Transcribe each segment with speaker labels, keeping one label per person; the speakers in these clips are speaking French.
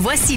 Speaker 1: Voici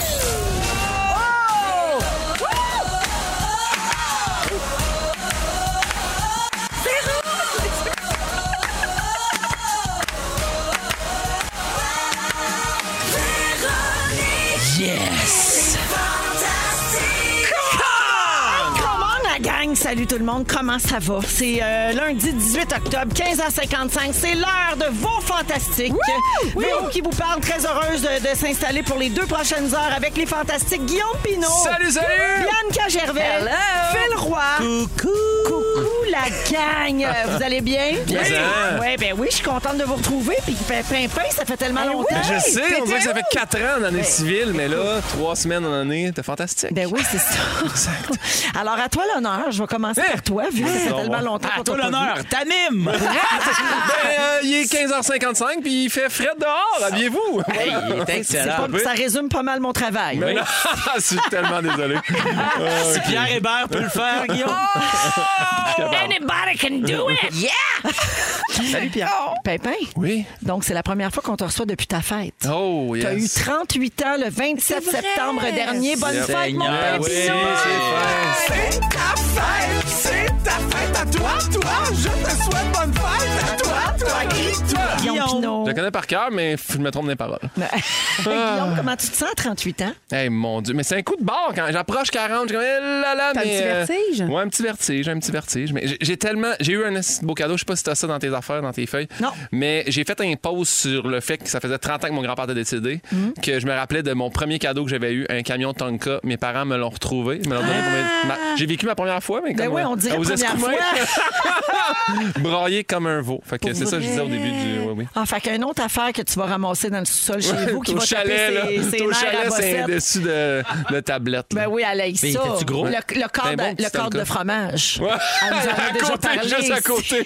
Speaker 2: Yes!
Speaker 3: Comment la gang? Salut tout le monde, comment ça va? C'est euh, lundi 18 octobre, 15h55, c'est l'heure de vos fantastiques. Véro qui vous parle, très heureuse de, de s'installer pour les deux prochaines heures avec les fantastiques Guillaume Pinot.
Speaker 2: Salut, salut!
Speaker 3: Bianca Gervais. Phil Roy. Coucou. Coucou la gang. Euh, Vous allez bien? Oui.
Speaker 2: hein.
Speaker 3: Ouais, ben oui, je suis contente de vous retrouver. Puis, pain, pain, pain, ça fait tellement longtemps.
Speaker 2: Ben, je sais, on dirait que ça
Speaker 3: T'étais
Speaker 2: fait 4 ans en année civile, mais là, 3 semaines en année, t'es fantastique.
Speaker 3: Ben oui, c'est ça. Alors, à toi l'honneur. Je vais commencer
Speaker 2: Eh! Ah,
Speaker 3: par toi, vu que ça fait
Speaker 2: Non,
Speaker 3: tellement
Speaker 2: moi.
Speaker 3: longtemps qu'on t'a
Speaker 4: À toi
Speaker 3: pas vu. Ah,
Speaker 4: l'honneur, t'animes!
Speaker 2: Ben, euh, il est 15h55, puis il fait frais dehors, habillez-vous!
Speaker 4: Hey, il est
Speaker 3: C'est
Speaker 4: excellent.
Speaker 3: pas- ça résume pas mal mon travail.
Speaker 2: Mais non, je suis tellement désolé.
Speaker 4: Si Pierre Hébert peut le faire, Guillaume.
Speaker 3: Oh! Anybody can do it! Yeah! Salut Pierre. Pépin,
Speaker 2: Oui.
Speaker 3: donc c'est la première fois qu'on te reçoit depuis ta fête.
Speaker 2: Oh, yes.
Speaker 3: T'as eu 38 ans le 27 septembre dernier. Bonne
Speaker 2: Yep.
Speaker 3: fête, mon
Speaker 4: Seigneur,
Speaker 3: père
Speaker 4: oui,
Speaker 3: Pinot!
Speaker 2: Ben c'est fin.
Speaker 5: C'est ta fête, c'est ta fête à toi, toi. Je te souhaite bonne fête à toi, toi qui, toi.
Speaker 3: Guillaume Pinot.
Speaker 2: Je le connais par cœur, mais je me trompe des paroles.
Speaker 3: Guillaume, comment tu te sens à 38 ans?
Speaker 2: Eh mon Dieu, mais c'est un coup de barre quand j'approche 40, je suis comme eh là là,
Speaker 6: T'as un
Speaker 2: mais,
Speaker 6: petit
Speaker 2: euh,
Speaker 6: vertige?
Speaker 2: ouais, un petit vertige, un petit vertige. Mais j'ai- j'ai tellement, j'ai eu un esti de beau cadeau. Je sais pas si t'as ça dans tes affaires, dans tes feuilles.
Speaker 3: Non.
Speaker 2: Mais j'ai fait un pause sur le fait que ça faisait 30 ans que mon grand-père était décédé,
Speaker 3: Mm-hmm.
Speaker 2: que je me rappelais de mon premier cadeau que j'avais eu, un camion Tonka. Mes parents me l'ont retrouvé, ils me l'ont donné pour mes- ma- J'ai vécu ma première fois, mais
Speaker 3: Ah! Ben
Speaker 2: comme
Speaker 3: oui,
Speaker 2: euh,
Speaker 3: on dirait
Speaker 2: aux
Speaker 3: première
Speaker 2: escoumins.
Speaker 3: fois.
Speaker 2: Braillé comme un veau. Fait que c'est ça que je disais au début du. ouais, oui.
Speaker 3: Ah, fait qu'une autre affaire que tu vas ramasser dans le sous-sol chez vous qui
Speaker 2: Au
Speaker 3: va
Speaker 2: chalet, là.
Speaker 3: taper ses, ses
Speaker 2: Au
Speaker 3: nerfs à
Speaker 2: chalet, c'est
Speaker 3: bossette.
Speaker 2: un dessus de, de tablette. là.
Speaker 3: Ben oui, elle aille
Speaker 4: Mais
Speaker 3: ça.
Speaker 4: était-tu gros?
Speaker 3: Le, le
Speaker 2: un
Speaker 3: cadre,
Speaker 2: bon petit
Speaker 3: le cadre
Speaker 2: Tonka.
Speaker 3: de fromage.
Speaker 2: Ouais.
Speaker 3: Elle nous en a
Speaker 2: à
Speaker 3: déjà
Speaker 2: côté,
Speaker 3: parlé
Speaker 2: juste à
Speaker 3: ici.
Speaker 2: côté.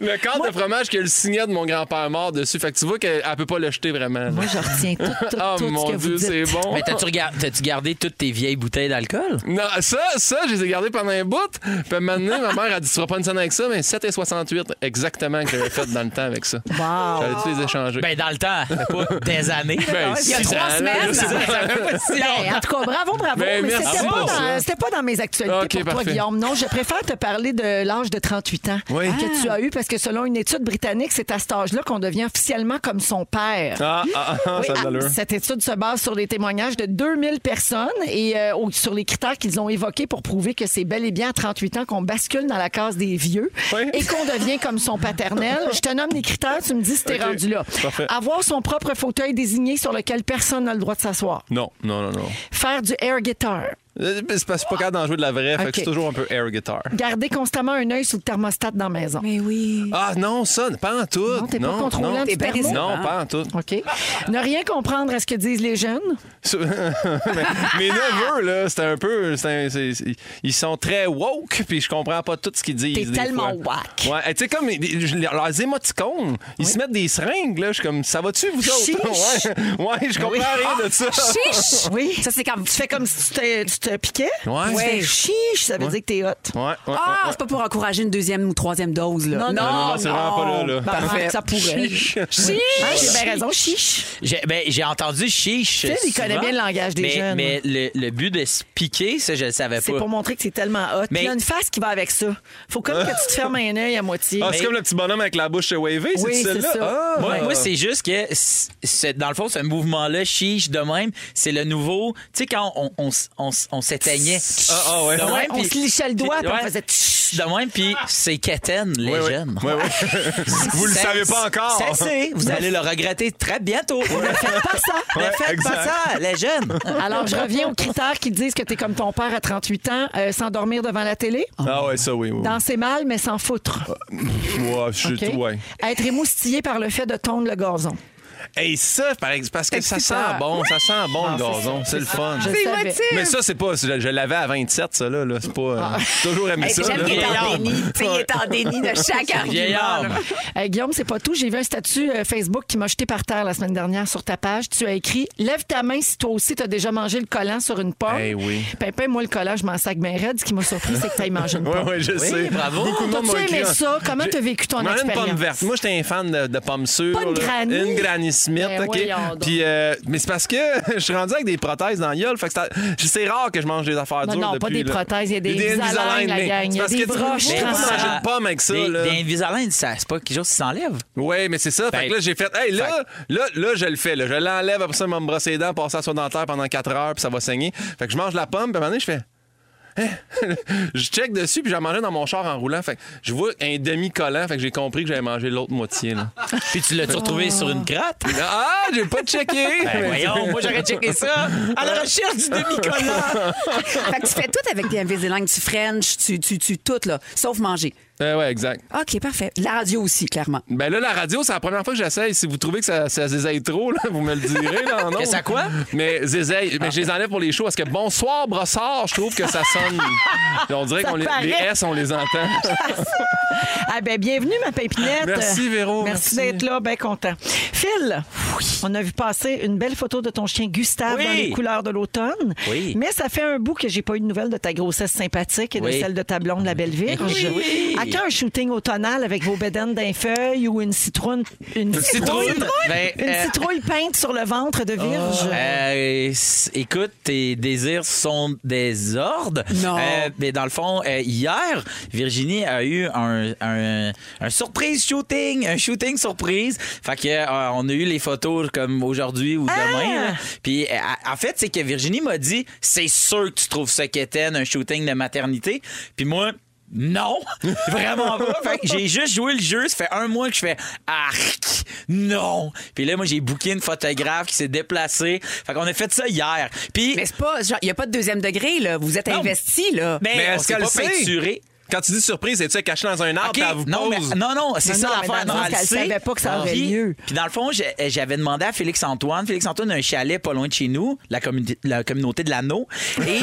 Speaker 2: le cadre de fromage qui a le signet de mon grand-père mort dessus. Fait que tu vois qu'elle elle peut pas le jeter vraiment.
Speaker 3: Moi, je retiens tout, tout,
Speaker 2: Ah
Speaker 3: tout ce
Speaker 2: mon
Speaker 3: que
Speaker 2: Dieu,
Speaker 3: vous
Speaker 2: c'est
Speaker 3: dites.
Speaker 2: bon.
Speaker 4: Mais t'as-tu regard- t'as-tu gardé toutes tes vieilles bouteilles d'alcool?
Speaker 2: Non, ça, ça, je les ai gardés pendant un bout. Puis maintenant, ma mère a dit, tu feras pas une scène avec ça, mais 7 et 68, exactement, que j'avais fait dans le temps avec ça.
Speaker 3: Wow.
Speaker 2: J'allais tous les échanger.
Speaker 4: Ben, dans le temps, pas des années.
Speaker 2: Ben,
Speaker 4: Ouais,
Speaker 2: si,
Speaker 4: il y a trois
Speaker 2: ça, là,
Speaker 4: semaines.
Speaker 2: je sais pas.
Speaker 3: Ben, en tout cas, bravo, bravo.
Speaker 2: Ben,
Speaker 3: mais
Speaker 2: merci
Speaker 3: c'était, pas dans,
Speaker 2: pour ça.
Speaker 3: c'était pas dans mes actualités
Speaker 2: Ok,
Speaker 3: pour toi,
Speaker 2: parfait.
Speaker 3: Guillaume. Non, je préfère te parler de l'âge de 38 ans
Speaker 2: Oui. Ah.
Speaker 3: que tu as eu parce que selon une étude britannique, c'est à cet âge-là qu'on devient officiellement comme son père.
Speaker 2: Ah, ah, ah,
Speaker 3: Oui,
Speaker 2: ça a de
Speaker 3: ah,
Speaker 2: l'allure.
Speaker 3: cette étude se base sur les témoignages de 2000 personnes et euh, au- sur les critères qu'ils ont évoqués pour prouver que c'est bel et bien à 38 ans qu'on bascule dans la case des vieux
Speaker 2: Oui.
Speaker 3: et qu'on devient comme son paternel. Je te nomme les critères, tu me dis si t'es
Speaker 2: Ok,
Speaker 3: rendu là.
Speaker 2: parfait.
Speaker 3: Avoir son propre fauteuil désigné sur lequel personne n'a le droit de s'asseoir.
Speaker 2: Non, non, non, non.
Speaker 3: Faire du air guitar.
Speaker 2: Euh, C'est parce que je suis pas capable d'en jouer de la vraie, fait que
Speaker 3: Ok.
Speaker 2: je suis toujours un peu air guitar.
Speaker 3: Garder constamment un œil sur le thermostat dans la maison.
Speaker 6: Mais oui.
Speaker 2: Ah non, ça, pas en tout.
Speaker 3: Non, t'es pas contrôlant
Speaker 2: non.
Speaker 3: du T'es bien thermo.
Speaker 2: Non, pas en tout.
Speaker 3: OK. ne rien comprendre à ce que disent les jeunes.
Speaker 2: Ça- Mais- Mes neveux, là, c'est un peu. c'est un- c'est- c'est- ils sont très woke, puis je comprends pas tout ce qu'ils disent.
Speaker 3: T'es
Speaker 2: des
Speaker 3: tellement
Speaker 2: fois.
Speaker 3: whack.
Speaker 2: Ouais, et tu sais, comme les- les- leurs émoticônes, ils se mettent des seringues, là. Je suis comme, ça va-tu, vous autres?
Speaker 3: Chiche.
Speaker 2: Ouais, ouais, je comprends rien de ça.
Speaker 6: Chiche!
Speaker 3: Oui.
Speaker 6: Ça, c'est comme.
Speaker 3: Tu fais comme si tu te, tu te piquais.
Speaker 2: Ouais.
Speaker 3: Tu fais
Speaker 6: Ouais.
Speaker 3: chiche, ça veut dire que t'es hot.
Speaker 2: Ouais, ouais, ouais,
Speaker 6: Ah,
Speaker 2: ouais.
Speaker 6: c'est pas pour encourager une deuxième ou troisième dose, là.
Speaker 2: non, non, c'est vraiment pas là, là.
Speaker 3: Ben,
Speaker 6: Parfait.
Speaker 3: Ça pourrait.
Speaker 2: Chiche. Ah,
Speaker 3: Hein, J'ai bien raison, chiche.
Speaker 4: J'ai ben, j'ai entendu chiche.
Speaker 3: Phil, il connaît
Speaker 4: souvent,
Speaker 3: bien le langage des
Speaker 4: mais,
Speaker 3: jeunes.
Speaker 4: Mais le, le but de se piquer, ça, je le savais
Speaker 3: C'est
Speaker 4: pas.
Speaker 3: pour montrer que c'est tellement hot.
Speaker 4: Mais-
Speaker 3: Il y a une face qui va avec ça. Faut comme que tu te fermes un œil à moitié.
Speaker 2: Ah, c'est comme le petit bonhomme avec la bouche wavée,
Speaker 3: Oui,
Speaker 2: c'est
Speaker 3: c'est
Speaker 2: celle-là?
Speaker 3: ça.
Speaker 2: Ah.
Speaker 4: Moi, moi, c'est juste que, c- c'est- dans le fond, ce mouvement-là, chiche de même, c'est le nouveau. Tu sais, quand on, on, s- on s- on s'éteignait.
Speaker 2: Ah, ah, ouais.
Speaker 4: De
Speaker 3: Ouais,
Speaker 4: même,
Speaker 3: on
Speaker 4: puis-
Speaker 3: se lichait le doigt, puis on
Speaker 4: ouais.
Speaker 3: faisait tch.
Speaker 4: De même, puis c'est quétaine, les
Speaker 2: Ouais, ouais.
Speaker 4: jeunes.
Speaker 2: Ouais, ouais. Vous le
Speaker 4: Ça-
Speaker 2: savez pas encore.
Speaker 4: Ça, c'est. Vous allez le regretter très bientôt. Ne faites pas ça.
Speaker 2: Ouais,
Speaker 4: ne faites
Speaker 2: exact.
Speaker 4: pas ça, les jeunes.
Speaker 3: Alors, je reviens aux critères qui disent que t'es comme ton père à 38 ans, euh, s'endormir devant la télé,
Speaker 2: Ah, ouais, ça, oui. oui.
Speaker 3: danser mal, mais s'en foutre.
Speaker 2: Ouais, je suis
Speaker 3: OK?
Speaker 2: Ah, ouais.
Speaker 3: Être émoustillé par le fait de tondre le gazon.
Speaker 2: Et ça, par exemple, parce que ça
Speaker 7: Excitant.
Speaker 2: sent bon, ça sent bon le gazon, c'est le fun.
Speaker 7: Je
Speaker 8: C'est
Speaker 7: savais.
Speaker 8: émotif.
Speaker 2: Mais ça, c'est pas. Je, je l'avais à 27, ça, là. là. C'est pas. euh,
Speaker 3: Ah.
Speaker 2: j'ai toujours aimé
Speaker 8: Hey,
Speaker 2: ça.
Speaker 8: J'aime
Speaker 2: là.
Speaker 8: qu'il est en
Speaker 4: Vieillard.
Speaker 8: déni. Tu sais, Il est en déni de chaque
Speaker 4: Vieillard.
Speaker 8: argument. là.
Speaker 3: Euh, Guillaume, c'est pas tout. J'ai vu un statut euh, Facebook qui m'a jeté par terre la semaine dernière sur ta page. Tu as écrit Lève ta main si toi aussi t'as déjà mangé le collant sur une pomme.
Speaker 2: Eh oui.
Speaker 3: Pimpin, moi, le collant, je m'en sac bien raide. Ce qui m'a surpris, c'est que t'ailles mangé une
Speaker 2: Oui,
Speaker 3: pomme.
Speaker 2: oui, je sais.
Speaker 4: bravo.
Speaker 2: Beaucoup de monde
Speaker 3: T'as-tu
Speaker 2: m'ont écrit,
Speaker 3: aimé
Speaker 2: ah,
Speaker 3: ça? Comment
Speaker 2: j'ai-
Speaker 3: t'as vécu ton
Speaker 2: Je mangeais une pomme
Speaker 3: expérience?
Speaker 2: verte. Moi, j'étais un fan de, de pommes sûres.
Speaker 3: Pas de
Speaker 2: là.
Speaker 3: Granny?
Speaker 2: Une Granny Smith,
Speaker 3: Ben
Speaker 2: OK?
Speaker 3: voyons donc.
Speaker 2: Puis, euh, mais c'est parce que je suis rendu avec des prothèses dans la gueule. Fait que ça- c'est rare que je mange des affaires
Speaker 3: Non,
Speaker 2: dures.
Speaker 3: non, pas des
Speaker 2: depuis, là.
Speaker 3: prothèses, il y a des Invisalign,
Speaker 2: Invisalign,
Speaker 3: la
Speaker 2: mais
Speaker 3: gang, il y a
Speaker 2: c'est parce
Speaker 3: des
Speaker 2: que tu peux-
Speaker 3: broches
Speaker 2: je peux pas
Speaker 3: transparentes.
Speaker 2: manger de pomme avec ça.
Speaker 4: Des,
Speaker 2: là.
Speaker 4: des Invisalign, ça, c'est pas quelque chose qui s'enlève.
Speaker 2: Oui, mais c'est ça. Fait
Speaker 4: Ben,
Speaker 2: que là, j'ai fait, hey, là, là, là, je le fais. là. Je l'enlève, après ça, je vais me brosser les dents, passer à son dentaire pendant 4 heures, puis ça va saigner. Fait que je mange la pomme, puis à un moment donné, je fais. Hein? je check dessus, puis j'en mangeais dans mon char en roulant. Fait que je vois un demi-collant, fait que j'ai compris que j'avais mangé l'autre moitié. là.
Speaker 4: Puis tu l'as-tu retrouvé
Speaker 2: Oh.
Speaker 4: sur une gratte?
Speaker 2: ah, j'ai pas checké!
Speaker 4: Ben voyons, moi j'aurais checké ça à la recherche du demi-collant.
Speaker 7: Fait que tu fais tout avec des Invisalign, tu French, tu, tu, tu tout, là, sauf manger.
Speaker 2: Euh, ouais, exact.
Speaker 7: OK, parfait. La radio aussi, clairement.
Speaker 2: Ben là, la radio, c'est la première fois que j'essaye. Si vous trouvez que ça, ça zézaille trop, là, vous me le direz. Là, en ondes.
Speaker 4: Que ça quoi?
Speaker 2: Mais zézaille, mais je les enlève pour les shows parce que bonsoir, brossard, je trouve que ça sonne. on dirait
Speaker 9: Ça
Speaker 2: qu'on les,
Speaker 9: paraît.
Speaker 2: les S, on les entend.
Speaker 9: Ah ben bienvenue ma pimpinette.
Speaker 2: Merci, Véro,
Speaker 9: Merci,
Speaker 2: merci.
Speaker 9: d'être là, bien content. Phil, on a vu passer une belle photo de ton chien Gustave
Speaker 4: Oui.
Speaker 9: dans les couleurs de l'automne.
Speaker 4: Oui.
Speaker 9: Mais ça fait un bout que j'ai pas eu de nouvelles de ta grossesse sympathique et de
Speaker 4: Oui.
Speaker 9: celle de ta blonde la belle vierge.
Speaker 4: Oui.
Speaker 9: À quand un shooting automnal avec vos bédaines d'un feuille ou une citrouille une,
Speaker 4: citrouille? Ben,
Speaker 9: une
Speaker 4: euh,
Speaker 9: citrouille peinte sur le ventre de vierge.
Speaker 4: Euh, s- écoute, tes désirs sont des ordres.
Speaker 7: Non.
Speaker 4: Euh, mais dans le fond, euh, hier, Virginie a eu un, un- un surprise shooting, un shooting surprise. Fait que euh, on a eu les photos comme aujourd'hui ou demain.
Speaker 2: Ah!
Speaker 4: là. Puis euh, en fait, c'est que Virginie m'a dit, c'est sûr que tu trouves ça quétaine, un shooting de maternité. Puis moi. Non, vraiment pas. Fait que j'ai juste joué le jeu. Ça fait un mois que je fais arc, non. Puis là, moi, j'ai booké une photographe qui s'est déplacée. Fait qu'on a fait ça hier. Puis
Speaker 7: Mais c'est pas, genre, il n'y a pas de deuxième degré, là. Vous êtes
Speaker 4: Non. Ben,
Speaker 7: investi, là.
Speaker 4: mais,
Speaker 2: Mais
Speaker 4: on
Speaker 2: est-ce
Speaker 4: s'est
Speaker 2: qu'elle
Speaker 4: pas
Speaker 2: le sait?
Speaker 4: peinturé.
Speaker 2: Quand tu dis surprise, es-tu caché dans un arbre,
Speaker 4: OK,
Speaker 2: puis elle vous
Speaker 4: non, mais-
Speaker 2: pose?
Speaker 4: non, non, c'est
Speaker 9: Non,
Speaker 4: ça
Speaker 9: non, mais
Speaker 4: l'affaire.
Speaker 9: dans le sens
Speaker 4: Non, elle
Speaker 9: qu'elle
Speaker 4: sait.
Speaker 9: savait pas que ça
Speaker 4: Ah.
Speaker 9: aurait
Speaker 4: Puis-
Speaker 9: lieu.
Speaker 4: Puis dans le fond, j'ai- euh, j'avais demandé à Félix-Antoine. Félix-Antoine a un chalet pas loin de chez nous, la, communauté- la communauté de l'anneau. Et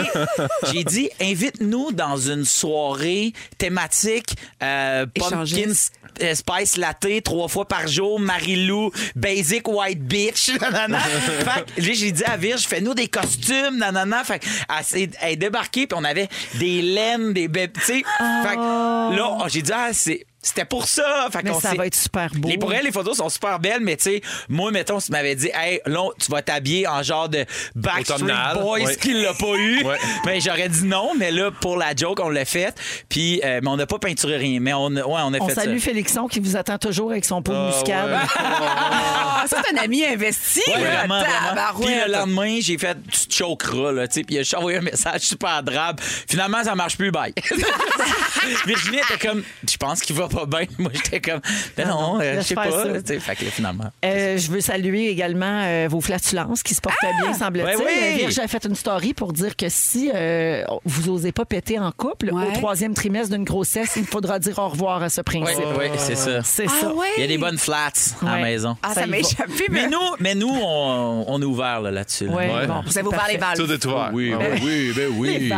Speaker 4: j'ai dit, invite-nous dans une soirée thématique euh, pumpkin
Speaker 7: Échangiste.
Speaker 4: euh, spice latte trois fois par jour, Marie-Lou, basic white bitch. nanana. fait que, là, j'ai dit à Virge, fais-nous des costumes, nanana. Fait que, elle, s'est- elle est débarquée, puis on avait des laines, des bébés. Tu sais, fait que, là, oh, j'ai dit, ah, c'est- C'était pour ça. Fait
Speaker 9: Mais
Speaker 4: qu'on
Speaker 9: ça
Speaker 4: s'est-
Speaker 9: va être super beau.
Speaker 4: Les, pour elle, les photos sont super belles, mais tu sais, moi, mettons, si tu m'avais dit, hey, là, tu vas t'habiller en genre de Backstreet
Speaker 2: Automnal,
Speaker 4: Boys
Speaker 2: ouais.
Speaker 4: qui l'a pas eu,
Speaker 2: Ouais.
Speaker 4: ben, j'aurais dit non, mais là, pour la joke, on l'a fait. Puis, euh, mais on n'a pas peinturé rien, mais on, a- ouais, on a
Speaker 9: On
Speaker 4: fait ça.
Speaker 9: salue Félixon qui vous attend toujours avec son pot de
Speaker 2: Ah,
Speaker 9: muscade.
Speaker 2: ouais.
Speaker 7: Ah, ça, c'est un ami investi,
Speaker 4: Ouais,
Speaker 7: là.
Speaker 4: vraiment, vraiment.
Speaker 7: Tabarouette.
Speaker 4: Puis le lendemain, j'ai fait tu te choqueras là, tu sais, puis j'ai envoyé un message super drabe. Finalement, ça marche plus, bye. Virginie était comme je pense qu'il va pas bien. Moi, j'étais comme ben non, euh, je
Speaker 9: laisse
Speaker 4: sais
Speaker 9: faire
Speaker 4: pas,
Speaker 9: ça.
Speaker 4: là, tu sais, fait que là, finalement.
Speaker 9: Euh, je veux saluer également euh, vos flatulences qui se portaient bien, semble-t-il.
Speaker 4: Ah! Ouais, ouais.
Speaker 9: Virge a fait une story pour dire que si euh, vous osez pas péter en couple,
Speaker 7: Ouais.
Speaker 9: au troisième trimestre d'une grossesse, il faudra dire au revoir à ce
Speaker 4: Oui,
Speaker 9: principe.
Speaker 4: c'est ça.
Speaker 9: C'est
Speaker 7: Ah,
Speaker 9: ça.
Speaker 7: ouais.
Speaker 4: Il y a des bonnes flats à
Speaker 9: Ouais.
Speaker 4: la maison.
Speaker 7: Ah, ça,
Speaker 9: Ça y
Speaker 7: m'a
Speaker 9: va.
Speaker 7: échappé, mais.
Speaker 4: Mais nous, mais nous on, on est ouvert là, là-dessus. là.
Speaker 9: Ouais,
Speaker 2: Ouais.
Speaker 9: bon,
Speaker 7: Vous
Speaker 9: c'est
Speaker 7: avez ouvert
Speaker 9: parfait.
Speaker 7: les
Speaker 2: Tout
Speaker 7: valves.
Speaker 2: est ouvert.
Speaker 4: Oui,
Speaker 2: Ah, oui, ben oui.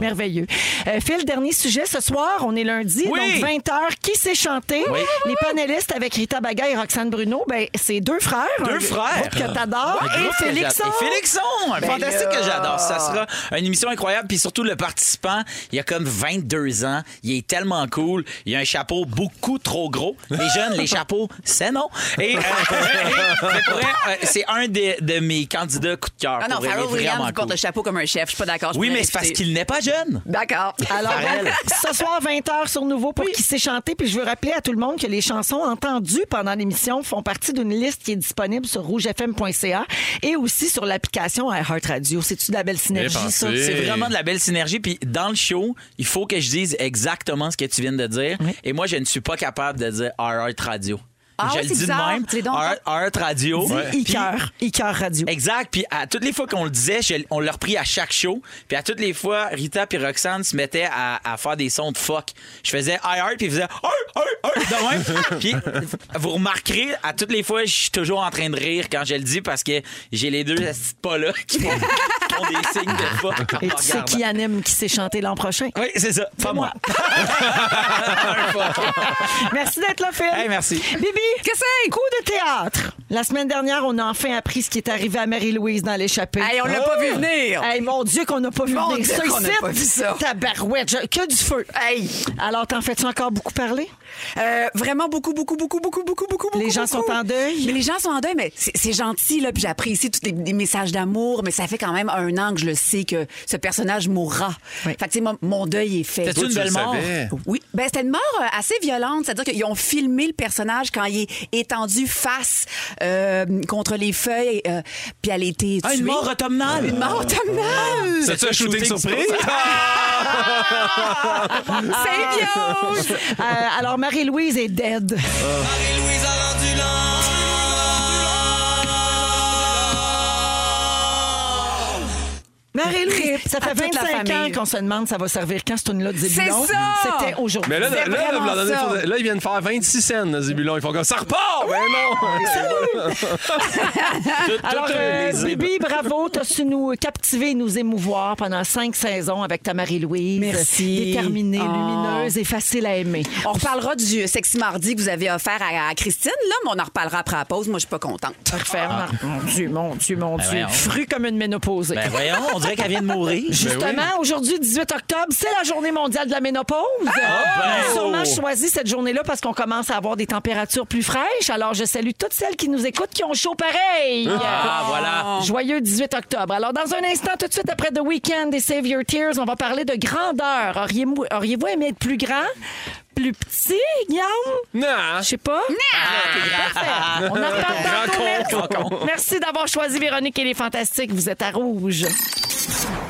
Speaker 9: Merveilleux. Euh, Phil, dernier sujet ce soir. On est lundi,
Speaker 4: Oui.
Speaker 9: donc 20h. Qui s'est chanté?
Speaker 4: Oui.
Speaker 9: Les panélistes avec Rita Baga et Roxane Bruno, ben, c'est deux frères.
Speaker 4: Deux
Speaker 9: Un
Speaker 4: frères.
Speaker 9: groupe que t'adores.
Speaker 4: Un
Speaker 9: Et
Speaker 4: groupe que
Speaker 9: Félixon.
Speaker 4: j'adore. Et Félixon,
Speaker 7: Ben
Speaker 4: un fantastique que j'adore. Ça sera une émission incroyable. Puis surtout, le participant, il a comme 22 ans. Il est tellement cool. Il a un chapeau beaucoup trop gros. Les jeunes, les chapeaux, c'est non. Et, euh, mais pour vrai, euh, c'est un de, de mes candidats coup de cœur.
Speaker 7: Ah non,
Speaker 4: Pour vrai,
Speaker 7: Pharrell
Speaker 4: il est
Speaker 7: Williams
Speaker 4: vraiment
Speaker 7: il porte
Speaker 4: cool.
Speaker 7: le chapeau comme un chef. Je suis pas d'accord. je
Speaker 4: Oui,
Speaker 7: pourrais
Speaker 4: mais c'est parce
Speaker 7: l'inviter.
Speaker 4: qu'il n'est pas jeune.
Speaker 7: D'accord.
Speaker 9: Alors,
Speaker 4: Pharrell.
Speaker 9: donc, ce soir, 20h sur Nouveau, pour qui s'est chanté. Puis je veux rappeler à tout le monde que les chansons entendues pendant l'émission font partie d'une liste qui est disponible sur rougefm.ca et aussi sur l'application iHeartRadio. C'est-tu de la belle synergie,
Speaker 2: Bien
Speaker 9: ça?
Speaker 2: pensé.
Speaker 4: C'est
Speaker 2: Hey.
Speaker 4: vraiment de la belle synergie. Puis dans le show, il faut que je dise exactement ce que tu viens de dire. Et moi, je ne suis pas capable de dire All Right Radio.
Speaker 7: Ah
Speaker 4: je
Speaker 7: ouais,
Speaker 4: le
Speaker 7: c'est
Speaker 4: dis de
Speaker 7: bizarre.
Speaker 4: même.
Speaker 7: Dis donc.
Speaker 4: Heart, Heart Radio.
Speaker 3: Dis
Speaker 4: Ouais.
Speaker 3: Iker, Iker Radio.
Speaker 4: Exact. Puis à toutes les fois qu'on le disait, je- on l'a repris à chaque show. Puis à toutes les fois, Rita puis Roxane se mettaient à, à faire des sons de fuck. Je faisais I heart puis ils faisaient Heart, Heart, Heart de même. puis vous remarquerez, à toutes les fois, je suis toujours en train de rire quand je le dis parce que j'ai les deux pas là qui font, qui font des signes de fuck. en
Speaker 3: Et tu sais
Speaker 4: regardant.
Speaker 3: qui anime, qui s'est chanté l'an prochain?
Speaker 4: Oui, c'est ça. Pas moi.
Speaker 3: Merci d'être là, Phil.
Speaker 4: Hey, merci.
Speaker 3: Bibi,
Speaker 7: Qu'est-ce que c'est?
Speaker 3: coup de théâtre. La semaine dernière, on a enfin appris ce qui est arrivé à Marie-Louise dans l'échappée.
Speaker 7: Hey, on l'a pas
Speaker 4: Oh!
Speaker 7: vu venir.
Speaker 3: Hey, mon Dieu, qu'on n'a pas vu
Speaker 7: Mon
Speaker 3: venir
Speaker 7: Dieu
Speaker 3: ça
Speaker 7: qu'on n'a
Speaker 3: ici.
Speaker 7: pas vu ça.
Speaker 3: Tabarouette, je- que du feu.
Speaker 7: Hey.
Speaker 3: Alors, t'en fais-tu encore beaucoup parler?
Speaker 7: Euh, vraiment beaucoup, beaucoup, beaucoup, beaucoup, beaucoup, beaucoup.
Speaker 3: Les
Speaker 7: beaucoup,
Speaker 3: gens sont
Speaker 7: beaucoup.
Speaker 3: en deuil.
Speaker 7: Mais les gens sont en deuil, mais c'est c'est gentil, là, puis j'apprécie tous les, les messages d'amour, mais ça fait quand même un an que je le sais que ce personnage mourra. Fait que, tu sais, moi, mon deuil est fait.
Speaker 4: T'as-tu Toi, une tu belle le mort? savais.
Speaker 7: Oui. Ben, c'était une mort euh, assez violente, c'est-à-dire qu'ils ont filmé le personnage quand il est étendu face euh, contre les feuilles, euh, puis elle a été tuée.
Speaker 4: Ah, une mort automnale.
Speaker 7: Une mort automnale!
Speaker 2: C'est ça, shooting surprise?
Speaker 4: Ah,
Speaker 7: Symbiose!
Speaker 3: Euh, alors, Marie-Louise est dead.
Speaker 5: Marie-Louise a rendu
Speaker 3: Marie-Louise,
Speaker 7: Rip
Speaker 3: ça fait
Speaker 7: à toute la
Speaker 3: 25 ans
Speaker 7: famille.
Speaker 3: qu'on se demande ça va servir quand ce tune-là de Zébulon.
Speaker 7: C'est ça!
Speaker 3: C'était aujourd'hui.
Speaker 2: Mais là, là,
Speaker 7: C'est
Speaker 2: là,
Speaker 7: vraiment
Speaker 2: là, là,
Speaker 7: ça.
Speaker 2: là, là, ils viennent faire 26 scènes, les Zébulon. Ils font comme ça repart! Mais non!
Speaker 3: Alors, euh, Bibi, bravo, t'as su nous captiver et nous émouvoir pendant cinq saisons avec ta Marie-Louise.
Speaker 7: Merci.
Speaker 3: Déterminée,
Speaker 7: Oh.
Speaker 3: lumineuse et facile à aimer.
Speaker 7: On reparlera du sexy mardi que vous avez offert à à Christine, là, mais on en reparlera après la pause. Moi, je suis pas contente.
Speaker 3: Parfait.
Speaker 7: Ah.
Speaker 3: Mon Dieu, mon Dieu, mon Dieu.
Speaker 4: Ben voyons.
Speaker 3: Fru comme une ménopausée.
Speaker 4: Ben voyons, on dirait qu'elle vient de mourir.
Speaker 3: Justement, aujourd'hui, 18 octobre, c'est la journée mondiale de la ménopause. On a sûrement choisi cette journée-là parce qu'on commence à avoir des températures plus fraîches. Alors, je salue toutes celles qui nous écoutent qui ont chaud pareil. Euh,
Speaker 4: Ah, voilà.
Speaker 3: Joyeux 18 octobre. Alors, dans un instant, tout de suite après The Weeknd et Save Your Tears, on va parler de grandeur. Auriez-mou- Auriez-vous aimé être plus grand? Plus petit, Guillaume?
Speaker 2: Non!
Speaker 3: Je sais pas.
Speaker 4: Ah,
Speaker 3: Parfait. On en reparle tantôt. Merci. Merci d'avoir choisi Véronique et les Fantastiques. Vous êtes à Rouge.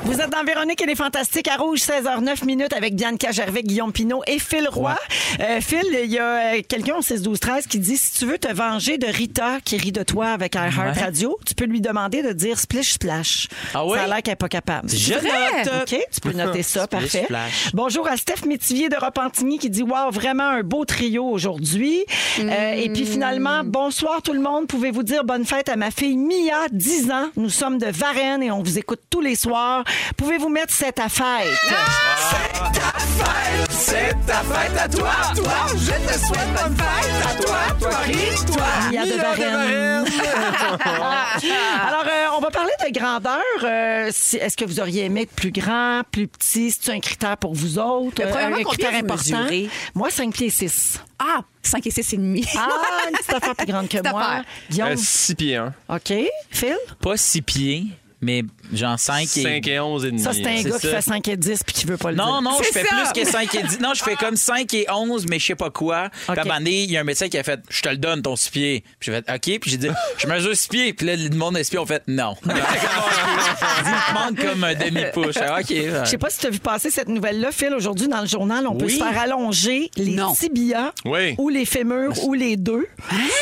Speaker 3: Vous êtes dans Véronique et les Fantastiques à Rouge, 16h09 minutes avec Bianca Gervais, Guillaume Pinot et Phil Roy. Euh, Phil, il y a euh, quelqu'un au 16-12-13 qui dit si tu veux te venger de Rita qui rit de toi avec iHeart Radio, tu peux lui demander de dire splish splash.
Speaker 4: Ah oui?
Speaker 3: Ça a l'air qu'elle n'est pas capable.
Speaker 4: Je
Speaker 7: vrai?
Speaker 4: note.
Speaker 3: OK, tu peux noter ça,
Speaker 4: Splish,
Speaker 3: parfait.
Speaker 4: splash.
Speaker 3: Bonjour à Steph Métivier de Repentigny qui dit Waouh, vraiment un beau trio aujourd'hui. Euh, et
Speaker 7: Hmm.
Speaker 3: puis finalement, bonsoir tout le monde. Pouvez-vous dire bonne fête à ma fille Mia, 10 ans. Nous sommes de Varennes et on vous écoute tous les soirs. Pouvez-vous mettre cette affaire?
Speaker 5: fête, c'est ta fête à toi, toi. Je te souhaite bonne fête à toi, toi, ris, toi.
Speaker 3: Mia de Varennes. Alors, euh, on va parler de grandeur. Euh, si- Est-ce que vous auriez aimé être plus grand, plus petit? C'est un critère pour vous autres?
Speaker 7: Mais
Speaker 3: Euh,
Speaker 7: premièrement,
Speaker 3: un
Speaker 7: combien
Speaker 3: critère
Speaker 7: vous
Speaker 3: important?
Speaker 7: mesurez?
Speaker 3: Moi, 5 pieds 6.
Speaker 7: Ah, 5 et 6 et demi.
Speaker 3: Ah, une petite affaire plus grande que
Speaker 7: Petite
Speaker 3: moi.
Speaker 7: affaire.
Speaker 3: Guillaume,
Speaker 2: 6 Euh, pieds 1.
Speaker 3: OK. Phil?
Speaker 4: Pas six pieds, mais genre cinq et...
Speaker 2: 5 et 11 et demi.
Speaker 3: Ça, c'est un
Speaker 4: C'est
Speaker 3: gars qui
Speaker 4: ça.
Speaker 3: fait 5 et 10 puis qui veut pas le
Speaker 4: Non,
Speaker 3: dire.
Speaker 4: non, je
Speaker 7: C'est
Speaker 4: fais
Speaker 7: ça.
Speaker 4: plus que 5 et 10. Non, je fais comme 5 et 11, mais je sais pas quoi. Puis
Speaker 3: OK.
Speaker 4: à un moment donné, il y a un médecin qui a fait Je te le donne, ton six pieds. Puis j'ai fait OK. Puis j'ai dit Je mesure six pieds. Puis là, le monde des six pieds ont fait Non. Il me manque comme un demi-pouce. Ah, OK.
Speaker 3: Je sais pas si tu as vu passer cette nouvelle-là, Phil. Aujourd'hui, dans le journal, on peut
Speaker 4: Oui.
Speaker 3: se faire allonger les
Speaker 7: Non.
Speaker 3: tibias
Speaker 2: Oui.
Speaker 3: ou les fémurs ou les deux.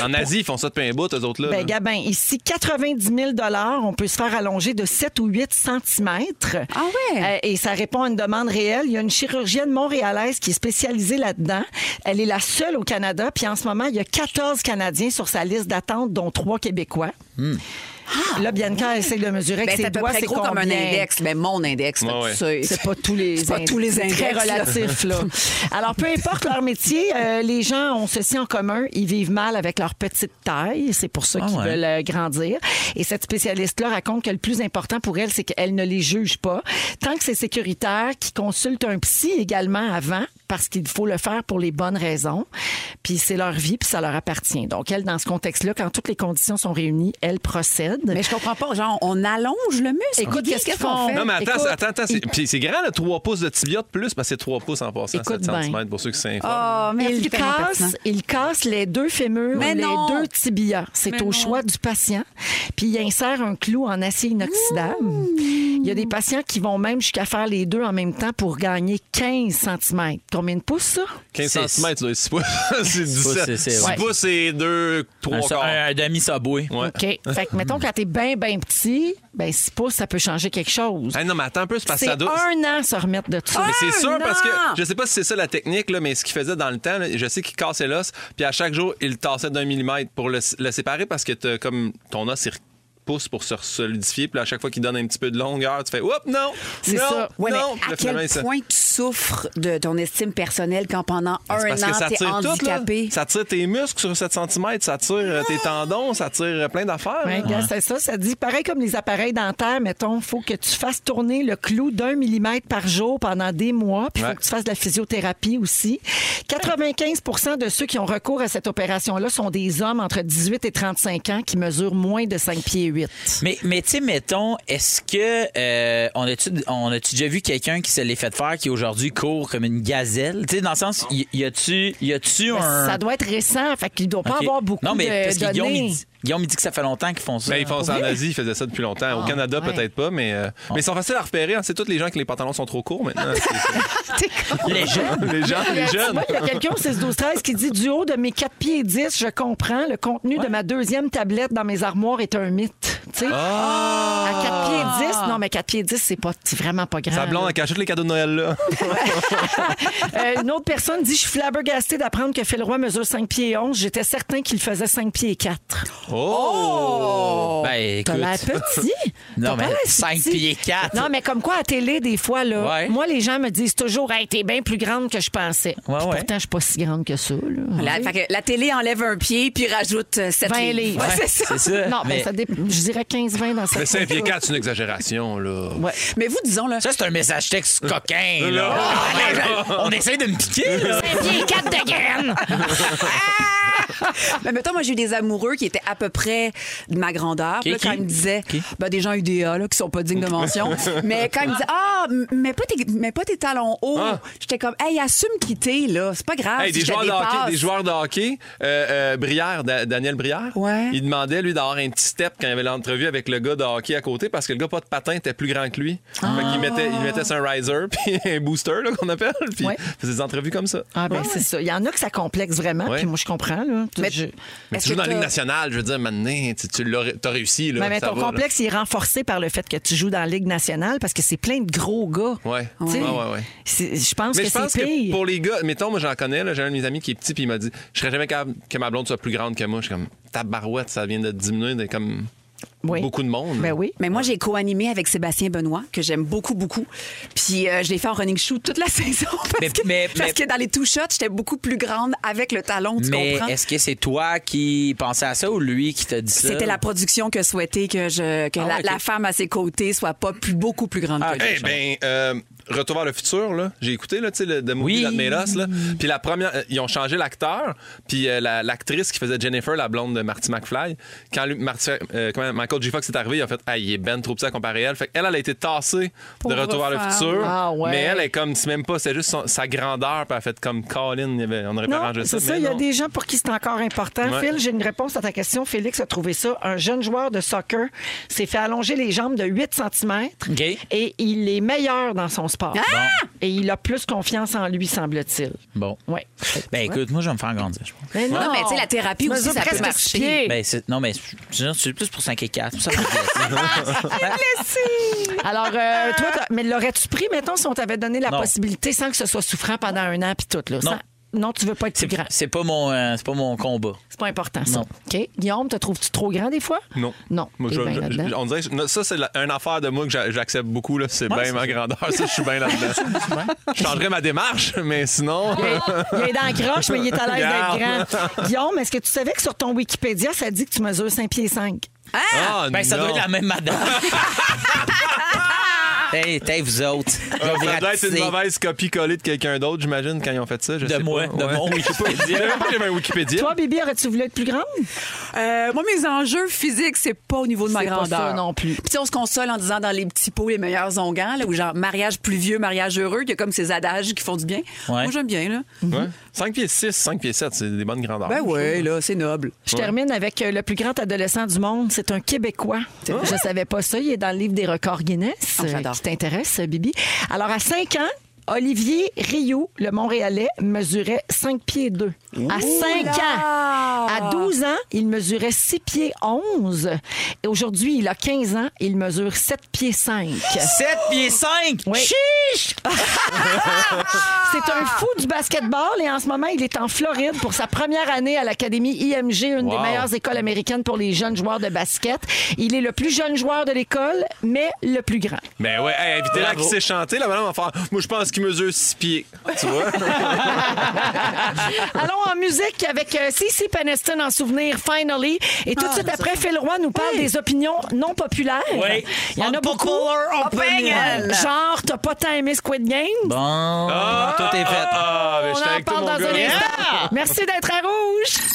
Speaker 2: En Asie, ils font ça depuis un bout, eux autres, là.
Speaker 3: Ben, Gabin, ici, 90 000 on peut se faire allonger de 7 ou 8 cm.
Speaker 7: Ah ouais?
Speaker 3: et ça répond à une demande réelle. Il y a une chirurgienne montréalaise qui est spécialisée là-dedans. Elle est la seule au Canada. Puis en ce moment, il y a 14 Canadiens sur sa liste d'attente, dont 3 Québécois.
Speaker 2: Hmm.
Speaker 3: là, Bianca essaie de mesurer
Speaker 7: Ben,
Speaker 3: avec
Speaker 7: c'est
Speaker 3: ses
Speaker 7: à peu
Speaker 3: doigts,
Speaker 7: près
Speaker 3: c'est
Speaker 7: gros comme un
Speaker 3: combien?
Speaker 7: index, mais mon index. fait
Speaker 2: Ouais,
Speaker 7: que
Speaker 2: ouais.
Speaker 7: c'est-
Speaker 3: C'est pas tous les
Speaker 7: C'est pas tous les
Speaker 3: c'est Très
Speaker 7: index, là.
Speaker 3: relatif, là. Alors, peu importe leur métier, euh, les gens ont ceci en commun. Ils vivent mal avec leur petite taille. C'est pour ça
Speaker 4: Ah
Speaker 3: qu'ils
Speaker 4: ouais.
Speaker 3: veulent euh, grandir. Et cette spécialiste-là raconte que le plus important pour elle, c'est qu'elle ne les juge pas. Tant que c'est sécuritaire, qu'ils consultent un psy également avant, parce qu'il faut le faire pour les bonnes raisons. Puis c'est leur vie, puis ça leur appartient. Donc, elle, dans ce contexte-là, quand toutes les conditions sont réunies, elle procède.
Speaker 7: Mais je comprends pas. Genre, on allonge le muscle.
Speaker 3: Écoute,
Speaker 7: qu'est-ce
Speaker 3: ils
Speaker 7: qu'est-ce qu'on
Speaker 3: font-
Speaker 7: fait?
Speaker 2: Non, mais attends,
Speaker 3: Écoute,
Speaker 2: attends, attends. C'est,
Speaker 3: il-
Speaker 2: puis c'est grand, le 3 pouces de tibia de plus, parce que c'est 3 pouces en passant,
Speaker 3: Écoute
Speaker 2: 7
Speaker 3: bien.
Speaker 2: cm pour ceux qui s'informent.
Speaker 7: Ah, merci,
Speaker 3: il
Speaker 7: c'est tellement pertinent.
Speaker 3: casse, il casse les deux fémurs,
Speaker 7: Mais
Speaker 3: les
Speaker 7: non!
Speaker 3: deux tibias. C'est au choix du patient. Puis il insère un clou en acier inoxydable. Il y a des patients qui vont même jusqu'à faire les deux en même temps pour gagner 15 cm. Combien de pouces, ça?
Speaker 2: 15 cm, c'est 6 pouces. C'est 17.
Speaker 4: c'est-
Speaker 2: 6
Speaker 3: ouais.
Speaker 2: pouces et 2, 3
Speaker 4: Un,
Speaker 2: quarts.
Speaker 4: un- un demi-saboué.
Speaker 2: Ouais.
Speaker 3: OK. Fait que, mettons, quand t'es bien, bien petit, ben 6 pouces, ça peut changer quelque chose.
Speaker 2: Hey, non, mais attends un peu, c'est parce que
Speaker 3: C'est
Speaker 2: ça doit.
Speaker 3: un an se remettre de tout ça.
Speaker 2: Mais c'est sûr
Speaker 7: non!
Speaker 2: parce que je sais pas si c'est ça la technique, là, mais ce qu'il faisait dans le temps, là, je sais qu'il cassait l'os, puis à chaque jour, il le tassait d'un millimètre pour le, le séparer parce que t'as comme ton os, il pousse pour se solidifier, puis là, à chaque fois qu'il donne un petit peu de longueur, tu fais Oups, non!
Speaker 3: C'est
Speaker 2: non,
Speaker 3: ça.
Speaker 7: Ouais,
Speaker 2: non! Puis
Speaker 7: mais
Speaker 2: là,
Speaker 7: à
Speaker 2: finalement, il se-
Speaker 7: quel point tu souffres de ton estime personnelle quand pendant
Speaker 2: Ben, C'est
Speaker 7: un
Speaker 2: parce que
Speaker 7: an,
Speaker 2: ça
Speaker 7: t'es
Speaker 2: tire tout, là.
Speaker 7: handicapé?
Speaker 2: Ça tire tes muscles sur 7 cm, ça tire euh, tes tendons, ça tire euh, plein d'affaires.
Speaker 3: Ouais,
Speaker 2: là.
Speaker 3: gars, Ben, c'est ça. Ça dit, pareil comme les appareils dentaires, mettons, faut que tu fasses tourner le clou d'un millimètre par jour pendant des mois, puis il
Speaker 2: Ouais.
Speaker 3: faut que tu fasses de la physiothérapie aussi. 95 de ceux qui ont recours à cette opération-là sont des hommes entre 18 et 35 ans qui mesurent moins de 5 pieds 8.
Speaker 4: Mais, mais tu sais, mettons, est-ce que euh, on a-tu on a-tu déjà vu quelqu'un qui se l'est fait faire qui aujourd'hui court comme une gazelle? Tu sais, dans le sens, y, y a-tu y a-tu un.
Speaker 3: Ça doit être récent, fait qu'il ne doit pas
Speaker 4: Ok.
Speaker 3: avoir beaucoup
Speaker 4: Non, mais
Speaker 3: de
Speaker 4: parce que Guillaume, il
Speaker 3: données.
Speaker 4: dit, Guillaume, il dit que ça fait longtemps qu'ils font ça.
Speaker 2: Ben, ils font ça en Asie, ils faisaient ça depuis longtemps. Au
Speaker 3: Ah,
Speaker 2: Canada,
Speaker 3: ouais.
Speaker 2: peut-être pas, mais, euh, mais ils sont faciles à repérer. hein. C'est tous les gens que les pantalons sont trop courts maintenant. C'est-
Speaker 3: T'es con.
Speaker 4: Les jeunes.
Speaker 2: les gens, les
Speaker 3: Tu
Speaker 2: jeunes.
Speaker 3: vois, il y a quelqu'un au 16 12 13 qui dit du haut de mes 4 pieds et 10, je comprends le contenu de ma deuxième tablette dans mes armoires est un mythe. Tu sais,
Speaker 4: Ah!
Speaker 3: à 4 pieds et 10, non mais 4 pieds et 10 c'est pas c'est vraiment pas grand.
Speaker 2: Sa
Speaker 4: hein?
Speaker 2: blonde, elle cache tous les cadeaux de Noël, là.
Speaker 3: Euh, une autre personne dit je suis flabbergastée d'apprendre que Phil Roy mesure 5 pieds et 11, j'étais certain qu'il faisait 5 pieds et 4.
Speaker 2: Oh!
Speaker 4: Ben,
Speaker 3: T'as
Speaker 4: écoute.
Speaker 3: l'air petit.
Speaker 4: Non,
Speaker 3: T'as
Speaker 4: mais
Speaker 3: pas l'air
Speaker 4: cinq
Speaker 3: petit.
Speaker 4: pieds quatre.
Speaker 3: Non, mais comme quoi, à télé, des fois, là,
Speaker 4: Ouais.
Speaker 3: moi, les gens me disent toujours, hey, t'es bien plus grande que je pensais.
Speaker 4: Ouais,
Speaker 3: Puis
Speaker 4: ouais.
Speaker 3: Pourtant, je suis pas si grande que ça. là.
Speaker 7: La, fait que la télé enlève un pied puis rajoute 7
Speaker 3: 20 livres.
Speaker 7: Ouais,
Speaker 4: Ouais,
Speaker 7: c'est ça.
Speaker 3: Non, mais ça dé- je dirais 15-20 dans cette
Speaker 2: Mais 5 pieds 4, c'est une exagération, là.
Speaker 7: Mais vous, disons, là,
Speaker 4: Ça, c'est un message texte
Speaker 2: Euh,
Speaker 4: coquin, là. Ben, on essaie de me piquer, là.
Speaker 3: pieds 4 de graines.
Speaker 7: Mais Ben, mettons, moi, j'ai eu des amoureux qui étaient à peu près de ma grandeur. Puis là,
Speaker 4: qui?
Speaker 7: quand ils me disaient,
Speaker 4: Qui?
Speaker 7: ben, des gens UDA, là, qui sont pas dignes de mention. mais quand ils me disaient, ah, m- mets pas tes, mets pas tes talons hauts.
Speaker 2: Ah.
Speaker 7: J'étais comme, hey, assume quitter, là. C'est pas grave.
Speaker 2: Hey,
Speaker 7: Ah, si
Speaker 2: des,
Speaker 7: je te
Speaker 2: joueurs de
Speaker 7: dépasse.
Speaker 2: hockey, des joueurs de hockey, euh, euh, Brière, Da- Daniel Brière,
Speaker 7: Ouais.
Speaker 2: il demandait, lui, d'avoir un petit step quand il avait l'entrevue avec le gars de hockey à côté parce que le gars pas de patin était plus grand que lui. Fait qu'il mettait, il mettait sur un riser puis un booster, là, qu'on appelle, puis
Speaker 3: Ouais.
Speaker 2: il faisait des entrevues comme ça.
Speaker 3: Ah, ben, c'est ça. Il y en a que ça complexe vraiment,
Speaker 2: Ouais.
Speaker 3: puis moi, je comprends. Là.
Speaker 7: Mais-
Speaker 3: Je-
Speaker 2: Mais
Speaker 7: Est-ce
Speaker 2: tu joues
Speaker 7: que
Speaker 2: dans la
Speaker 7: t'as-
Speaker 2: Ligue nationale, je veux dire, maintenant, tu, tu l'as, t'as réussi, là.
Speaker 3: Mais, mais
Speaker 2: ça
Speaker 3: ton
Speaker 2: va, là.
Speaker 3: complexe, il est renforcé par le fait que tu joues dans la Ligue nationale parce que c'est plein de gros gars.
Speaker 2: Ouais.
Speaker 3: Tu sais,
Speaker 2: Ouais, ouais, ouais.
Speaker 3: c'est- Je pense
Speaker 2: Mais
Speaker 3: que
Speaker 2: je pense
Speaker 3: c'est
Speaker 2: que
Speaker 3: pire.
Speaker 2: pour les gars, mettons, moi j'en connais, là, j'ai un de mes amis qui est petit, puis il m'a dit Je serais jamais capable que ma blonde soit plus grande que moi. Je suis comme Ta barouette, ça vient de diminuer de comme
Speaker 3: Oui.
Speaker 2: beaucoup de monde.
Speaker 3: Ben oui.
Speaker 7: Mais moi, j'ai co-animé avec Sébastien Benoît, que j'aime beaucoup, beaucoup. Puis euh, je l'ai fait en running shoot toute la saison. Parce,
Speaker 4: Mais-
Speaker 7: que,
Speaker 4: mais-
Speaker 7: parce
Speaker 4: mais-
Speaker 7: que dans les two shots, j'étais beaucoup plus grande avec le talon, tu
Speaker 4: Mais
Speaker 7: comprends?
Speaker 4: est-ce que c'est toi qui pensais à ça ou lui qui t'a dit ça?
Speaker 7: C'était la production que souhaitait que, je, que
Speaker 4: Ah
Speaker 7: la,
Speaker 4: ouais, ok.
Speaker 7: la femme à ses côtés soit pas plus, beaucoup plus grande
Speaker 4: Ah, ok.
Speaker 7: que lui.
Speaker 2: Eh ben, euh, Retour vers le futur, là. J'ai écouté, là, tu sais, le- de Movie
Speaker 4: Oui.
Speaker 2: d'Admeros, là. Puis la première, euh, ils ont changé l'acteur, puis euh, la- l'actrice qui faisait Jennifer, la blonde de Marty McFly. Quand lui- Marty- euh, comment- Michael J. Fox est arrivé, il a fait, ah, il est ben trop petit à comparer à elle. Fait qu'elle, elle a été tassée de Retour vers le
Speaker 7: femme.
Speaker 2: futur.
Speaker 3: Ah ouais.
Speaker 2: Mais elle, elle est comme, c'est même pas, c'est juste son- sa grandeur, puis elle a fait comme Colin, il y avait- on aurait pas
Speaker 3: Non,
Speaker 2: arrangé ça.
Speaker 3: c'est ça.
Speaker 2: mais
Speaker 3: Il y a
Speaker 2: non.
Speaker 3: des gens pour qui c'est encore important.
Speaker 2: Ouais.
Speaker 3: Phil, j'ai une réponse à ta question. Félix a trouvé ça. Un jeune joueur de soccer s'est fait allonger les jambes de 8 cm
Speaker 4: OK.
Speaker 3: et il est meilleur dans son sport. Et il a plus confiance en lui, semble-t-il.
Speaker 4: Bon.
Speaker 3: Ouais.
Speaker 4: Ben écoute, moi, je vais me faire grandir, je pense.
Speaker 3: Mais
Speaker 7: Non, mais tu sais, la thérapie
Speaker 3: Tu
Speaker 7: aussi,
Speaker 3: mesures
Speaker 7: ça peut
Speaker 3: presque
Speaker 7: marcher.
Speaker 3: six pieds.
Speaker 4: Ben, c'est- non, mais c'est c'est plus pour 5 et 4. Ça,
Speaker 3: ah. Alors, euh, toi, t'as- mais l'aurais-tu pris, mettons, si on t'avait donné la
Speaker 4: Non.
Speaker 3: possibilité sans que ce soit souffrant pendant un an puis tout, là?
Speaker 4: Non.
Speaker 3: sans- non, tu veux pas être plus grand.
Speaker 4: c'est pas, mon, euh, c'est pas mon combat.
Speaker 3: C'est pas important, ça.
Speaker 4: Non.
Speaker 3: OK. Guillaume, te trouves-tu trop grand des fois?
Speaker 2: Non.
Speaker 3: Non.
Speaker 2: Moi,
Speaker 3: T'es
Speaker 2: je-
Speaker 3: bien
Speaker 2: je-
Speaker 3: là-dedans.
Speaker 2: on dirait que- ça, c'est la- une affaire de moi que j'a- j'accepte beaucoup. là. C'est bien ma grandeur. Ça, je suis bien là-dedans. Je changerais ma démarche, mais sinon. euh,
Speaker 3: Il est dans la croche, mais il est à l'aise d'être grand. Guillaume, est-ce que tu savais que sur ton Wikipédia, ça dit que tu mesures 5 pieds 5?
Speaker 2: Ah,
Speaker 4: Ben, ça
Speaker 2: non.
Speaker 4: doit être la même madame. Hey, t'es vous autres. Je vais vous
Speaker 2: Euh, Ça doit être
Speaker 4: ratisser.
Speaker 2: une mauvaise copie-collée de quelqu'un d'autre, j'imagine, quand ils ont fait ça. Je
Speaker 4: De
Speaker 2: sais
Speaker 4: moi,
Speaker 2: pas.
Speaker 4: de
Speaker 2: Ouais.
Speaker 4: mon Wikipédia.
Speaker 2: Je savais même pas qu'il y avait un Wikipédia.
Speaker 3: Toi, Bibi, aurais-tu voulu être plus grande?
Speaker 7: Euh, moi, mes enjeux physiques, c'est pas au niveau de ma
Speaker 3: C'est pas
Speaker 7: grandeur.
Speaker 3: ça non plus.
Speaker 7: Puis tu sais, on se console en disant dans les petits pots les meilleurs onguents, là, ou genre mariage pluvieux, mariage heureux, il y a comme ces adages qui font du bien.
Speaker 2: Ouais.
Speaker 7: Moi, j'aime bien, là.
Speaker 3: mm-hmm.
Speaker 2: Ouais. 5 pieds 6, 5 pieds 7, c'est des bonnes grandeurs.
Speaker 7: Ben oui, là, c'est noble.
Speaker 3: Je termine avec euh, le plus grand adolescent du monde. C'est un Québécois. Je savais pas ça. Il est dans le livre des records Guinness.
Speaker 7: Oh,
Speaker 3: euh,
Speaker 7: j'adore.
Speaker 3: qui t'intéresse, euh, Bibi. Alors, à 5 ans, Olivier Rioux, le Montréalais, mesurait 5 pieds 2. À 5 ans. À 12 ans, il mesurait 6 pieds 11. Et aujourd'hui, il a 15 ans. Il mesure 7 pieds 5.
Speaker 4: 7 pieds 5!
Speaker 3: Oui.
Speaker 4: Chiche!
Speaker 3: C'est un fou du basketball et en ce moment, il est en Floride pour sa première année à l'Académie IMG, une des
Speaker 4: Wow.
Speaker 3: meilleures écoles américaines pour les jeunes joueurs de basket. Il est le plus jeune joueur de l'école, mais le plus grand.
Speaker 2: Mais ouais, hey, invitez-la
Speaker 4: Bravo.
Speaker 2: qui sait chanter, là, maintenant, on va faire. Moi, je pense qu'il mesure 6 pieds. Tu vois?
Speaker 3: Allons en musique avec euh, CC Peniston en souvenir, Finally. Et
Speaker 4: Ah,
Speaker 3: tout de suite après, Phil Roy nous parle des opinions non populaires.
Speaker 4: Oui.
Speaker 3: Il y en a beaucoup.
Speaker 4: Unpopular opinion.
Speaker 3: Genre, t'as pas tant aimé Squid Game?
Speaker 4: Bon, tout est fait.
Speaker 2: Ah, mais
Speaker 3: On
Speaker 2: j'étais
Speaker 3: en
Speaker 2: avec toi,
Speaker 3: parle
Speaker 2: mon
Speaker 3: dans
Speaker 2: gars.
Speaker 3: un instant. Merci d'être à rouge.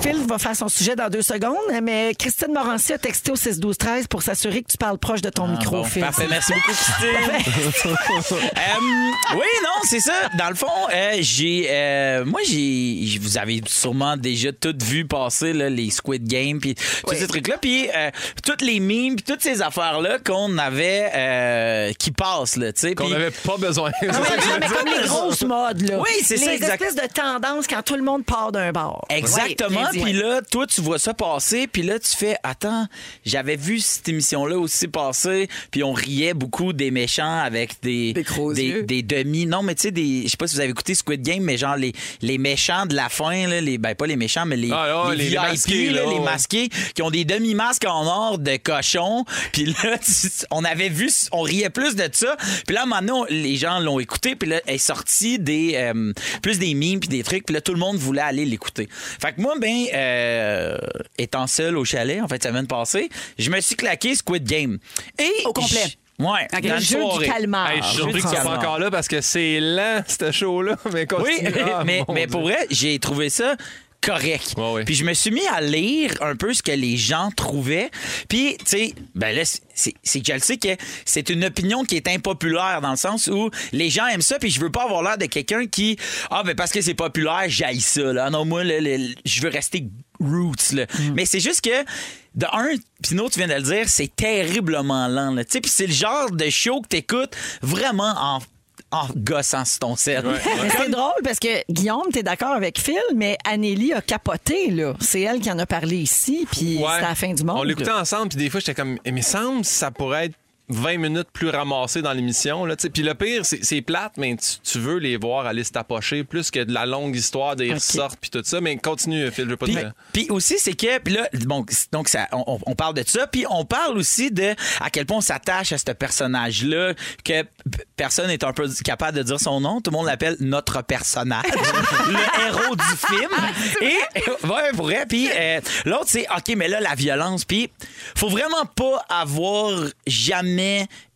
Speaker 3: Phil va faire son sujet dans deux secondes, mais Christine Morancy a texté au 6 12 13 pour s'assurer que tu parles proche de ton
Speaker 4: Ah,
Speaker 3: micro,
Speaker 4: bon,
Speaker 3: Phil.
Speaker 4: Parfait, merci beaucoup, Christine. Euh, oui, non, c'est ça. Dans le fond, euh, j'ai, euh, moi, j'ai, j- vous avez sûrement déjà toutes vu passer là, les Squid Game, puis tous ces trucs-là, puis euh, toutes les mimes, puis toutes ces affaires-là qu'on avait, euh, qui passent, là, tu sais.
Speaker 2: Qu'on
Speaker 4: puis-
Speaker 2: n'avait pas besoin. C'est
Speaker 3: Non,
Speaker 2: ça
Speaker 3: Ah, mais,
Speaker 2: que je
Speaker 3: non,
Speaker 2: veux
Speaker 3: mais
Speaker 2: dire.
Speaker 3: comme les grosses modes, là.
Speaker 4: Oui, c'est ça,
Speaker 3: Les
Speaker 4: exact.
Speaker 3: espèces de tendances quand tout le monde part d'un bar.
Speaker 4: Exactement.
Speaker 7: Oui, bien dit,
Speaker 4: puis là, toi, tu vois ça passer, puis là, tu fais Attends, j'avais vu cette émission-là aussi passer, puis on riait beaucoup des méchants avec des.
Speaker 7: Des gros yeux.
Speaker 4: des demi. Non, mais tu sais, des. Je sais pas si vous avez écouté Squid Game, mais genre les, les méchants de la fin, là, les, ben pas les méchants, mais les.
Speaker 2: Ah, ouais, les- les masqués, là,
Speaker 4: les
Speaker 2: ouais.
Speaker 4: masqués, qui ont des demi-masques en or de cochon. Puis là, tu- on avait vu, on riait plus de ça. Puis là, maintenant, les gens l'ont écouté. Puis là, est sorti des, euh, plus des mimes puis des trucs. Puis là, tout le monde voulait aller l'écouter. Fait que moi, ben, euh, étant seul au chalet, en fait, semaine passée, je me suis claqué Squid Game. Et
Speaker 7: Au complet.
Speaker 4: je- Ouais,
Speaker 7: Ok,
Speaker 4: dans
Speaker 3: Le
Speaker 4: une
Speaker 3: jeu
Speaker 4: soirée.
Speaker 3: du calmar.
Speaker 2: Hey, je suis
Speaker 4: Ah,
Speaker 2: surpris que
Speaker 4: je
Speaker 2: tu sois pas
Speaker 4: comprends.
Speaker 2: encore là parce que c'est lent, ce show-là. Mais
Speaker 4: Oui,
Speaker 2: continue. Ah,
Speaker 4: mais,
Speaker 2: mon
Speaker 4: mais
Speaker 2: Dieu.
Speaker 4: pour vrai, j'ai trouvé ça correct.
Speaker 2: Ouais, ouais.
Speaker 4: Puis je me suis mis à lire un peu ce que les gens trouvaient. Puis, tu sais, ben là, c'est- c'est c'est que je le sais que c'est une opinion qui est impopulaire dans le sens où les gens aiment ça, puis je veux pas avoir l'air de quelqu'un qui, ah, ben parce que c'est populaire, j'aille ça, là. Ah Non, moi, là, le- le- je veux rester roots, là.
Speaker 2: Mm.
Speaker 4: Mais c'est juste que, de un, Pino, tu viens de le dire, c'est terriblement lent, là. Tu sais, puis c'est le genre de show que t'écoutes vraiment en, en gossant sur ton sel.
Speaker 3: Mais c'est drôle parce que Guillaume, t'es d'accord avec Phil, mais Anélie a capoté, là. C'est elle qui en a parlé ici, puis
Speaker 2: Ouais.
Speaker 3: c'est la fin du monde.
Speaker 2: On l'écoutait
Speaker 3: là.
Speaker 2: ensemble, puis des fois, j'étais comme, Eh, mais semble ça pourrait être 20 minutes plus ramassé dans l'émission. là, tu sais. Puis le pire, c'est c'est plate, mais tu, tu veux les voir aller se tapocher plus que de la longue histoire des ressortes, puis tout ça. Mais continue, Phil, je veux pas
Speaker 4: Puis,
Speaker 2: te...
Speaker 4: puis aussi, c'est que, puis là, bon, c'est- donc ça, on, on- on parle de ça, puis on parle aussi de à quel point on s'attache à ce personnage-là, que p- personne n'est un peu capable de dire son nom, tout le monde l'appelle notre personnage, le héros du film. Et, ouais, pour vrai, puis euh, l'autre, c'est, OK, mais là, la violence, puis faut vraiment pas avoir jamais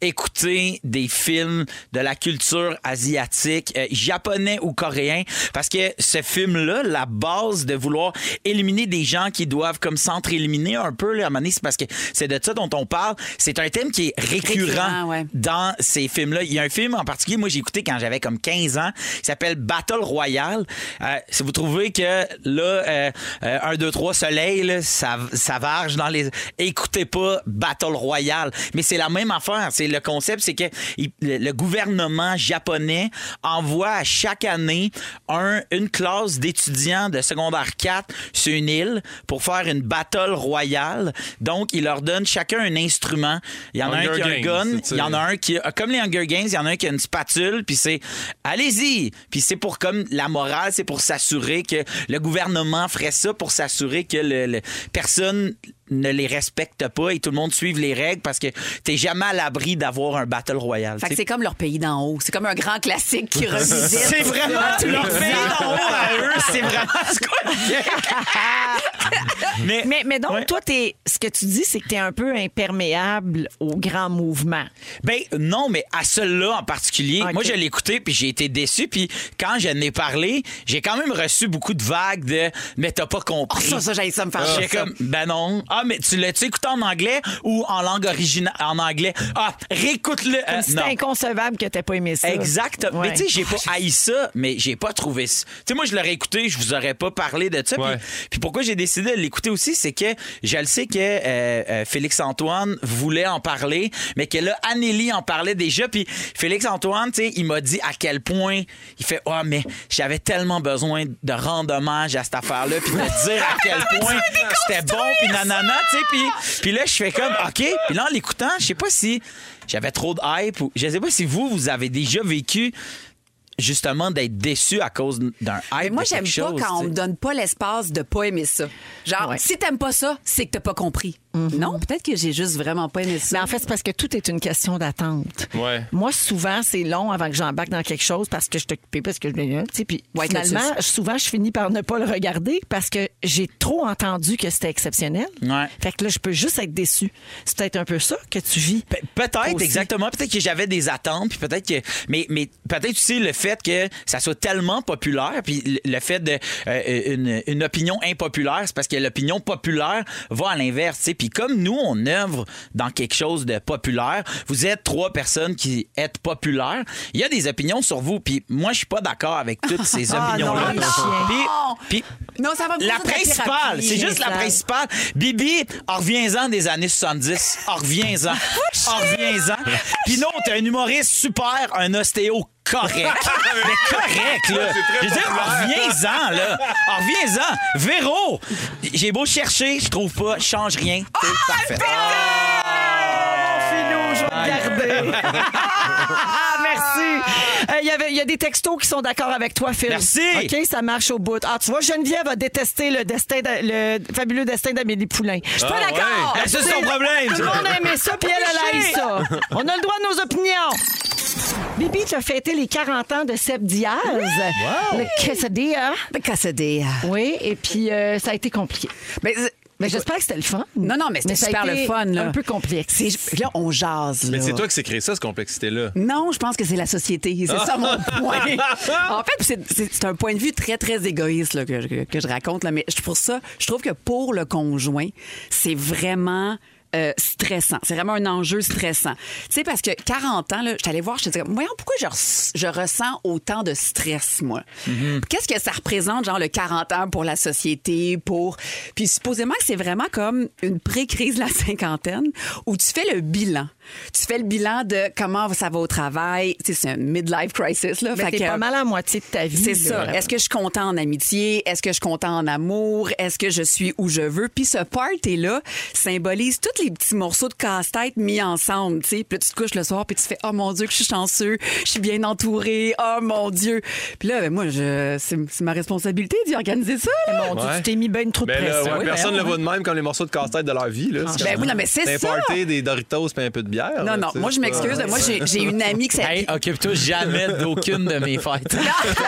Speaker 4: écouté des films de la culture asiatique, euh, japonais ou coréen, parce que ce film-là, la base de vouloir éliminer des gens qui doivent comme s'entre-éliminer un peu, là, à un moment donné, c'est parce que c'est de ça dont on parle. C'est un thème qui est récurrent,
Speaker 7: Récurrent, ouais.
Speaker 4: dans ces films-là. Il y a un film en particulier, moi j'ai écouté quand j'avais comme 15 ans, qui s'appelle Battle Royale. Euh, si vous trouvez que là, euh, 1, 2, 3 soleil, là, ça, ça varge dans les... Écoutez pas Battle Royale. Mais c'est la même affaire. C'est Le concept, c'est que il- le, le gouvernement japonais envoie à chaque année un, une classe d'étudiants de secondaire 4 sur une île pour faire une battle royale. Donc, il leur donne chacun un instrument. Il y en a un
Speaker 2: Hunger
Speaker 4: qui a un
Speaker 2: Games,
Speaker 4: gun,
Speaker 2: c'est-
Speaker 4: il y en a un qui a- comme les Hunger Games, il y en a un qui a une spatule, puis c'est allez-y. Puis c'est pour comme la morale, c'est pour s'assurer que le gouvernement ferait ça pour s'assurer que le, le- personne ne les respectent pas et tout le monde suive les règles parce que t'es jamais à l'abri d'avoir un battle royal.
Speaker 7: Fait que
Speaker 4: tu
Speaker 7: c'est
Speaker 4: sais.
Speaker 7: comme leur pays d'en haut. C'est comme un grand classique qui revisite.
Speaker 4: C'est vraiment leur pays d'en haut à eux. C'est vraiment ce qu'on mais,
Speaker 3: mais, mais donc, toi, t'es- ce que tu dis, c'est que tu es un peu imperméable aux grands mouvements.
Speaker 4: Ben non, mais à celle-là en particulier, moi je l'ai écouté puis j'ai été déçu puis quand j'en ai parlé, j'ai quand même reçu beaucoup de vagues de mais t'as pas compris.
Speaker 7: Oh, ça, ça, j'allais ça me faire
Speaker 4: J'ai
Speaker 7: ça.
Speaker 4: comme ben non. Ah mais tu l'as tu écouté en anglais ou en langue originale en anglais. Ah réécoute-le.
Speaker 3: Comme
Speaker 4: Euh,
Speaker 3: si
Speaker 4: non.
Speaker 3: c'était inconcevable que t'aies pas aimé ça.
Speaker 4: Exact. Mais
Speaker 3: Ouais.
Speaker 4: tu sais, j'ai pas haï ça, mais j'ai pas trouvé ça. Tu sais, moi, je l'aurais écouté, je vous aurais pas parlé de ça. Puis-
Speaker 2: Ouais.
Speaker 4: Puis, pourquoi j'ai décidé de l'écouter aussi, c'est que je le sais que euh, euh, Félix-Antoine voulait en parler, mais que là, Anneli en parlait déjà. Puis Félix-Antoine, tu sais, il m'a dit à quel point il fait Ah, mais j'avais tellement besoin de rendre hommage à cette affaire-là, puis de dire à quel point c'était bon, puis nanana, tu sais. Puis, puis là, je fais comme OK. Puis là, en l'écoutant, je sais pas si j'avais trop de hype ou je sais pas si vous, vous avez déjà vécu justement d'être déçu à cause d'un hype.
Speaker 7: Mais moi,
Speaker 4: de
Speaker 7: j'aime
Speaker 4: quelque
Speaker 7: pas
Speaker 4: chose,
Speaker 7: quand on
Speaker 4: tu
Speaker 7: me
Speaker 4: sais.
Speaker 7: donne pas l'espace de pas aimer ça. Genre,
Speaker 3: Ouais.
Speaker 7: si t'aimes pas ça, c'est que t'as pas compris.
Speaker 4: Mm-hmm.
Speaker 7: Non, peut-être que j'ai juste vraiment pas aimé ça.
Speaker 3: Mais en fait, c'est parce que tout est une question d'attente.
Speaker 2: Ouais.
Speaker 3: Moi, souvent, c'est long avant que j'embarque dans quelque chose parce que je suis occupée, parce que je tu sais, puis
Speaker 7: Ouais,
Speaker 3: finalement,
Speaker 7: t'as-
Speaker 3: souvent, je finis par ne pas le regarder parce que j'ai trop entendu que c'était exceptionnel.
Speaker 4: Ouais.
Speaker 3: Fait que là, je peux juste être déçue. C'est peut-être un peu ça que tu vis.
Speaker 4: Pe- Peut-être,
Speaker 3: Aussi.
Speaker 4: exactement. Peut-être que j'avais des attentes, puis peut-être que. Mais, mais peut-être aussi le fait que ça soit tellement populaire, puis le- le fait de euh, une, une opinion impopulaire, c'est parce que l'opinion populaire va à l'inverse, tu sais. Puis comme nous, on œuvre dans quelque chose de populaire, vous êtes trois personnes qui êtes populaires, il y a des opinions sur vous, puis moi, je suis pas d'accord avec toutes
Speaker 3: Ah,
Speaker 4: ces
Speaker 3: non,
Speaker 4: opinions-là.
Speaker 3: le chien.
Speaker 7: Non!
Speaker 4: Puis- puis-
Speaker 7: Non, ça va me
Speaker 4: la
Speaker 7: causer de la
Speaker 4: principale,
Speaker 7: thérapie.
Speaker 4: c'est juste la
Speaker 3: Exact.
Speaker 4: principale. Bibi, en reviens-en des années 70. En reviens-en. En reviens-en. Puis non, t'es un humoriste super, un ostéo correct. Mais correct, là. Je veux dire, en reviens-en, là. En reviens-en. Véro, j'ai beau chercher, je trouve pas, je change rien.
Speaker 7: Ah,
Speaker 4: T'es parfait.
Speaker 3: Regardez. Ah, merci. Euh, Il y avait- il y a des textos qui sont d'accord avec toi, Phil.
Speaker 4: Merci.
Speaker 3: OK, ça marche au bout. Ah, tu vois, Geneviève a détesté le, destin d'A- le fabuleux destin d'Amélie Poulain. Je suis pas
Speaker 2: Ah,
Speaker 3: d'accord.
Speaker 4: ouais. Eh, ça, c'est ton problème.
Speaker 3: Tout le monde a aimé ça, puis elle a haï ça. On a le droit de nos opinions. Bibi, tu as fêté les 40 ans de Seb Diaz. Le quesadilla.
Speaker 7: Mais qu'à se dire.
Speaker 3: hein? Oui, et puis euh, ça a été compliqué.
Speaker 7: Mais, euh,
Speaker 3: Mais j'espère que c'était le fun.
Speaker 7: Non, non, mais c'était
Speaker 3: ça a
Speaker 7: super
Speaker 3: été
Speaker 7: le fun. Là.
Speaker 3: Un peu complexe.
Speaker 7: C'est- Là, on jase.
Speaker 2: Mais
Speaker 7: là.
Speaker 2: c'est toi qui s'est créé ça, cette complexité-là.
Speaker 7: Non, je pense que c'est la société. C'est ça mon point. En fait, c'est- c'est c'est un point de vue très, très égoïste là, que, que- que je raconte. Là, mais je- pour ça, je trouve que pour le conjoint, c'est vraiment. euh, stressant. C'est vraiment un enjeu stressant. Tu sais, parce que 40 ans, là, je t'allais voir, je te disais, voyons, pourquoi je, res- je ressens autant de stress, moi?
Speaker 3: Mm-hmm.
Speaker 7: Qu'est-ce que ça représente, genre, le 40 ans pour la société, pour... Puis supposément que c'est vraiment comme une pré-crise de la cinquantaine où tu fais le bilan. Tu fais le bilan de comment ça va au travail. Tu sais, c'est un midlife crisis, là.
Speaker 3: Mais
Speaker 7: Fait
Speaker 3: Ben, t'es
Speaker 7: que-
Speaker 3: pas mal à la moitié de ta vie.
Speaker 7: c'est
Speaker 3: là.
Speaker 7: ça. Est-ce que je suis content en amitié? Est-ce que je suis content en amour? Est-ce que je suis où je veux? Puis ce party-là symbolise tous les petits morceaux de casse-tête mis ensemble. tu sais. Puis là, tu te couches le soir, puis tu fais Oh mon Dieu, que je suis chanceux, je suis bien entouré, oh mon Dieu. Puis là, ben, moi, je... c'est c'est ma responsabilité d'y organiser ça. là.
Speaker 3: Mon Dieu,
Speaker 2: Ouais.
Speaker 3: tu t'es mis ben trop de
Speaker 2: Ben là,
Speaker 3: pression.
Speaker 2: ouais,
Speaker 7: oui,
Speaker 2: personne ne
Speaker 7: ben,
Speaker 2: le voit de même comme les morceaux de casse-tête de leur vie. Là.
Speaker 7: Ben oui, non, mais c'est ça.
Speaker 2: Un party, des Doritos puis un peu de bière.
Speaker 7: Non,
Speaker 2: là,
Speaker 7: non,
Speaker 2: tu sais,
Speaker 7: moi, je
Speaker 2: Ah c'est pas-
Speaker 7: m'excuse. Moi, j'ai j'ai une amie que ça.
Speaker 4: Hey, occupe-toi jamais d'aucune de mes fêtes.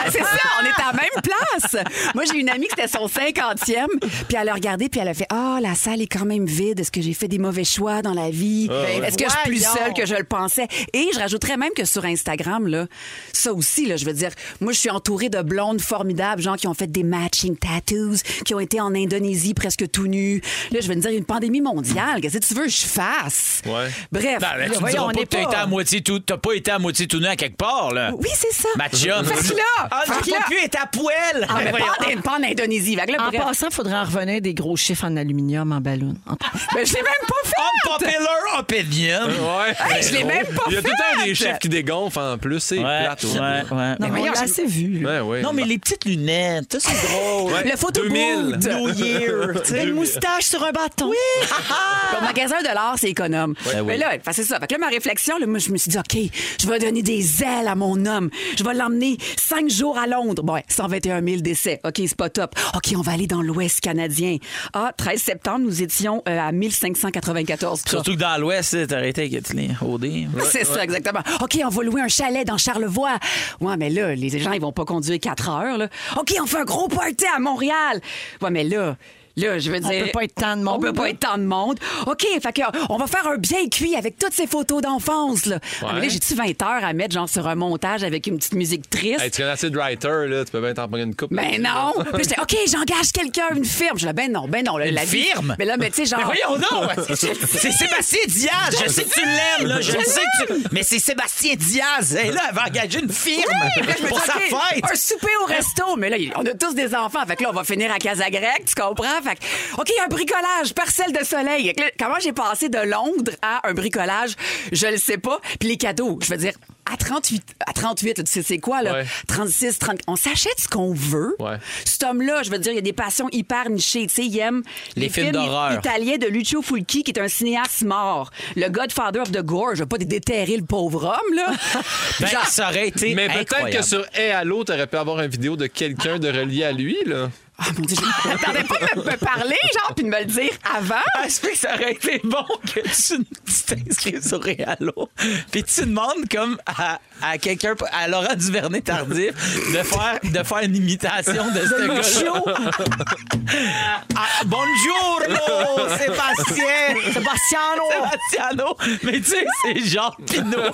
Speaker 7: c'est ça, on est à la même place. Moi, j'ai une amie qui c'était son 50e, puis elle a regardé, puis elle a fait Ah, la salle est quand même vide. Est-ce que j'ai fait des mauvais choix dans la vie?
Speaker 4: Ah,
Speaker 7: Est-ce que je suis plus
Speaker 3: voyons.
Speaker 7: seule que je le pensais? Et je rajouterais même que sur Instagram, là, ça aussi, là, je veux dire, moi, je suis entourée de blondes formidables, gens qui ont fait des matching tattoos, qui ont été en Indonésie presque tout nus. Là, je vais me dire, une pandémie mondiale, qu'est-ce que tu veux que je fasse?
Speaker 2: Ouais.
Speaker 7: Bref,
Speaker 4: Non, mais tu me
Speaker 7: voyons,
Speaker 4: diras
Speaker 7: on
Speaker 4: pas
Speaker 7: est
Speaker 4: que t'as
Speaker 7: pas-
Speaker 4: été à moitié tout, t'as pas été à moitié tout nu à quelque part, là.
Speaker 7: Oui, c'est ça.
Speaker 3: Ben,
Speaker 4: Ma chum.
Speaker 7: Fait que là,
Speaker 4: Ah,
Speaker 7: fait que
Speaker 4: j'ai
Speaker 7: là-
Speaker 4: pas pu être à poêle.
Speaker 7: Ah, mais pas, en, pas en Indonésie. Fait que là,
Speaker 3: En
Speaker 7: Ben, bref.
Speaker 3: passant, il faudrait en revenir des gros chiffres en aluminium en ballon. En tout cas.
Speaker 7: Mais Ben, je sais même
Speaker 3: pas fait!
Speaker 4: Popular opinion.
Speaker 2: Ouais.
Speaker 3: Hey, je l'ai même pas
Speaker 2: Il y a tout le temps
Speaker 3: fait.
Speaker 2: des chefs qui dégonflent en plus. C'est plate.
Speaker 4: ouais,
Speaker 2: ouais.
Speaker 4: ouais.
Speaker 7: Ben,
Speaker 3: Non, mais on l'a assez vu. là.
Speaker 2: Ouais, ouais.
Speaker 4: Non, mais les petites lunettes, ça, c'est drôle.
Speaker 2: Ouais.
Speaker 7: Le photo
Speaker 2: 2000.
Speaker 7: boot.
Speaker 4: New Year. tu sais.
Speaker 9: Une moustache sur un bâton. Oui!
Speaker 4: Ah,
Speaker 7: Le magasin de l'art, c'est économe.
Speaker 4: Ben
Speaker 7: Mais
Speaker 4: oui.
Speaker 7: là, fait que c'est ça. Fait que là, ma réflexion, là, moi, je me suis dit, OK, je vais donner des ailes à mon homme. Je vais l'emmener cinq jours à Londres. Bon, ouais, 121 000 décès. OK, c'est pas top. OK, on va aller dans l'Ouest canadien. Ah, 13 septembre, nous étions euh, à 1594 cas.
Speaker 4: Surtout que dans l'Ouest, t'as arrêté avec les OD.
Speaker 7: C'est ça, exactement. OK, on va louer un chalet dans Charlevoix. Ouais, mais là, les gens, ils vont pas conduire quatre heures, là. OK, on fait un gros party à Montréal. Ouais, mais là, là, je veux dire.
Speaker 3: peut pas être tant de monde,
Speaker 7: On peut pas
Speaker 3: là.
Speaker 7: être tant de monde. OK, fait que, euh, on va faire un bien cuit avec toutes ces photos d'enfance, là. Ah, mais là, j'ai-tu 20 heures à mettre, genre, sur un montage avec une petite musique triste?
Speaker 2: Hey, tu connais assez de writer, là. Tu peux bien t'en prendre une coupe.
Speaker 7: Ben non! Puis j'étais, OK, j'engage quelqu'un, une firme. Je dis, ben non, ben non, là,
Speaker 4: Une
Speaker 7: la vie-
Speaker 4: firme?
Speaker 7: Mais là, mais tu sais, genre.
Speaker 4: Mais voyons donc! C'est Sébastien Diaz! Je sais que tu l'aimes, là! Je le sais que tu. Mais c'est Sébastien Diaz! Et là, elle va engager une firme
Speaker 7: Là, je me
Speaker 4: pour
Speaker 7: dis,
Speaker 4: sa
Speaker 7: OK,
Speaker 4: fête!
Speaker 7: Un souper au resto. Mais là, il- on a tous des enfants. Fait que là, on va finir à Casa Grecque, tu comprends? Fait que, OK, un bricolage, parcelle de soleil. Fait que là, comment j'ai passé de Londres à un bricolage? Je le sais pas. Puis les cadeaux, je veux dire, à 38, à 38 là, tu sais c'est quoi, là?
Speaker 2: Ouais.
Speaker 7: 36, 30... On s'achète ce qu'on veut.
Speaker 2: Ouais.
Speaker 7: Cet homme-là, je veux dire, il y a des passions hyper nichées. Tu sais, il aime
Speaker 4: Les films d'horreur.
Speaker 7: italien de Lucio Fulci, qui est un cinéaste mort. Le Godfather of the Gore. Je veux pas déterrer le pauvre homme, là.
Speaker 4: Ben,
Speaker 7: Genre-
Speaker 4: ça aurait été.
Speaker 2: Mais peut-être que
Speaker 4: incroyable.
Speaker 2: sur Hey Allo, t'aurais pu avoir une vidéo de quelqu'un de relié à lui, là.
Speaker 7: Ah mon Dieu, je n'attendais pas de me, me parler, genre, puis de me le dire avant.
Speaker 4: Ah, je sais que ça aurait été bon que tu tu t'inscrives sur Réalo, puis tu demandes comme à, à quelqu'un, à Laurent Duvernay Tardif, de faire, de faire une imitation de ce gars-là. Ah, Buongiorno, Sébastien!
Speaker 3: Sebastiano!
Speaker 4: Sebastiano! Mais tu sais, c'est Jean Pinot.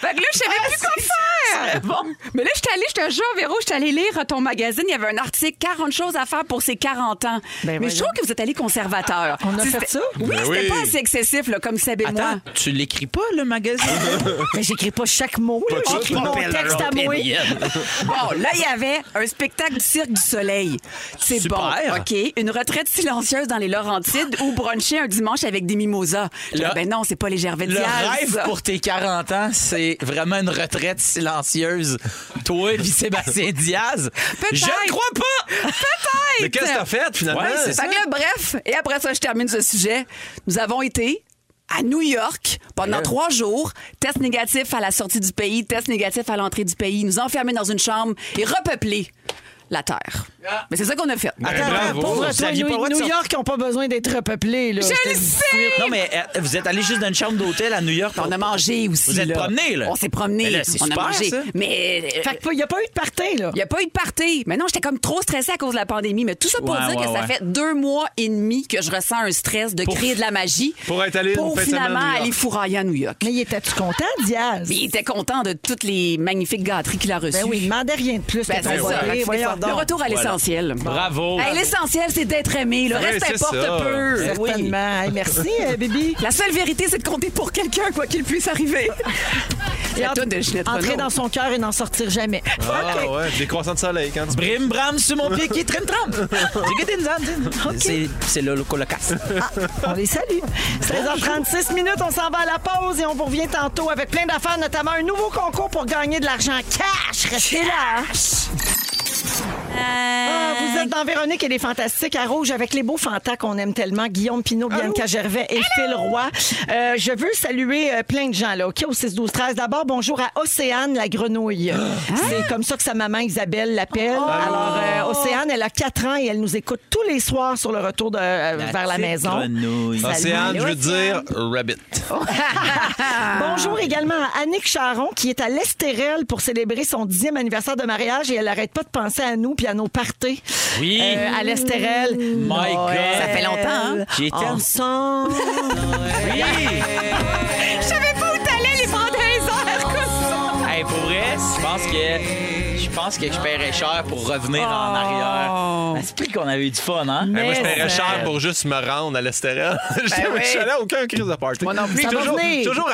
Speaker 7: Fait que là, je savais plus quoi faire. Ah, Bon. Mais là, je suis allée, je te jure, Véro, je suis allée lire ton magazine. Il y avait un article 40 choses à faire pour ses 40 ans.
Speaker 3: Ben
Speaker 7: Mais
Speaker 3: voyons.
Speaker 7: je trouve que vous êtes allé conservateur.
Speaker 3: On a
Speaker 7: Tu sais,
Speaker 3: fait
Speaker 7: c'était-
Speaker 3: ça?
Speaker 7: Oui,
Speaker 2: Ben
Speaker 7: c'était
Speaker 2: oui.
Speaker 7: pas assez excessif, là, comme Seb et moi.
Speaker 4: Attends, tu l'écris pas, le magazine?
Speaker 3: Mais j'écris pas chaque mot. là. J'écris mon texte à moi.
Speaker 7: Bon, là, il y avait un spectacle du Cirque du Soleil. C'est bon.
Speaker 4: Super.
Speaker 7: OK. Une retraite silencieuse dans les Laurentides ou bruncher un dimanche avec des mimosas. Là,
Speaker 4: Le-
Speaker 7: ben non, c'est pas les Gervais
Speaker 4: Le
Speaker 7: Diaz,
Speaker 4: rêve
Speaker 7: ça.
Speaker 4: pour tes 40 ans, c'est vraiment une retraite silencieuse. Toi, puis Sébastien Diaz, je ne crois pas!
Speaker 7: Peut-être!
Speaker 2: Mais qu'est-ce que t'as fait, finalement?
Speaker 4: Ouais, c'est ça.
Speaker 7: Fait que là, bref, et après ça, je termine ce sujet. Nous avons été à New York pendant trois jours. Test négatif à la sortie du pays, test négatif à l'entrée du pays. Nous enfermer dans une chambre et repeupler la Terre. Mais c'est ça qu'on a fait.
Speaker 2: Attends, bravo.
Speaker 3: Ah, Pauvre
Speaker 4: Vous
Speaker 3: toi,
Speaker 4: aviez pas le
Speaker 3: New,
Speaker 4: droit de
Speaker 3: New
Speaker 4: sortir.
Speaker 3: York ils ont pas besoin d'être repeuplés. Là.
Speaker 7: Je le
Speaker 3: C'était-
Speaker 7: sais!
Speaker 4: Non, mais euh, vous êtes allé juste dans une chambre d'hôtel à New York.
Speaker 7: On a mangé aussi.
Speaker 4: Vous êtes promenés, là.
Speaker 7: On s'est promené.
Speaker 4: Mais là, c'est
Speaker 7: On
Speaker 4: super,
Speaker 7: a mangé.
Speaker 4: ça.
Speaker 7: Mais. euh,
Speaker 3: Fait que pas- il n'y a pas eu de party, là.
Speaker 7: Il n'y a pas eu de party. Mais non, j'étais comme trop stressée à cause de la pandémie. Mais tout ça pour
Speaker 4: Ouais,
Speaker 7: dire que
Speaker 4: ouais,
Speaker 7: ça
Speaker 4: ouais.
Speaker 7: fait deux mois et demi que je ressens un stress de créer de la magie.
Speaker 2: pour être allé une
Speaker 7: Pour
Speaker 2: fin de semaine
Speaker 7: finalement
Speaker 2: à New York.
Speaker 7: aller fourrailler à New York.
Speaker 3: Mais il était-tu content, Diaz?
Speaker 7: Mais il était content de toutes les magnifiques gâteries qu'il a reçues.
Speaker 3: Ben oui, il demandait rien de plus
Speaker 7: Ben,
Speaker 3: que
Speaker 7: c'est
Speaker 3: ton
Speaker 7: ça.
Speaker 3: volet.
Speaker 7: Fait que
Speaker 3: Voyons
Speaker 7: Le
Speaker 3: donc.
Speaker 7: retour à l'essentiel.
Speaker 4: Bravo.
Speaker 7: Hey, l'essentiel, c'est d'être aimé. Le
Speaker 2: Ben Oui,
Speaker 7: reste
Speaker 2: c'est
Speaker 7: importe
Speaker 2: ça.
Speaker 7: peu.
Speaker 3: Ben
Speaker 7: Ben Oui.
Speaker 3: Certainement. Hey, merci, euh, Bibi.
Speaker 7: La seule vérité, c'est de compter pour quelqu'un, quoi qu'il puisse arriver. La toune de Ginette
Speaker 3: Entrer
Speaker 7: Renaud.
Speaker 3: dans son cœur et n'en sortir jamais.
Speaker 2: Ah ouais, des croissants de soleil quand tu
Speaker 4: Brim Bram sur mon pied qui trim tram. C'est c'est le colocasse.
Speaker 3: On les salue. 16h36 minutes, on s'en va à la pause et on vous revient tantôt avec plein d'affaires, notamment un nouveau concours pour gagner de l'argent cash. Restez là. Ah, vous êtes dans Véronique et les Fantastiques à Rouge avec les beaux fantas qu'on aime tellement. Guillaume Pinot, Bianca Gervais et Phil Roy. Euh, je veux saluer euh, plein de gens là, OK, au 6-12-13. D'abord, bonjour à Océane la grenouille.
Speaker 4: Ah!
Speaker 3: C'est comme ça que sa maman Isabelle l'appelle.
Speaker 4: Oh!
Speaker 3: Alors, euh, Océane, elle a 4 ans et elle nous écoute tous les soirs sur le retour de, euh, vers la
Speaker 4: petite
Speaker 3: maison.
Speaker 4: grenouille.
Speaker 3: Salut.
Speaker 2: Océane, je veux
Speaker 3: Océane.
Speaker 2: dire rabbit.
Speaker 3: Ah!
Speaker 4: Ah!
Speaker 3: Bonjour également à Annick Charon qui est à l'Estérel pour célébrer son dixième anniversaire de mariage et elle n'arrête pas de penser à nous puis à nos parties.
Speaker 4: Oui.
Speaker 3: Euh, à Oh. l'Estérel.
Speaker 4: My God.
Speaker 7: Ça fait longtemps, hein?
Speaker 4: J'étais
Speaker 3: Ensemble.
Speaker 7: Je savais pas où t'allais, les vendeurs.
Speaker 4: Hey, pour vrai, je pense que je pense que je paierais cher pour revenir en arrière. Ben, C'est pris qu'on avait eu du fun, hein?
Speaker 2: Mais moi, je paierais
Speaker 4: euh,
Speaker 2: cher pour juste me rendre à l'Estérel. Je
Speaker 4: oui.
Speaker 2: suis allé à aucun crise de party.
Speaker 4: Moi non plus.
Speaker 2: Je suis
Speaker 3: Ça va
Speaker 2: toujours,
Speaker 3: venir.
Speaker 2: toujours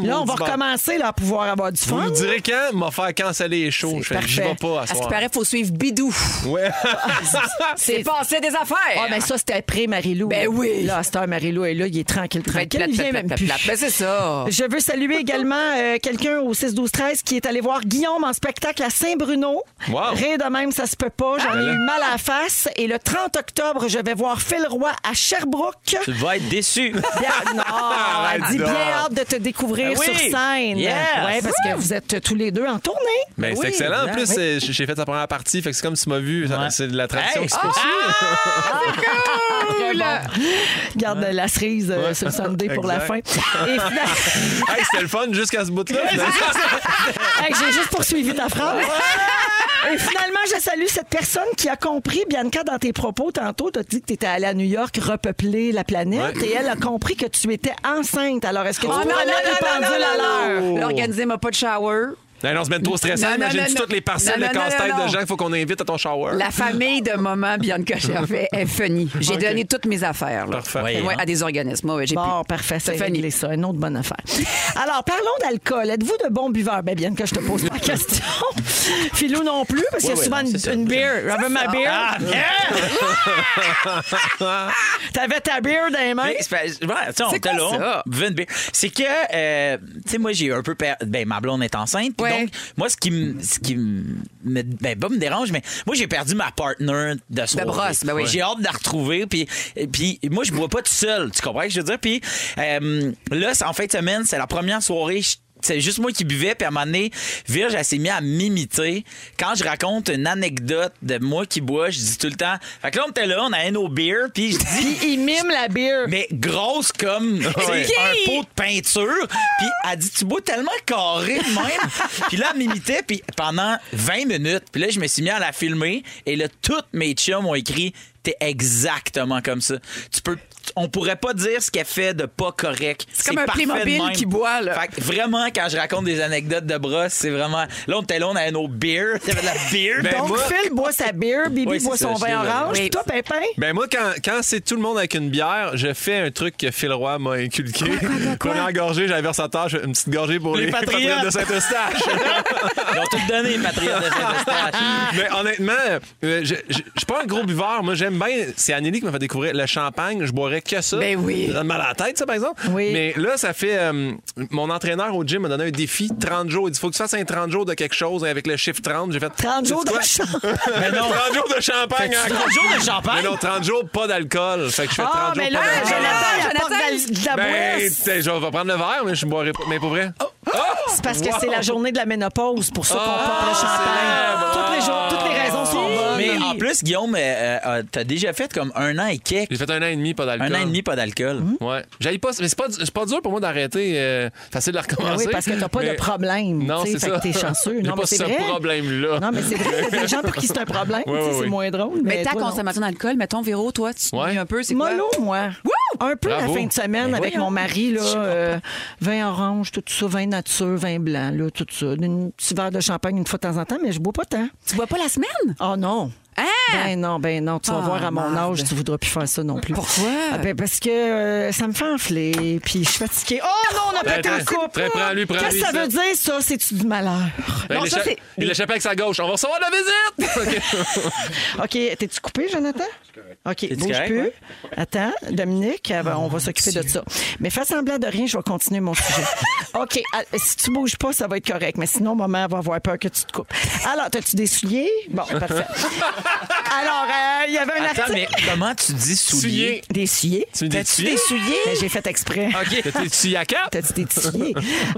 Speaker 3: Là, on
Speaker 2: maudit
Speaker 3: va
Speaker 2: bon.
Speaker 3: recommencer là, à pouvoir avoir du
Speaker 2: Vous
Speaker 3: fun.
Speaker 2: me direz quand m'a faire canceller les shows. Je fais, j'y vais pas à
Speaker 7: À ce
Speaker 2: soir.
Speaker 7: qui paraît, faut suivre Bidou.
Speaker 2: Ouais.
Speaker 7: C'est passé des affaires.
Speaker 3: Ah, mais ça, c'était après Marilou.
Speaker 7: Ben
Speaker 3: là.
Speaker 7: oui.
Speaker 3: Là, à cette heure, Marilou est là, il est tranquille,
Speaker 7: Plate,
Speaker 3: tranquille.
Speaker 7: plate,
Speaker 3: il vient
Speaker 7: plate,
Speaker 3: même
Speaker 7: plate,
Speaker 3: plus.
Speaker 7: plate. Ben, c'est ça.
Speaker 3: Je veux saluer également euh, quelqu'un au 6-12-13 qui est allé voir Guillaume en spectacle à Saint-Bruno.
Speaker 2: Wow. Ah,
Speaker 3: Rire de même, ça se peut pas. J'en ai eu mal à la face. Et le 30 octobre, je vais voir Phil Roy à Sherbrooke.
Speaker 4: Tu vas être déçu.
Speaker 3: Bien, non,
Speaker 7: Ah,
Speaker 2: Arrête
Speaker 3: elle dit Ah, bien
Speaker 2: donc.
Speaker 3: hâte de te découvrir
Speaker 4: Ben oui.
Speaker 3: sur scène.
Speaker 4: Yes.
Speaker 3: Ouais, parce que vous êtes tous les deux en tournée.
Speaker 2: Mais c'est
Speaker 4: Oui,
Speaker 2: excellent. En plus,
Speaker 4: oui.
Speaker 2: euh, j'ai fait sa première partie. Fait que c'est comme si tu m'as vu.
Speaker 4: Ouais.
Speaker 2: C'est de la tradition
Speaker 4: Hey.
Speaker 2: qui se poursuit.
Speaker 3: Garde la cerise euh, sur le Sunday pour la fin. Et
Speaker 2: Exact.
Speaker 3: finalement-
Speaker 2: Hey, c'était le fun jusqu'à ce bout-là.
Speaker 3: Hey, J'ai juste poursuivi ta phrase. Et finalement, je salue cette personne qui a compris, Bianca, dans tes propos tantôt, tu as dit que tu étais allée à New York repeupler la planète
Speaker 2: Ouais.
Speaker 3: et elle a compris que tu étais enceinte. Alors, est-ce que tu
Speaker 7: Oh non,
Speaker 3: prenais
Speaker 7: non,
Speaker 3: les
Speaker 7: non,
Speaker 3: pendules à l'heure?
Speaker 7: non, non, non.
Speaker 2: l'heure.
Speaker 7: L'organisé m'a pas de shower.
Speaker 2: Non, non, se mettre trop
Speaker 7: Non,
Speaker 2: stressant.
Speaker 7: non, non,
Speaker 2: Imagine-tu
Speaker 7: non.
Speaker 2: toutes les parcelles
Speaker 7: Non,
Speaker 2: de
Speaker 7: non, non,
Speaker 2: casse-tête
Speaker 7: non, non.
Speaker 2: de gens qu'il faut qu'on invite à ton shower.
Speaker 7: La famille de maman Bianca Gervais est finie. J'ai donné toutes mes affaires. là.
Speaker 2: Parfait.
Speaker 4: Oui,
Speaker 7: Ouais,
Speaker 4: hein.
Speaker 7: à des organismes. Ouais, ouais, j'ai
Speaker 3: Bon,
Speaker 7: pu.
Speaker 3: parfait,
Speaker 7: Ça
Speaker 3: c'est
Speaker 7: fait
Speaker 3: réglé
Speaker 7: ni-
Speaker 3: ça. Une autre bonne affaire. Alors, parlons d'alcool. Êtes-vous de bons buveurs? Ben, bien que je te pose pas la question. Philou non plus, parce qu'il y a
Speaker 4: Ouais, ouais,
Speaker 3: souvent
Speaker 4: non, c'est ça. Ah!
Speaker 3: une, une beer. Je veux ma beer. T'avais ta beer dans les mains.
Speaker 4: Mais Ben, c'est pas- ouais, tu sais, on
Speaker 7: C'est
Speaker 4: était
Speaker 7: quoi
Speaker 4: là,
Speaker 7: ça?
Speaker 4: on buvait une bière. C'est que, euh, tu sais, moi, j'ai eu un peu. per- Ben, ma blonde est enceinte. puis
Speaker 7: Ouais.
Speaker 4: Donc, moi, ce qui me. Ce qui me. me- Ben, pas me dérange, mais moi, j'ai perdu ma partner de soirée.
Speaker 7: brosse, ben oui.
Speaker 4: J'ai hâte de la retrouver. Puis, puis moi, je bois pas tout seul. Tu comprends ce que je veux dire? Puis, euh, là, c'est- en fin de semaine, c'est la première soirée. je- c'est juste moi qui buvais, puis à un moment donné, Virge, elle s'est mise à m'imiter. Quand je raconte une anecdote de moi qui bois, je dis tout le temps. Fait que là, on était là, on a nos beers, puis je dis.
Speaker 3: Puis il mime la beer.
Speaker 4: Mais grosse comme tu sais,
Speaker 2: Ouais.
Speaker 4: un pot de peinture. Puis elle dit Tu bois tellement carré de même. puis là, elle m'imitait puis pendant 20 minutes. Puis là, je me suis mis à la filmer. Et là, toutes mes chums ont écrit T'es exactement comme ça. Tu peux. On pourrait pas dire ce qu'elle fait de pas correct. C'est
Speaker 7: comme un
Speaker 4: parfait de
Speaker 7: Playmobil
Speaker 4: même.
Speaker 7: qui boit, là.
Speaker 4: Fait que vraiment, quand je raconte des anecdotes de brosse, c'est vraiment. Là, on était là, on avait nos beers. Il y avait de la beer.
Speaker 2: Ben,
Speaker 3: Donc,
Speaker 2: moi-
Speaker 3: Phil boit sa bière, Bibi
Speaker 4: Oui, c'est
Speaker 3: boit
Speaker 4: ça,
Speaker 3: son
Speaker 4: je
Speaker 3: vin
Speaker 4: l'ai, là.
Speaker 3: orange,
Speaker 7: Oui.
Speaker 3: puis toi, Pimpin.
Speaker 2: Ben moi, quand, quand c'est tout le monde avec une bière, je fais un truc que Phil Roy m'a inculqué. Première gorgée, j'avais sa tâche, une petite gorgée pour
Speaker 4: Les
Speaker 2: les,
Speaker 4: patriotes.
Speaker 2: de Saint-Eustache.
Speaker 4: Ils ont tout donné, Patriote de Saint-Eustache.
Speaker 2: Mais honnêtement, euh, je je- je suis pas un gros buveur. Moi, j'aime bien. C'est Anneli qui m'a fait découvrir le champagne. Je boirais que ça.
Speaker 7: Ben oui.
Speaker 2: Ça donne mal à la tête, ça, par exemple.
Speaker 3: Oui.
Speaker 2: Mais là, ça fait. euh, mon entraîneur au gym m'a donné un défi 30 jours. Il dit faut que tu fasses un 30 jours de quelque chose. Et avec le chiffre 30, j'ai fait.
Speaker 3: 30 jours
Speaker 2: Sais-tu
Speaker 3: de
Speaker 2: quoi?
Speaker 3: champ.
Speaker 4: Mais non.
Speaker 2: 30 jours de champagne. hein?
Speaker 4: Fais-tu 30 jours de champagne?
Speaker 2: Mais non, 30 jours, pas d'alcool. Fait que je fais 30
Speaker 3: Ah,
Speaker 2: jours
Speaker 3: mais
Speaker 2: pas
Speaker 3: là,
Speaker 2: d'alcool.
Speaker 4: Ah,
Speaker 3: Jonathan, il
Speaker 7: Jonathan,
Speaker 3: apporte de la, de la
Speaker 2: Ben,
Speaker 3: boisse.
Speaker 2: t'sais, je vais prendre le verre, mais je boirai pas. Mais pour vrai.
Speaker 3: C'est parce que
Speaker 2: Wow!
Speaker 3: c'est la journée de la ménopause, pour ça qu'on
Speaker 2: Ah,
Speaker 3: porte le champagne.
Speaker 2: c'est vrai.
Speaker 3: Toutes les, jours- toutes les raisons sont bonnes.
Speaker 4: Mais en plus, Guillaume, euh, euh, euh, t'as déjà fait comme un an et quelques.
Speaker 2: J'ai fait un an et demi, pas d'alcool.
Speaker 4: Un an et demi, pas d'alcool.
Speaker 3: Mmh.
Speaker 2: Ouais. J'aille pas. Mais c'est pas, c'est pas dur pour moi d'arrêter. euh, facile de
Speaker 3: Ben
Speaker 2: recommencer.
Speaker 3: oui, parce que t'as pas
Speaker 2: Mais-
Speaker 3: de problème.
Speaker 2: Non,
Speaker 3: tu sais,
Speaker 2: c'est
Speaker 3: fait
Speaker 2: ça.
Speaker 3: que t'es chanceux.
Speaker 2: J'ai
Speaker 3: Non,
Speaker 2: pas
Speaker 3: mais c'est
Speaker 2: ce
Speaker 3: vrai.
Speaker 2: problème-là.
Speaker 3: Non, mais c'est vrai, il y a des gens pour qui c'est un problème.
Speaker 2: Ouais,
Speaker 3: tu sais,
Speaker 2: ouais,
Speaker 3: c'est
Speaker 2: oui.
Speaker 3: moins drôle.
Speaker 7: Mais ta
Speaker 3: toi, non.
Speaker 7: consommation d'alcool, mettons, Véro, toi, tu te
Speaker 2: Ouais.
Speaker 7: un peu, c'est quoi?
Speaker 3: Mollo, moi. Un peu
Speaker 2: Bravo.
Speaker 3: la fin de semaine
Speaker 2: Ben
Speaker 3: avec
Speaker 2: voyons.
Speaker 3: mon mari, là, euh, vin orange, tout ça, vin nature, vin blanc, là, tout ça. Un petit verre de champagne une fois de temps en temps, mais je bois pas tant.
Speaker 7: Tu bois pas la semaine?
Speaker 3: Oh non.
Speaker 7: Hein?
Speaker 3: Ben non, ben non. Tu vas
Speaker 7: Ah,
Speaker 3: voir à mon
Speaker 7: merde.
Speaker 3: âge, tu voudras plus faire ça non plus.
Speaker 7: Pourquoi?
Speaker 3: Ah, ben, parce que euh, ça me fait enfler, puis je suis fatiguée. Oh non, on a
Speaker 2: Ben,
Speaker 3: pété un
Speaker 2: très-
Speaker 3: couple.
Speaker 2: très, prends-lui, prends-lui,
Speaker 3: Qu'est-ce que ça
Speaker 2: ça.
Speaker 3: veut dire, ça? C'est-tu du malheur?
Speaker 2: Ben,
Speaker 3: non,
Speaker 2: il
Speaker 3: ça,
Speaker 2: échappe-
Speaker 3: c'est.
Speaker 2: il échappait avec sa gauche. On va recevoir de la visite!
Speaker 3: OK, t'es-tu coupé, Jonathan? OK, bouge
Speaker 4: correct,
Speaker 3: plus.
Speaker 4: ouais?
Speaker 3: Attends, Dominique, euh, on va s'occuper de ça. Mais fais semblant de rien, je vais continuer mon sujet. OK, à- si tu bouges pas, ça va être correct. Mais sinon, maman va avoir peur que tu te coupes. Alors, t'as-tu des souliers? Bon, parfait. Alors, euh, il y avait un
Speaker 4: Attends,
Speaker 3: article...
Speaker 4: mais comment tu dis soulier?
Speaker 3: Des souliers?
Speaker 2: Tu me dis
Speaker 4: T'as-tu
Speaker 2: tu
Speaker 4: des souliers?
Speaker 3: Ben, J'ai fait exprès.
Speaker 2: Ah.
Speaker 4: OK.
Speaker 2: T'es-tu yaka?
Speaker 3: T'as dit des tillés.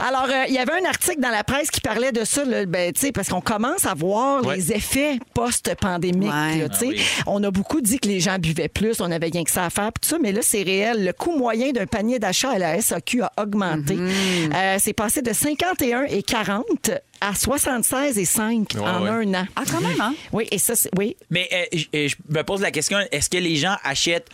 Speaker 3: Alors, euh, il y avait un article dans la presse qui parlait de ça, là, ben, tu sais, parce qu'on commence à voir
Speaker 2: Ouais. Ah
Speaker 3: les effets post-pandémique.
Speaker 7: Ouais.
Speaker 3: là, tu sais. On a beaucoup dit que les gens buvaient plus, on avait rien que ça à faire, puis tout ça, mais là, c'est réel. Le coût moyen d'un panier d'achat à la SAQ a augmenté. Euh, c'est passé de 51 et 40 à 76 et 5 en
Speaker 2: ouais.
Speaker 3: un an.
Speaker 7: Ah, quand même, hein?
Speaker 3: Oui, et ça, c'est- oui,
Speaker 4: Mais euh, j- euh, je me pose la question, est-ce que les gens achètent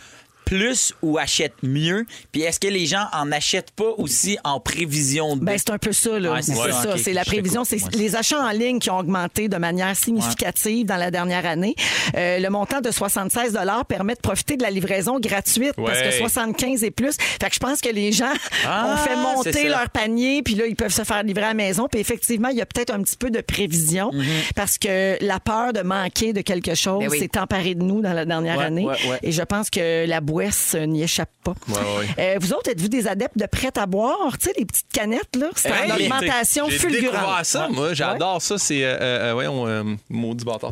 Speaker 4: plus ou achètent mieux? Puis est-ce que les gens en achètent pas aussi en prévision de.
Speaker 3: Ben, c'est un peu ça, là.
Speaker 4: Ouais,
Speaker 3: c'est
Speaker 4: ouais,
Speaker 3: ça.
Speaker 4: ok,
Speaker 3: c'est la
Speaker 4: je
Speaker 3: prévision.
Speaker 4: t'écoute.
Speaker 3: C'est
Speaker 4: Ouais.
Speaker 3: les achats en ligne qui ont augmenté de manière significative dans la dernière année. Euh, le montant de 76 permet de profiter de la livraison gratuite parce
Speaker 4: Ouais.
Speaker 3: que 75 et plus. Fait que je pense que les gens
Speaker 4: Ah,
Speaker 3: ont fait
Speaker 4: c'est
Speaker 3: monter
Speaker 4: ça.
Speaker 3: leur panier, puis là, ils peuvent se faire livrer à la maison. Puis effectivement, il y a peut-être un petit peu de prévision
Speaker 4: Mm-hmm.
Speaker 3: parce que la peur de manquer de quelque chose
Speaker 7: Ben oui.
Speaker 3: s'est emparée de nous dans la dernière
Speaker 4: Ouais,
Speaker 3: année.
Speaker 4: ouais, ouais.
Speaker 3: Et je pense que la bouesse euh, n'y échappe pas.
Speaker 2: ouais.
Speaker 3: Euh, vous autres, êtes-vous des adeptes de prêt à boire? Tu sais, les petites canettes, là, c'est
Speaker 4: Hey,
Speaker 3: en augmentation
Speaker 2: J'ai
Speaker 3: fulgurante.
Speaker 2: découvert ça, moi. J'adore ça. C'est, euh, euh, voyons, euh, maudit bâtard.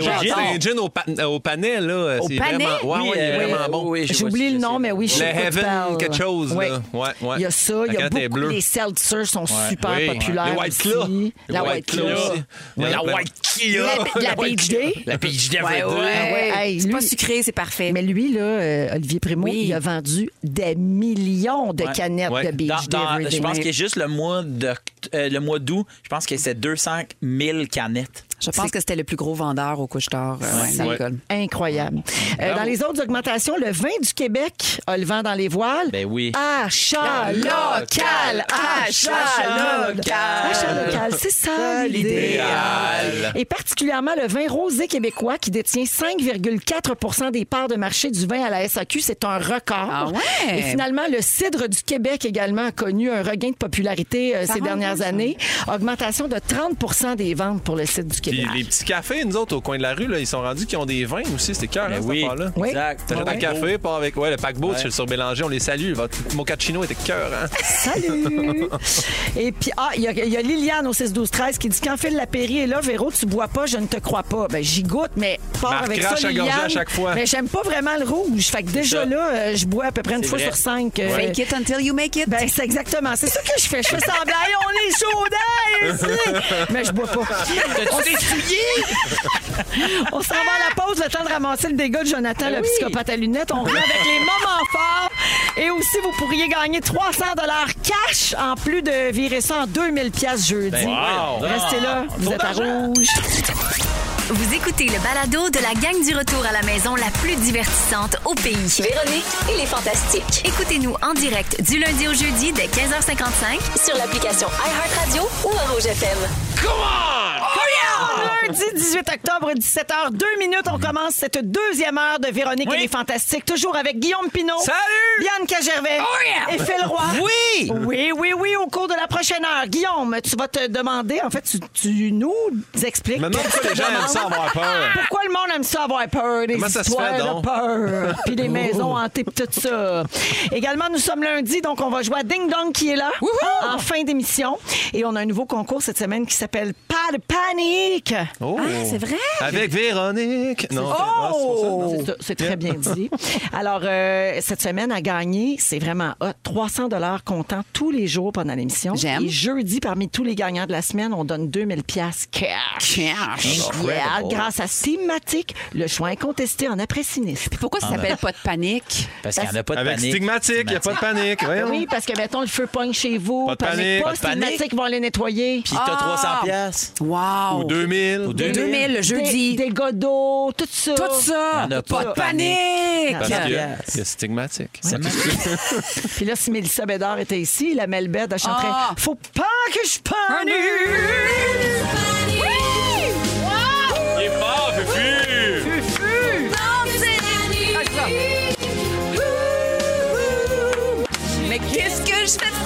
Speaker 2: C'est un gin-
Speaker 4: bâtard.
Speaker 2: C'est un gin au, pa- au panais, là.
Speaker 7: Au
Speaker 2: c'est
Speaker 7: panais?
Speaker 2: Vraiment, ouais,
Speaker 4: Oui,
Speaker 2: ouais, il est
Speaker 4: euh,
Speaker 2: vraiment
Speaker 4: oui,
Speaker 2: bon.
Speaker 4: oui, je
Speaker 3: J'ai
Speaker 4: vois
Speaker 3: oublié
Speaker 4: ce
Speaker 3: le
Speaker 4: que
Speaker 3: nom,
Speaker 4: c'est.
Speaker 3: mais oui, je
Speaker 2: Le
Speaker 3: sais de quoi tu
Speaker 2: Heaven,
Speaker 3: parles.
Speaker 2: quelque chose,
Speaker 3: Ouais.
Speaker 2: là. Ouais, ouais.
Speaker 3: Il y a ça, il y a
Speaker 2: La canette est
Speaker 3: beaucoup.
Speaker 2: bleue.
Speaker 3: Les seltzers sont super
Speaker 2: Oui.
Speaker 3: populaires.
Speaker 2: Les White Claw.
Speaker 3: aussi. La
Speaker 2: Les
Speaker 3: White Claw.
Speaker 2: aussi. Ouais,
Speaker 4: La White Kia!
Speaker 3: La, la Beach Day.
Speaker 4: La Peach Devil.
Speaker 7: Ouais, ouais.
Speaker 3: Ah Hey,
Speaker 7: Euh, c'est pas
Speaker 3: lui-
Speaker 7: sucré, c'est parfait.
Speaker 3: Mais lui, là, euh, Olivier Primo,
Speaker 7: Oui.
Speaker 3: il a vendu des millions de
Speaker 4: Ouais.
Speaker 3: canettes
Speaker 2: Ouais.
Speaker 3: de Beach
Speaker 4: Dans- dans-
Speaker 3: Day. Everyday.
Speaker 4: je pense que juste le mois de le mois d'août, je pense que c'est 200 000 canettes.
Speaker 7: Je pense que c'était le plus gros vendeur au couche-tard euh,
Speaker 2: Ouais.
Speaker 7: d'alcool.
Speaker 3: Incroyable. Euh, dans les autres augmentations, le vin du Québec a le vent dans les voiles.
Speaker 4: Ben oui.
Speaker 3: Achat local! Achat local! Achat local, c'est ça l'idée.
Speaker 2: L'idéal.
Speaker 3: Et particulièrement le vin rosé québécois qui détient 5,4 des parts de marché du vin à la SAQ. C'est un record.
Speaker 7: Ah ouais?
Speaker 3: Et finalement, le cidre du Québec également a connu un regain de popularité euh, ces
Speaker 7: rentre,
Speaker 3: dernières
Speaker 7: ça.
Speaker 3: années. Augmentation de 30 des ventes pour le cidre du
Speaker 2: Puis
Speaker 3: Québec.
Speaker 2: les petits cafés, nous autres, au coin de la rue, là, ils sont rendus qu'ils ont des vins aussi. C'était cœur, hein,
Speaker 4: Ben
Speaker 2: cette
Speaker 4: oui.
Speaker 2: affaire-là.
Speaker 3: Oui.
Speaker 4: Exact.
Speaker 2: T'achètes
Speaker 4: Ouais.
Speaker 2: un café, part avec ouais, le paquebot
Speaker 4: Ouais.
Speaker 2: sur sur Bélanger, on les salue. Votre mochaccino était cœur, hein?
Speaker 3: Salut! Et puis, ah, il y, a- il y a Liliane au 6-12-13 qui dit Quand Phil Lapéry est là, Véro, tu bois pas, je ne te crois pas. Ben, j'y goûte, mais pas
Speaker 2: Marc
Speaker 3: avec
Speaker 2: crache
Speaker 3: ça,
Speaker 2: à gorgée
Speaker 3: Liliane.
Speaker 2: à chaque fois.
Speaker 3: Mais j'aime pas vraiment le rouge. Fait que déjà
Speaker 4: ça.
Speaker 3: là, euh, je bois à peu près une
Speaker 4: C'est
Speaker 3: fois
Speaker 4: vrai.
Speaker 3: sur cinq. euh,
Speaker 7: Fake it until you make it.
Speaker 3: ben, c'est exactement. C'est ça que je fais. Je fais semblant. Hey, on est chaud d'air ici! Mais je bois pas. On s'est On s'en va à la pause, le temps de ramasser le dégât de Jonathan, le psychopathe à lunettes. On revient avec les moments forts. Et aussi, vous pourriez gagner 300 cash en plus de virer ça en 2000 pièces jeudi.
Speaker 2: wow!
Speaker 3: Restez là, vous êtes à rouge.
Speaker 1: Vous écoutez le balado de la gang du retour à la maison la plus divertissante au pays.
Speaker 10: Véronique et les Fantastiques.
Speaker 1: Écoutez-nous en direct du lundi au jeudi dès 15h55
Speaker 10: Sur l'application iHeartRadio ou à Rouge FM.
Speaker 3: Oh Lundi 18 octobre, 17h, 2 minutes. On commence cette deuxième heure de Véronique et les Fantastiques, toujours avec Guillaume Pinot.
Speaker 4: Salut!
Speaker 3: Bianca Gervais. Et Phil Roy.
Speaker 4: Oui!
Speaker 3: Oui, oui, oui, au cours de la prochaine heure. Guillaume, tu vas te demander, en fait, tu, tu nous expliques.
Speaker 2: Maintenant, pourquoi les gens aiment ça avoir peur?
Speaker 3: Pourquoi le monde aime ça avoir peur? Des
Speaker 2: Comment ça se
Speaker 3: histoires
Speaker 2: fait,
Speaker 3: de
Speaker 2: donc?
Speaker 3: peur, puis des maisons hantées, puis tout ça. Également, nous sommes lundi, donc on va jouer à Ding Dong qui est là en fin d'émission. Et on a un nouveau concours cette semaine qui s'appelle Pas de panique.
Speaker 2: Oh.
Speaker 7: c'est vrai?
Speaker 2: Avec Véronique. Non, c'est- ah, c'est pour ça,
Speaker 7: Oh.
Speaker 2: non?
Speaker 3: C'est ça, C'est très bien dit. Alors, euh, cette semaine, à gagner, c'est vraiment hot. 300 dollars comptant tous les jours pendant l'émission.
Speaker 7: J'aime.
Speaker 3: Et jeudi, parmi tous les gagnants de la semaine, on donne 2000 pièces cash.
Speaker 7: Cash. Oh,
Speaker 3: Yeah, grâce à Stigmatique, le choix incontesté en après-sinistre.
Speaker 7: Pourquoi ça s'appelle pas de panique?
Speaker 4: Parce qu'il n'y en a pas de
Speaker 2: Avec
Speaker 4: panique.
Speaker 2: stigmatique, Ah il n'y a pas de panique.
Speaker 7: Ah.
Speaker 2: voyons.
Speaker 3: Oui, parce que, mettons, le feu pogne chez vous.
Speaker 2: Pas de
Speaker 3: panique
Speaker 2: panique,
Speaker 3: pas,
Speaker 2: pas de
Speaker 3: Stigmatique vont les nettoyer.
Speaker 4: Puis t'as 300 piastres.
Speaker 7: Wow!
Speaker 2: Ou 2000.
Speaker 4: Ou
Speaker 7: 2000,
Speaker 4: 2000,
Speaker 7: le jeudi.
Speaker 3: Des, des godots, tout ça.
Speaker 7: Tout ça!
Speaker 4: Il y en a pas
Speaker 7: pas de
Speaker 4: de
Speaker 2: Parce
Speaker 7: panique!
Speaker 2: que-
Speaker 4: Yeah.
Speaker 2: que stigmatique.
Speaker 4: Ça marche.
Speaker 3: Puis là, si Mélissa Bédard était ici, la Melbède, elle chanterait
Speaker 7: Ah.
Speaker 3: Faut pas que je panique!
Speaker 2: Il est mort, Fufu!
Speaker 7: Mais qu'est-ce que je vais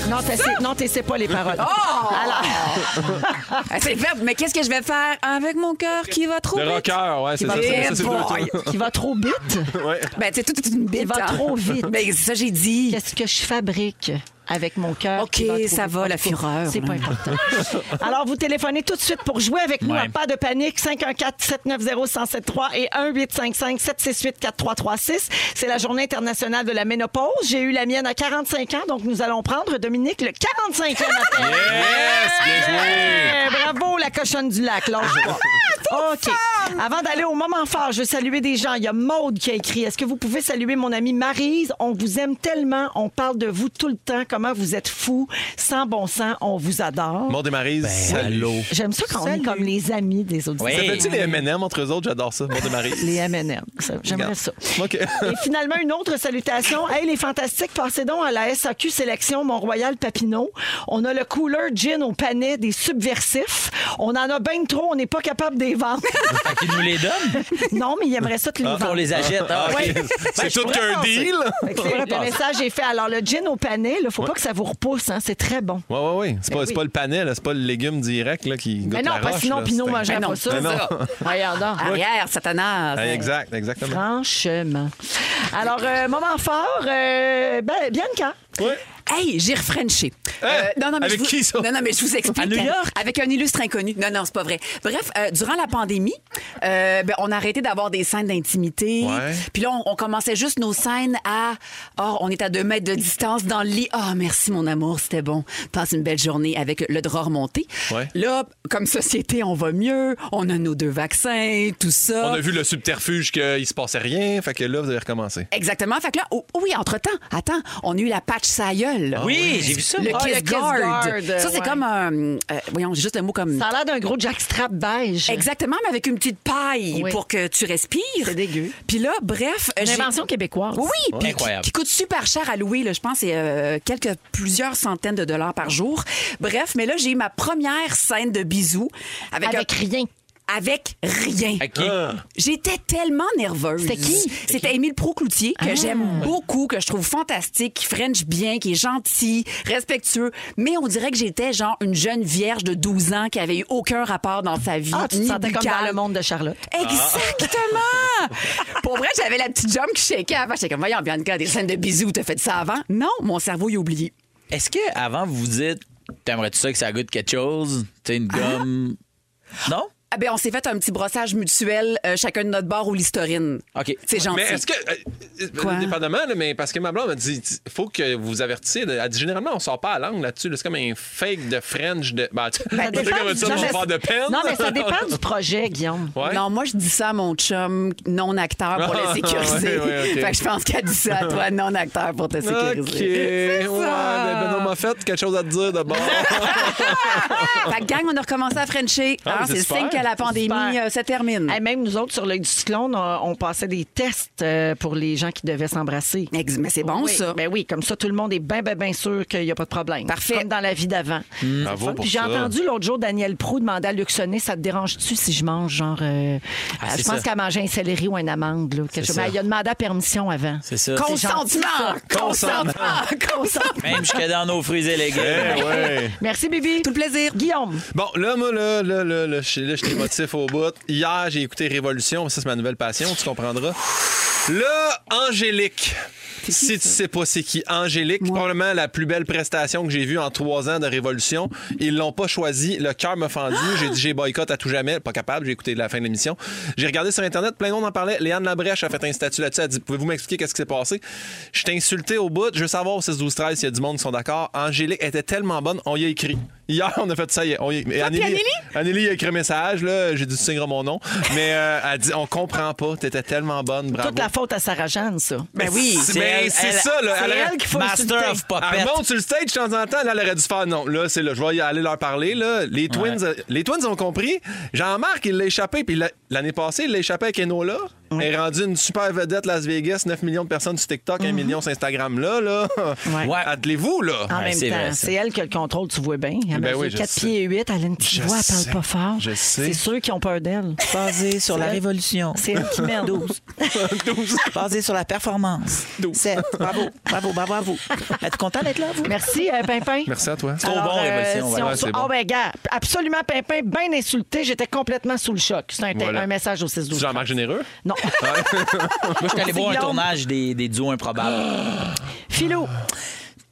Speaker 7: faire?
Speaker 3: Non, t'essaies, non, t'essaies pas les paroles.
Speaker 7: Oh. Ah, c'est fait, mais qu'est-ce que je vais faire avec mon cœur qui va trop
Speaker 2: Le
Speaker 7: vite?
Speaker 2: rocker, ouais, c'est ça.
Speaker 7: Eh
Speaker 2: c'est- ça, c'est
Speaker 7: boy!
Speaker 2: deux,
Speaker 3: Qui va trop vite?
Speaker 2: toi. Ouais.
Speaker 7: Ben, tu sais, tout est une bite.
Speaker 3: Il va
Speaker 7: hein.
Speaker 3: trop vite.
Speaker 7: Ben, c'est ça, j'ai dit.
Speaker 3: Qu'est-ce que je fabrique avec mon cœur?
Speaker 7: OK,
Speaker 3: qui trop
Speaker 7: ça
Speaker 3: vite?
Speaker 7: va,
Speaker 3: En
Speaker 7: la
Speaker 3: tout cas,
Speaker 7: fureur,
Speaker 3: C'est
Speaker 7: là.
Speaker 3: pas important. Alors, vous téléphonez tout de suite pour jouer avec nous.
Speaker 4: Ouais.
Speaker 3: à Pas de panique. 514-790-1073 et 1-855-768-4336. C'est la journée internationale de la ménopause. J'ai eu la mienne à 45 ans, donc nous allons prendre, Dominique, le 45e appel.
Speaker 2: Yes! Bien joué!
Speaker 3: Eh, Bravo, la cochonne du lac. Lâche pas. OK. Avant d'aller au moment fort, je veux saluer des gens. Il y a Maude qui a écrit Est-ce que vous pouvez saluer mon amie Marise On vous aime tellement. On parle de vous tout le temps. Comme comment vous êtes fous, sans bon sens, on vous adore.
Speaker 2: Mon Marise, salut.
Speaker 3: J'aime ça quand on est comme les amis des autres.
Speaker 2: Ça fait-tu les M&M entre eux autres? J'adore ça. Mon Marise.
Speaker 3: Les M&M. Ça, J'aimerais
Speaker 2: Regarde.
Speaker 3: ça.
Speaker 2: OK.
Speaker 3: Et finalement, une autre salutation. Hey, les fantastiques, passez donc à la SAQ Sélection Mont-Royal Papineau. On a le cooler gin au panier des subversifs. On en a bien trop, on n'est pas capable des vendre.
Speaker 4: Fait qu'ils nous les donnent.
Speaker 3: non, mais ils aimeraient ça te les vendre.
Speaker 4: qu'on les achète. Ah, ok.
Speaker 3: Ouais.
Speaker 2: C'est
Speaker 3: je
Speaker 2: tout
Speaker 3: pourrais
Speaker 2: qu'un
Speaker 3: penser.
Speaker 2: deal.
Speaker 3: Fait que c'est- Le message est fait. Alors, le gin au panier, il ne faut pas que ça vous repousse. hein, C'est très bon.
Speaker 2: Ouais, ouais, ouais. C'est pas,
Speaker 3: Ben
Speaker 2: c'est
Speaker 3: oui.
Speaker 2: pas le panel, c'est pas le légume direct là, qui goûte
Speaker 3: Mais non,
Speaker 2: la
Speaker 3: parce que
Speaker 2: roche,
Speaker 3: sinon,
Speaker 2: là.
Speaker 3: Pinot
Speaker 2: C'est un-
Speaker 3: mangerait
Speaker 2: Ben
Speaker 3: pas
Speaker 2: non.
Speaker 3: ça.
Speaker 2: Ben non.
Speaker 3: Voyons donc.
Speaker 7: Arrière, Satanas.
Speaker 2: Ah, Exact, exactement.
Speaker 3: Franchement. Alors, euh, moment fort, euh, ben, Bianca.
Speaker 2: Ouais.
Speaker 7: Hey, j'ai refrenché.
Speaker 2: Hein? Avec
Speaker 7: je vous-
Speaker 2: qui, ça?
Speaker 7: Non, non, mais je vous explique.
Speaker 4: À New
Speaker 7: hein.
Speaker 4: York?
Speaker 7: Avec un illustre inconnu. Non, non, c'est pas vrai. Bref, euh, durant la pandémie, euh, ben, on a arrêté d'avoir des scènes d'intimité.
Speaker 2: Ouais.
Speaker 7: Puis là, on, on commençait juste nos scènes à. Oh, on est à deux mètres de distance dans le lit. Oh, merci, mon amour, c'était bon. Passe une belle journée avec le drap remonté.
Speaker 2: Ouais.
Speaker 7: Là, comme société, on va mieux. On a nos deux vaccins, tout ça.
Speaker 2: On a vu le subterfuge qu'il se passait rien, fait que là, vous avez recommencé.
Speaker 7: Exactement. Fait que là, oh, oui, entre-temps, attends, on a eu la patch sa gueule.
Speaker 4: Oui, j'ai vu ça.
Speaker 7: Le
Speaker 3: Ah,
Speaker 7: kiss,
Speaker 3: le kiss
Speaker 7: guard.
Speaker 3: guard,
Speaker 7: Ça,
Speaker 3: ouais.
Speaker 7: c'est comme un. euh, voyons, j'ai juste le mot comme.
Speaker 3: Ça a l'air d'un gros jackstrap beige.
Speaker 7: Exactement, mais avec une petite paille
Speaker 3: Oui.
Speaker 7: pour que tu respires.
Speaker 3: C'est dégueu.
Speaker 7: Puis là, bref. euh,
Speaker 3: Une
Speaker 7: j'ai-
Speaker 3: invention québécoise.
Speaker 7: Oui, oui, puis qui,
Speaker 4: Incroyable.
Speaker 7: qui coûte super cher à louer, là, je pense, c'est euh, quelques plusieurs centaines de dollars par jour. Bref, mais là, j'ai eu ma première scène de bisous avec,
Speaker 3: Avec
Speaker 7: un-
Speaker 3: rien.
Speaker 7: Avec rien.
Speaker 4: Ok.
Speaker 2: Ah.
Speaker 7: J'étais tellement nerveuse.
Speaker 3: C'était qui? Ah.
Speaker 7: C'était Émile Procloutier, que j'aime beaucoup, que je trouve fantastique, qui french bien, qui est gentil, respectueux. Mais on dirait que j'étais genre une jeune vierge de 12 ans qui avait eu aucun rapport dans sa vie.
Speaker 3: Ah, tu te
Speaker 7: ni
Speaker 3: sentais comme
Speaker 7: buccal.
Speaker 3: dans le monde Ah. de Charlotte.
Speaker 7: Exactement! Pour vrai, j'avais la petite jambe qui shakait avant. J'étais comme, voyons, Bianca, des scènes de bisous, t'as fait ça avant? Non, mon cerveau, il a oublié.
Speaker 4: Est-ce que avant vous vous dites, t'aimerais-tu ça que ça goûte quelque chose? Tu sais, une gomme. Non?
Speaker 7: Ah ben, on s'est fait un petit brossage mutuel, euh, chacun de notre bord ou l'historine.
Speaker 4: OK.
Speaker 7: C'est gentil.
Speaker 2: Mais est-ce que. euh, euh,
Speaker 7: Quoi?
Speaker 2: Dépendamment, là, mais parce que ma blonde m'a dit il faut que vous vous avertissiez. Elle dit généralement, on sort pas à langue là-dessus. là. C'est comme un fake de French. De... Ben, tu
Speaker 3: Ça
Speaker 2: tu sais
Speaker 3: dépend
Speaker 2: comment
Speaker 3: du-
Speaker 2: ça,
Speaker 3: non,
Speaker 2: on va
Speaker 3: mais-
Speaker 2: faire de peine.
Speaker 3: Non, mais ça dépend du projet, Guillaume.
Speaker 2: Ouais.
Speaker 7: Non, moi, je dis ça à mon chum non-acteur pour le
Speaker 2: Ah,
Speaker 7: sécuriser.
Speaker 2: ouais, ouais, ok.
Speaker 7: Fait que je pense qu'elle dit ça à toi, non-acteur, pour te
Speaker 2: OK. Ouais,
Speaker 7: sécuriser.
Speaker 2: ben, Benoît m'a fait quelque chose à te dire d'abord.
Speaker 7: Ah, Fait que gang, on a recommencé à Frencher.
Speaker 2: Ah,
Speaker 7: Hein,
Speaker 2: mais
Speaker 7: c'est
Speaker 2: c'est
Speaker 7: le signe
Speaker 2: super.
Speaker 7: que la pandémie
Speaker 3: Super.
Speaker 7: euh, se termine.
Speaker 3: Hey, même nous autres, sur l'œil du cyclone, on, on passait des tests euh, pour les gens qui devaient s'embrasser.
Speaker 7: Ex- Mais c'est bon,
Speaker 3: Oui,
Speaker 7: ça.
Speaker 3: Ben oui, comme ça, tout le monde est bien, bien, bien sûr qu'il n'y a pas de problème.
Speaker 7: Parfait. Hmm.
Speaker 3: Comme dans la vie d'avant.
Speaker 2: Bravo
Speaker 3: Fun.
Speaker 2: pour
Speaker 3: Puis j'ai
Speaker 2: ça.
Speaker 3: entendu l'autre jour Daniel Prou demander à Luc Sonnet, ça te dérange-tu si je mange, genre, euh,
Speaker 4: Ah,
Speaker 3: je
Speaker 4: c'est
Speaker 3: pense
Speaker 4: ça.
Speaker 3: qu'elle mangeait un céleri ou une amande, là, quelque
Speaker 4: C'est
Speaker 3: chose.
Speaker 4: ça.
Speaker 3: Mais il a demandé la permission avant.
Speaker 4: C'est ça.
Speaker 7: Consentement! Consentement! Consentement!
Speaker 4: Même jusque dans nos fruits et légumes.
Speaker 2: Eh, ouais.
Speaker 3: Merci, Bibi.
Speaker 7: Tout le plaisir.
Speaker 3: Guillaume.
Speaker 2: Bon, là, moi, là, là, là, là, je suis là, je suis émotif au bout. Hier, j'ai écouté Révolution, ça, c'est ma nouvelle passion, tu comprendras. Là, Angélique. Si tu sais pas c'est qui, Angélique, probablement la plus belle prestation que j'ai vue en trois ans de Révolution. Ils l'ont pas choisi. Le cœur m'a fendu. J'ai dit j'ai boycott à tout jamais. Pas capable. J'ai écouté la fin de l'émission. J'ai regardé sur Internet. Plein de monde en parlait. Léanne Labrèche a fait un statut là-dessus. Elle a dit Pouvez-vous m'expliquer qu'est-ce qui s'est passé Je t'ai insulté au bout. Je veux savoir au 6, 12, 13 s'il y a du monde qui sont d'accord. Angélique était tellement bonne. On y a écrit. Hier, on a fait ça. y est, On y... et Anneli, Anneli a écrit un message. là. J'ai dû signer mon nom. Mais euh, elle dit On comprend pas. T'étais tellement bonne. Bravo.
Speaker 3: Toute la faute à Sarah Jeanne, ça.
Speaker 4: Ben oui.
Speaker 2: C'est- mais c'est ça, là.
Speaker 3: c'est
Speaker 2: Elle aurait-
Speaker 3: elle qu'il faut insulter.
Speaker 4: Master of Puppet.
Speaker 2: Elle monte sur le stage de temps en temps, là, elle aurait dû se faire non. Là, c'est là, je vais y aller leur parler. Là. Les, twins, euh, les Twins ont compris. Jean-Marc, il l'a échappé. Puis la- l'année passée, il l'a échappé avec Enola. Elle est rendue une super vedette Las Vegas, 9 millions de personnes sur TikTok, 1 million sur Instagram. Là, là.
Speaker 3: Ouais.
Speaker 2: Attelez-vous, là.
Speaker 3: En
Speaker 4: Ouais,
Speaker 3: même
Speaker 4: c'est
Speaker 3: temps,
Speaker 4: vrai, ça.
Speaker 3: c'est elle qui a le contrôle, tu vois bien. Elle
Speaker 2: Ben
Speaker 3: mesure
Speaker 2: oui, je
Speaker 3: 4
Speaker 2: sais.
Speaker 3: pieds et 8, elle a une petite
Speaker 2: Je
Speaker 3: voix, elle
Speaker 2: sais.
Speaker 3: parle pas fort.
Speaker 2: Je sais.
Speaker 3: C'est ceux qui ont peur d'elle.
Speaker 4: Basé sur
Speaker 3: la
Speaker 4: révolution.
Speaker 3: C'est elle qui mène.
Speaker 4: Basé sur la performance. 7. Bravo, bravo, bravo à vous. Êtes-vous content d'être là, vous?
Speaker 3: Merci, euh, Pimpin.
Speaker 2: Merci à toi.
Speaker 4: Trop bon,
Speaker 3: euh,
Speaker 4: Révolution,
Speaker 3: si
Speaker 4: ouais.
Speaker 3: on
Speaker 2: Ouais,
Speaker 3: se-
Speaker 2: c'est bon.
Speaker 3: Oh, ben, gars, absolument, Pimpin, bien insulté. J'étais complètement sous le choc. C'est un,
Speaker 2: Voilà.
Speaker 3: un message au 6 12
Speaker 2: Jean-Marc Généreux?
Speaker 3: Non.
Speaker 4: Moi, je suis allé voir un
Speaker 3: Guillaume.
Speaker 4: tournage des, des duos improbables.
Speaker 3: Philo,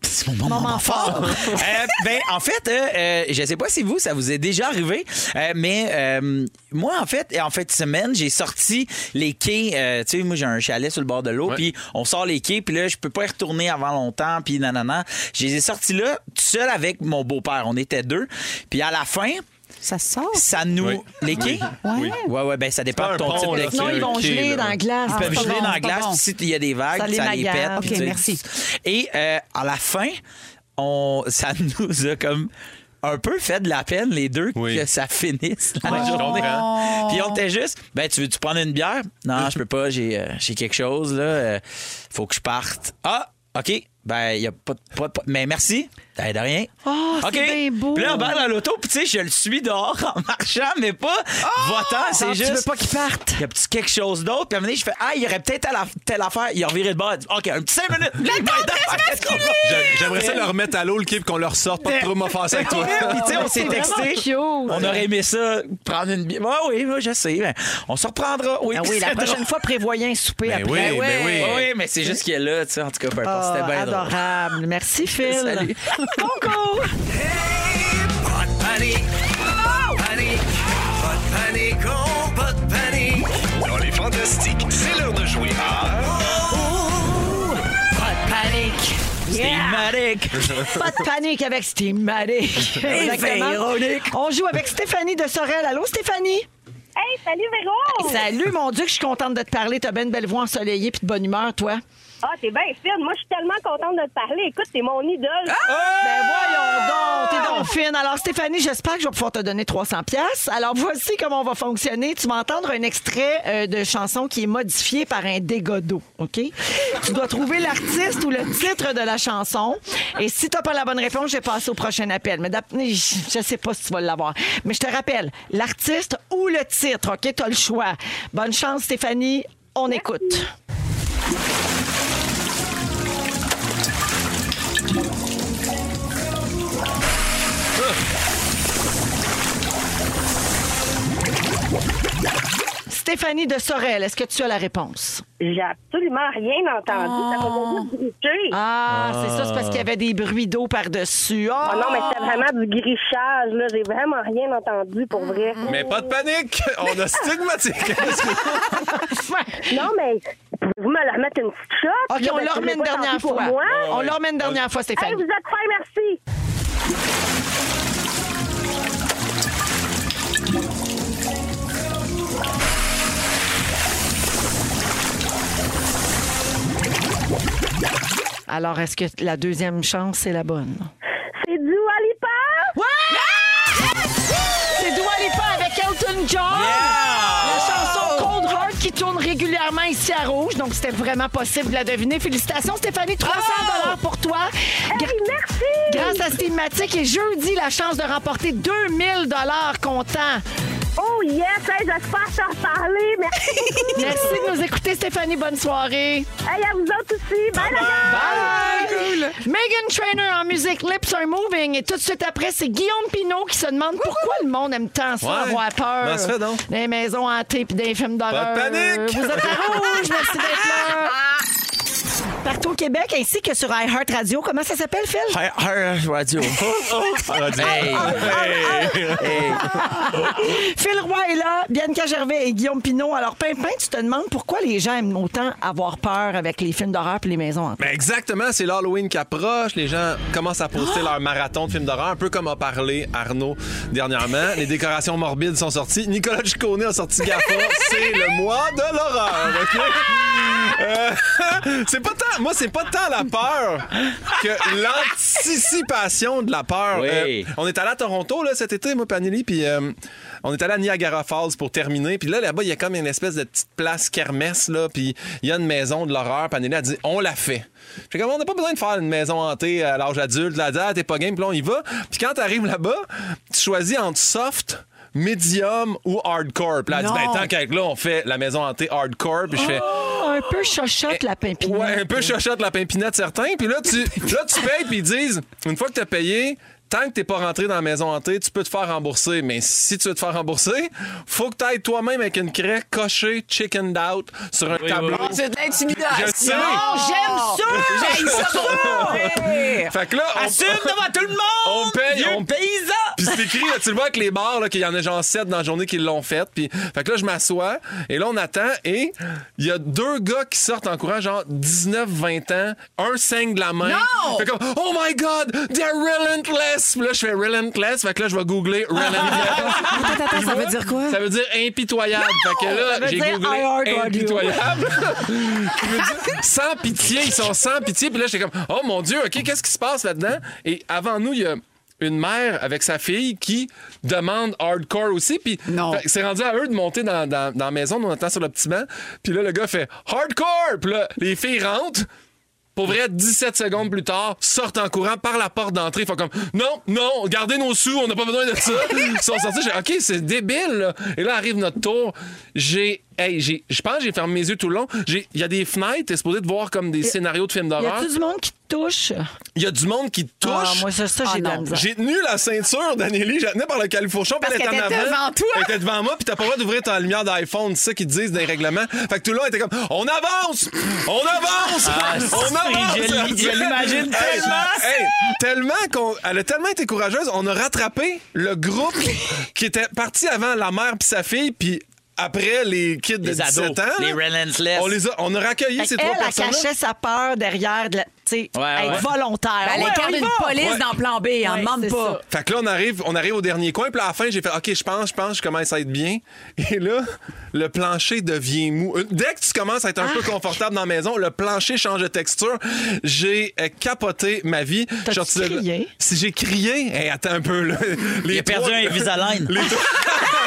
Speaker 4: C'est mon bon
Speaker 3: moment fort.
Speaker 4: Euh, ben, en fait, euh, euh, je sais pas si vous, ça vous est déjà arrivé, euh, mais euh, moi, en fait, en fait, semaine, j'ai sorti les quais. euh, tu sais, moi, j'ai un chalet sur le bord de l'eau,
Speaker 2: Ouais.
Speaker 4: puis on sort les quais, puis là, je peux pas y retourner avant longtemps, puis nanana. Je les ai sortis là, tout seul avec mon beau-père. On était deux. Puis à la fin,
Speaker 3: ça sort.
Speaker 4: ça nous...
Speaker 2: Oui.
Speaker 4: Les quais?
Speaker 2: Oui.
Speaker 4: Ouais, ouais, ben ça dépend
Speaker 2: pas
Speaker 4: de ton
Speaker 2: un pont,
Speaker 4: type
Speaker 2: là,
Speaker 4: de quai.
Speaker 2: c'est
Speaker 3: Non,
Speaker 2: un
Speaker 3: ils vont
Speaker 2: quai,
Speaker 3: geler
Speaker 2: là.
Speaker 3: dans la glace.
Speaker 4: Ils peuvent
Speaker 3: C'est
Speaker 4: geler
Speaker 3: pas
Speaker 4: dans
Speaker 3: bon,
Speaker 4: la
Speaker 3: c'est pas
Speaker 4: glace,
Speaker 3: bon.
Speaker 4: puis s'il y a des vagues,
Speaker 3: Ça
Speaker 4: ça,
Speaker 3: les
Speaker 4: les pète.
Speaker 3: bagarre.
Speaker 4: puis
Speaker 3: OK,
Speaker 4: tu sais.
Speaker 3: merci.
Speaker 4: Et euh, à la fin, on, ça nous a comme un peu fait de la peine, les deux, que ça finisse la
Speaker 2: Ouais, je
Speaker 4: journée.
Speaker 2: comprends.
Speaker 4: Puis on était juste, ben, tu veux-tu prendre une bière? Non, je peux pas, j'ai euh, j'ai quelque chose, là. euh, faut que je parte. Ah, OK. Ben, il a pas, de- pas, pas- Mais merci. Ben, de rien.
Speaker 3: Oh, c'est
Speaker 4: OK.
Speaker 3: bien beau.
Speaker 4: Puis là, on va dans l'auto, puis tu sais, je le suis dehors en marchant, mais pas votant. C'est
Speaker 3: Ah, tu
Speaker 4: juste.
Speaker 3: veux pas qu'il parte.
Speaker 4: Il y a petit quelque chose d'autre. Puis à un moment donné, je fais Ah, il y aurait peut-être telle, aff- telle affaire. Il a reviré de bord. Il dit, OK, un petit 5 minutes. Le
Speaker 2: J'a- J'aimerais ça leur mettre à l'eau le clip qu'on leur sorte, pas de trop m'offenser avec toi.
Speaker 4: Puis tu sais, on
Speaker 3: C'est
Speaker 4: s'est texté.
Speaker 3: vraiment cute.
Speaker 4: On aurait aimé ça, prendre une bière. Ah oui, oui, je sais. mais on se reprendra. Oui,
Speaker 3: Ah oui, la
Speaker 4: c'est
Speaker 3: prochaine
Speaker 4: drôle.
Speaker 3: fois, prévoyez un souper
Speaker 2: Ben
Speaker 3: après.
Speaker 2: oui, ben
Speaker 3: Ouais.
Speaker 2: oui.
Speaker 4: Ah oui, mais c'est juste qu'il est là, tu sais. En tout cas, peu importe,
Speaker 3: Ah,
Speaker 4: c'était bien drôle.
Speaker 3: adorable. Merci, Phil.
Speaker 4: Salut.
Speaker 3: Concours.
Speaker 11: Pas de panique, panique, pas de panique, oh, pas de panique. Dans les fantastiques, c'est l'heure de jouer à...
Speaker 4: Thématique.
Speaker 3: Pas de panique avec Stématic. Exactement.
Speaker 4: Véronique.
Speaker 3: On joue avec Stéphanie de Sorel. Allô, Stéphanie?
Speaker 12: Hey, salut Véro!
Speaker 3: Salut, mon Dieu, que je suis contente de te parler. T'as bien une belle voix ensoleillée puis de bonne humeur, toi.
Speaker 12: Ah, t'es bien fine. Moi, je suis tellement contente de te parler. Écoute, t'es mon idole.
Speaker 3: Ben voyons donc, t'es donc fine. Alors Stéphanie, j'espère que je vais pouvoir te donner 300 pièces. Alors voici comment on va fonctionner. Tu vas entendre un extrait euh, de chanson qui est modifié par un dégât d'eau, OK? Tu dois trouver l'artiste ou le titre de la chanson. Et si t'as pas la bonne réponse, je vais passer au prochain appel. Mais d'ap- je je sais pas si tu vas l'avoir. Mais je te rappelle, l'artiste ou le titre, OK? T'as le choix. Bonne chance Stéphanie, on écoute. Stéphanie de Sorel, est-ce que tu as la réponse?
Speaker 12: J'ai absolument rien entendu. Ça m'a vraiment griché.
Speaker 3: Ah, c'est ça, c'est parce qu'il y avait des bruits d'eau par-dessus. Oh!
Speaker 12: Ah non, mais c'était vraiment du grichage, là. J'ai vraiment rien entendu,
Speaker 3: Mm-hmm.
Speaker 12: pour vrai.
Speaker 2: Mais pas de panique, on a stigmatique.
Speaker 3: Ah,
Speaker 12: Non, mais pouvez-vous me la remettre une petite shot?
Speaker 3: OK,
Speaker 12: Là,
Speaker 3: on
Speaker 12: parce
Speaker 3: leur
Speaker 12: que
Speaker 3: remet
Speaker 12: j'ai
Speaker 3: une
Speaker 12: pas
Speaker 3: dernière
Speaker 12: tant pis
Speaker 3: fois.
Speaker 12: Pour moi.
Speaker 3: On leur remet une dernière fois,
Speaker 12: Hey, vous
Speaker 3: Stéphanie.
Speaker 12: êtes fin, merci.
Speaker 3: Alors, est-ce que la deuxième chance, c'est la bonne?
Speaker 12: C'est du Alipa.
Speaker 3: Ah! C'est Dua Lipa avec Elton John! Ah! La chanson Cold Heart qui tourne régulièrement ici à Rouge. Donc, c'était vraiment possible de la deviner. Félicitations, Stéphanie. 300 dollars pour toi. Gra-
Speaker 12: Ah! merci.
Speaker 3: Grâce à Stigmatique et jeudi, la chance de remporter 2000 dollars comptant.
Speaker 12: Oh yes, hey, j'espère te reparler. Merci.
Speaker 3: Merci de nous écouter, Stéphanie. Bonne soirée.
Speaker 12: hey, à vous autres aussi. Bye, la gang.
Speaker 3: Bye! Megan Trainer en musique, Lips Are Moving. Et tout de suite après, c'est Guillaume Pinault qui se demande pourquoi le monde aime tant ça,
Speaker 2: Ouais.
Speaker 3: avoir peur.
Speaker 2: Ben, ça fait donc.
Speaker 3: Des maisons hantées puis des films d'horreur.
Speaker 2: Pas de panique!
Speaker 3: Vous êtes à rouge, merci d'être là. Partout au Québec ainsi que sur iHeart Radio. Comment ça s'appelle, Phil?
Speaker 4: Hi- hi, Radio.
Speaker 3: Ah,
Speaker 4: Hey. Hey.
Speaker 2: Ah,
Speaker 3: Phil Roy est là, Bianca Gervais et Guillaume Pinot. Alors, Pimpin, tu te demandes pourquoi les gens aiment autant avoir peur avec les films d'horreur puis les maisons hantées.
Speaker 2: Ben exactement, c'est l'Halloween qui approche. Les gens commencent à poster leur marathon de films d'horreur, un peu comme a parlé Arnaud dernièrement. Les décorations morbides sont sorties. Nicolas Ciccone a sorti Gaffa. c'est le mois de l'horreur. ok? Euh, c'est pas tant, moi, c'est pas tant la peur que l'anticipation de la peur. Euh,
Speaker 4: Oui.
Speaker 2: on est allé à Toronto là, cet été, moi, Panili, puis euh, on est allé à Niagara Falls pour terminer. Puis là, là-bas, il y a comme une espèce de petite place kermesse, là, puis il y a une maison de l'horreur. Panili a dit, on la fait. J'ai comme, on n'a pas besoin de faire une maison hantée à l'âge adulte. La date, ah, t'es pas game, puis là, on y va. Puis quand t'arrives là-bas, tu choisis entre soft, medium ou hardcore. Puis là, elle dit, ben, tant qu'à être là, on fait la maison hantée hardcore. Puis je fais,
Speaker 3: Un peu chochotte, la pimpinette.
Speaker 2: Ouais, un peu chochotte la pimpinette, certains. Puis là, tu, là, tu payes, puis ils disent, une fois que tu as payé, tant que t'es pas rentré dans la maison hantée, tu peux te faire rembourser. Mais si tu veux te faire rembourser, faut que tu ailles toi-même avec une craie cochée, chickened out, sur un tableau.
Speaker 8: Oh, c'est de l'intimidation.
Speaker 2: Je sais.
Speaker 3: Oh,
Speaker 8: Oh,
Speaker 3: Ah!
Speaker 8: j'aime ça! J'aime ça! Ouais.
Speaker 2: Fait que là, on,
Speaker 4: Assume devant tout le monde!
Speaker 2: on paye,
Speaker 4: vieux
Speaker 2: on
Speaker 4: paysan!
Speaker 2: Puis c'est écrit, là, tu le vois avec les bars, là, qu'il y en a genre 7 dans la journée qui l'ont fait. Puis, fait que là, je m'assois et là, on attend et il y a deux gars qui sortent en courant, genre 19, 20 ans. Un saigne de la main.
Speaker 8: Non!
Speaker 2: Fait comme, oh my god, they're relentless! Relentless. Puis là, je fais Relentless. Fait que là, je vais googler Relentless.
Speaker 7: Ah, attends, ça veut dire quoi?
Speaker 2: Ça veut dire impitoyable. fait que là, j'ai googlé impitoyable. Je veux dire, sans pitié. Ils sont sans pitié. Puis là, j'étais comme, oh mon Dieu, OK, qu'est-ce qui se passe là-dedans? Et avant nous, il y a une mère avec sa fille qui demande hardcore aussi. Puis fait que c'est rendu à eux de monter dans, dans- dans la maison. Nous, on attend sur le petit banc. Puis là, le gars fait hardcore. Puis là, les filles rentrent. Pour vrai, 17 secondes plus tard, sortent en courant par la porte d'entrée. Faut comme non, non, gardez nos sous, on n'a pas besoin de ça. Ils sont sortis, j'ai OK, c'est débile. là. Et là arrive notre tour. J'ai hey, j'ai je pense que j'ai fermé mes yeux tout le long. J'ai il y a des fenêtres, t'es supposé de voir comme des scénarios de films
Speaker 3: Y
Speaker 2: d'horreur.
Speaker 3: a-tu du monde qui te touche?
Speaker 2: Il y a du monde qui te touche.
Speaker 3: Ah, moi, ça, ça, j'ai Ah, de la non. misère.
Speaker 2: J'ai tenu la ceinture d'Anélie, je la tenais par le califourchon, puis
Speaker 3: Parce
Speaker 2: elle était en
Speaker 3: qu'elle était
Speaker 2: avant.
Speaker 3: devant toi.
Speaker 2: Elle était devant moi, puis t'as pas le droit d'ouvrir ta lumière d'iPhone, c'est ça qu'ils disent dans les règlements. Fait que tout le long, elle était comme On avance On avance
Speaker 5: Ah, si,
Speaker 2: On avance
Speaker 5: je l'i- je l'imagine
Speaker 2: Hey,
Speaker 5: tellement.
Speaker 2: hey, tellement qu'on. Elle a tellement été courageuse, on a rattrapé le groupe qui était parti avant la mère puis sa fille, puis après les kids de
Speaker 4: Les
Speaker 2: 17
Speaker 4: ados,
Speaker 2: ans.
Speaker 4: les
Speaker 2: là,
Speaker 4: relentless.
Speaker 2: On les a, on a raccueilli
Speaker 3: Fait
Speaker 2: ces
Speaker 3: qu'elle,
Speaker 2: trois
Speaker 3: elle,
Speaker 2: personnes.
Speaker 3: cachait sa peur derrière de la- tu sais,
Speaker 2: Ouais,
Speaker 3: être
Speaker 2: ouais.
Speaker 3: volontaire.
Speaker 7: Ben, elle
Speaker 3: Ouais,
Speaker 7: incarne
Speaker 3: on y
Speaker 7: une
Speaker 3: va.
Speaker 7: police
Speaker 3: Ouais.
Speaker 7: dans Plan B, elle
Speaker 3: Ouais,
Speaker 7: demande
Speaker 3: c'est
Speaker 7: pas.
Speaker 2: Fait que là, on arrive, on arrive au dernier coin. Puis à la fin, j'ai fait OK, je pense, je pense, je commence à être bien. Et là, le plancher devient mou. Euh, Dès que tu commences à être un peu confortable dans la maison, le plancher change de texture. J'ai euh, capoté ma vie. J'ai sorti de- Si j'ai crié, hey, attends un peu. Là. Les
Speaker 4: Il a perdu
Speaker 2: trois-
Speaker 4: un Invisalign.
Speaker 2: Les trois-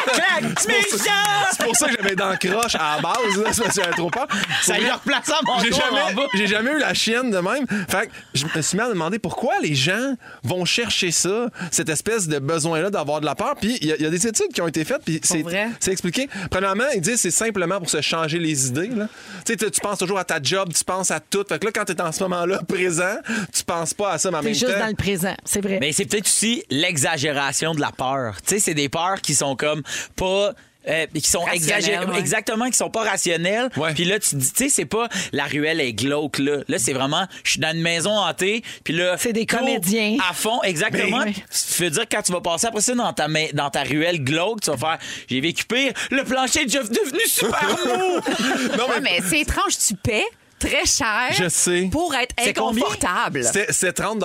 Speaker 2: C'est pour ça-
Speaker 4: Méchant!
Speaker 2: C'est pour ça que j'avais dans le croche à la base, là, c'est parce que j'avais trop peur.
Speaker 4: Ça
Speaker 2: Pour
Speaker 4: lui
Speaker 2: vrai,
Speaker 4: a replacé à mon
Speaker 2: J'ai
Speaker 4: tour
Speaker 2: jamais,
Speaker 4: en bas.
Speaker 2: j'ai jamais eu la chienne de même. Fait que je me suis mis à demander pourquoi les gens vont chercher ça, cette espèce de besoin-là d'avoir de la peur. Puis il y, a- il y a des études qui ont été faites, puis c'est, c'est expliqué. Premièrement, ils disent que c'est simplement pour se changer les idées. là. Tu sais, tu- tu penses toujours à ta job, tu penses à tout. Fait que là, quand t'es en ce moment-là présent, tu penses pas à ça, mais en
Speaker 3: T'es
Speaker 2: même
Speaker 3: juste
Speaker 2: temps-
Speaker 3: dans le présent, c'est vrai.
Speaker 4: Mais c'est peut-être aussi l'exagération de la peur. Tu sais, c'est des peurs qui sont comme pas. euh, qui sont
Speaker 7: Rationnelles,
Speaker 4: exagérées.
Speaker 7: ouais.
Speaker 4: Exactement, qui sont pas rationnelles. Puis là, tu te dis, tu sais, c'est pas la ruelle est glauque, là. Là, c'est vraiment, je suis dans une maison hantée. Puis là, c'est des
Speaker 3: comédiens.
Speaker 4: À fond, exactement.
Speaker 3: Mais-
Speaker 4: Tu veux dire, quand tu vas passer après ça dans ta, ma- dans ta ruelle glauque, tu vas faire, j'ai vécu pire. Le plancher est déjà devenu super mou.
Speaker 2: Non,
Speaker 8: mais, c'est étrange, tu paies très cher
Speaker 2: Je sais.
Speaker 8: pour être
Speaker 2: C'est combien?
Speaker 8: inconfortable.
Speaker 2: C'était c'était 30